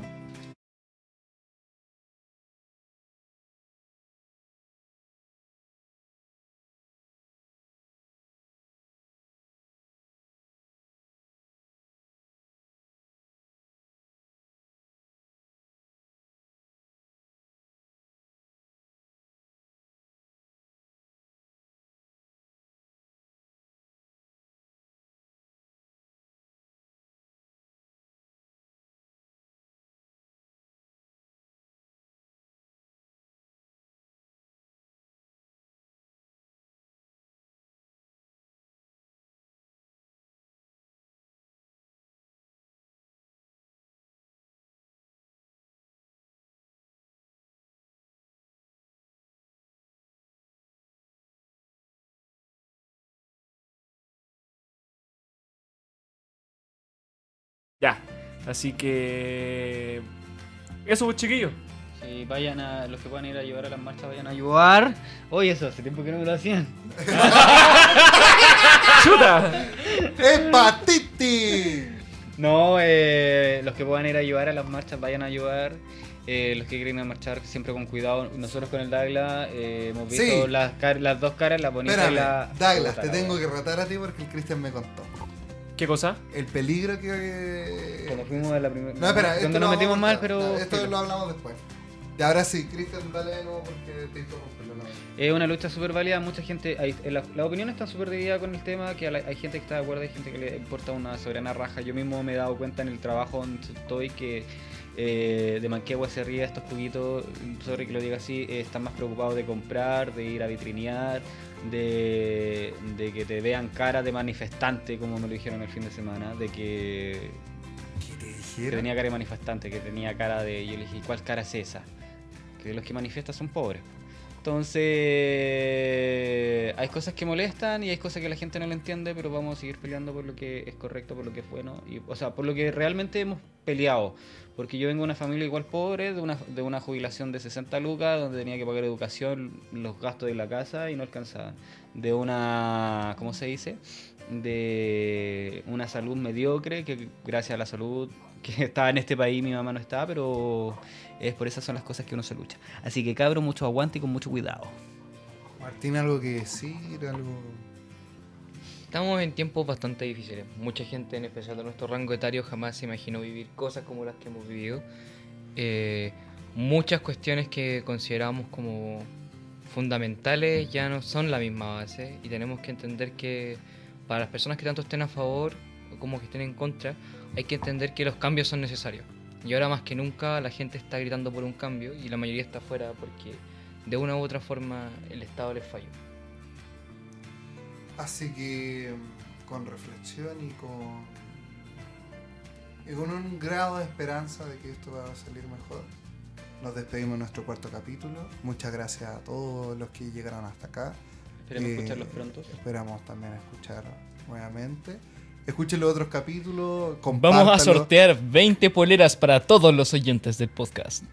[SPEAKER 2] Ya. Así que. Eso, pues, chiquillos.
[SPEAKER 3] Si vayan a... Los que puedan ir a ayudar a las marchas, vayan a ayudar. Oye, eso, hace tiempo que no me lo hacían.
[SPEAKER 2] ¡Chuta!
[SPEAKER 1] ¡Hepatiti!
[SPEAKER 3] No, eh, los que puedan ir a ayudar a las marchas vayan a ayudar. Eh, los que quieren ir a marchar siempre con cuidado. Nosotros con el Dagla eh, hemos
[SPEAKER 1] Sí.
[SPEAKER 3] visto las, car- las dos caras, la bonita y
[SPEAKER 1] Espérame,
[SPEAKER 3] la.
[SPEAKER 1] Douglas,
[SPEAKER 3] puta,
[SPEAKER 1] te
[SPEAKER 3] la
[SPEAKER 1] tengo
[SPEAKER 3] wea.
[SPEAKER 1] que retar a ti porque el Cristian me contó.
[SPEAKER 2] ¿Qué cosa?
[SPEAKER 1] El peligro que...
[SPEAKER 3] Cuando fuimos a la primera.
[SPEAKER 1] No, espera, esto
[SPEAKER 3] Cuando
[SPEAKER 1] lo vamos a
[SPEAKER 3] nos metimos mal,
[SPEAKER 1] contar.
[SPEAKER 3] pero.
[SPEAKER 1] No, esto
[SPEAKER 3] filo.
[SPEAKER 1] lo hablamos después. Y ahora sí, Cristian, dale de nuevo porque te interrumpí. lo lamento.
[SPEAKER 3] Es una lucha súper válida, mucha gente, hay, en la- las opiniones están súper divididas con el tema, que a la- hay gente que está de acuerdo, hay gente que le importa una soberana raja. Yo mismo me he dado cuenta en el trabajo donde estoy que eh, de Manquehue hacia arriba estos cubitos, sorry que lo diga así, eh, están más preocupados de comprar, de ir a vitrinear, de, de que te vean cara de manifestante, como me lo dijeron el fin de semana, de que
[SPEAKER 1] ¿Qué te
[SPEAKER 3] que
[SPEAKER 1] dijeron?
[SPEAKER 3] tenía cara de manifestante, que tenía cara de. Yo le dije, ¿cuál cara es esa? Que los que manifiestan son pobres. Entonces, hay cosas que molestan y hay cosas que la gente no le entiende, pero vamos a seguir peleando por lo que es correcto, por lo que es bueno, y, o sea, por lo que realmente hemos peleado. Porque yo vengo de una familia igual pobre, de una, de una jubilación de 60 lucas, donde tenía que pagar educación, los gastos de la casa y no alcanzaban. De una, ¿cómo se dice? De una salud mediocre, que gracias a la salud que estaba en este país, mi mamá no está, pero es por esas son las cosas que uno se lucha. Así que cabro, mucho aguante y con mucho cuidado.
[SPEAKER 1] Martín, algo que decir, algo.
[SPEAKER 3] Estamos en tiempos bastante difíciles. Mucha gente, en especial de nuestro rango etario, jamás se imaginó vivir cosas como las que hemos vivido. Eh, muchas cuestiones que consideramos como fundamentales ya no son la misma base y tenemos que entender que para las personas que tanto estén a favor como que estén en contra, hay que entender que los cambios son necesarios. Y ahora más que nunca la gente está gritando por un cambio y la mayoría está afuera porque de una u otra forma el Estado les falló.
[SPEAKER 1] Así que mm, con reflexión y con. y con un grado de esperanza de que esto va a salir mejor. Nos despedimos de nuestro cuarto capítulo. Muchas gracias a todos los que llegaron hasta acá.
[SPEAKER 3] Esperemos
[SPEAKER 1] Eh,
[SPEAKER 3] escucharlos pronto.
[SPEAKER 1] Esperamos también escuchar nuevamente. Escuchen los otros capítulos.
[SPEAKER 19] Vamos a
[SPEAKER 1] compártanlo.
[SPEAKER 19] sortear 20 poleras para todos los oyentes del podcast.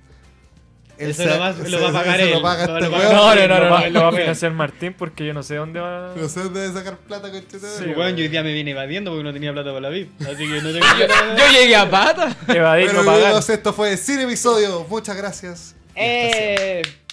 [SPEAKER 1] Él
[SPEAKER 20] Eso
[SPEAKER 1] se-
[SPEAKER 20] lo va- lo va a
[SPEAKER 1] se-
[SPEAKER 20] pagar
[SPEAKER 1] eso
[SPEAKER 20] él.
[SPEAKER 1] Lo paga
[SPEAKER 20] No,
[SPEAKER 1] este
[SPEAKER 20] lo
[SPEAKER 1] weón.
[SPEAKER 20] paga-
[SPEAKER 4] No, Ah, no, no,
[SPEAKER 2] lo,
[SPEAKER 4] no,
[SPEAKER 2] va,
[SPEAKER 4] no.
[SPEAKER 2] lo va a financiar Martín porque yo no sé dónde va.
[SPEAKER 1] No sé dónde sacar plata, conchetumare.
[SPEAKER 4] Sí,
[SPEAKER 20] Weón, yo hoy día me vine evadiendo porque no tenía plata para la VIP. Así que no tengo
[SPEAKER 3] Yo llegué a pata.
[SPEAKER 4] Evadir
[SPEAKER 1] Bueno,
[SPEAKER 4] no pagar.
[SPEAKER 1] amigos, esto fue Sin Episodio. Muchas gracias. y hasta siempre.
[SPEAKER 3] Eh.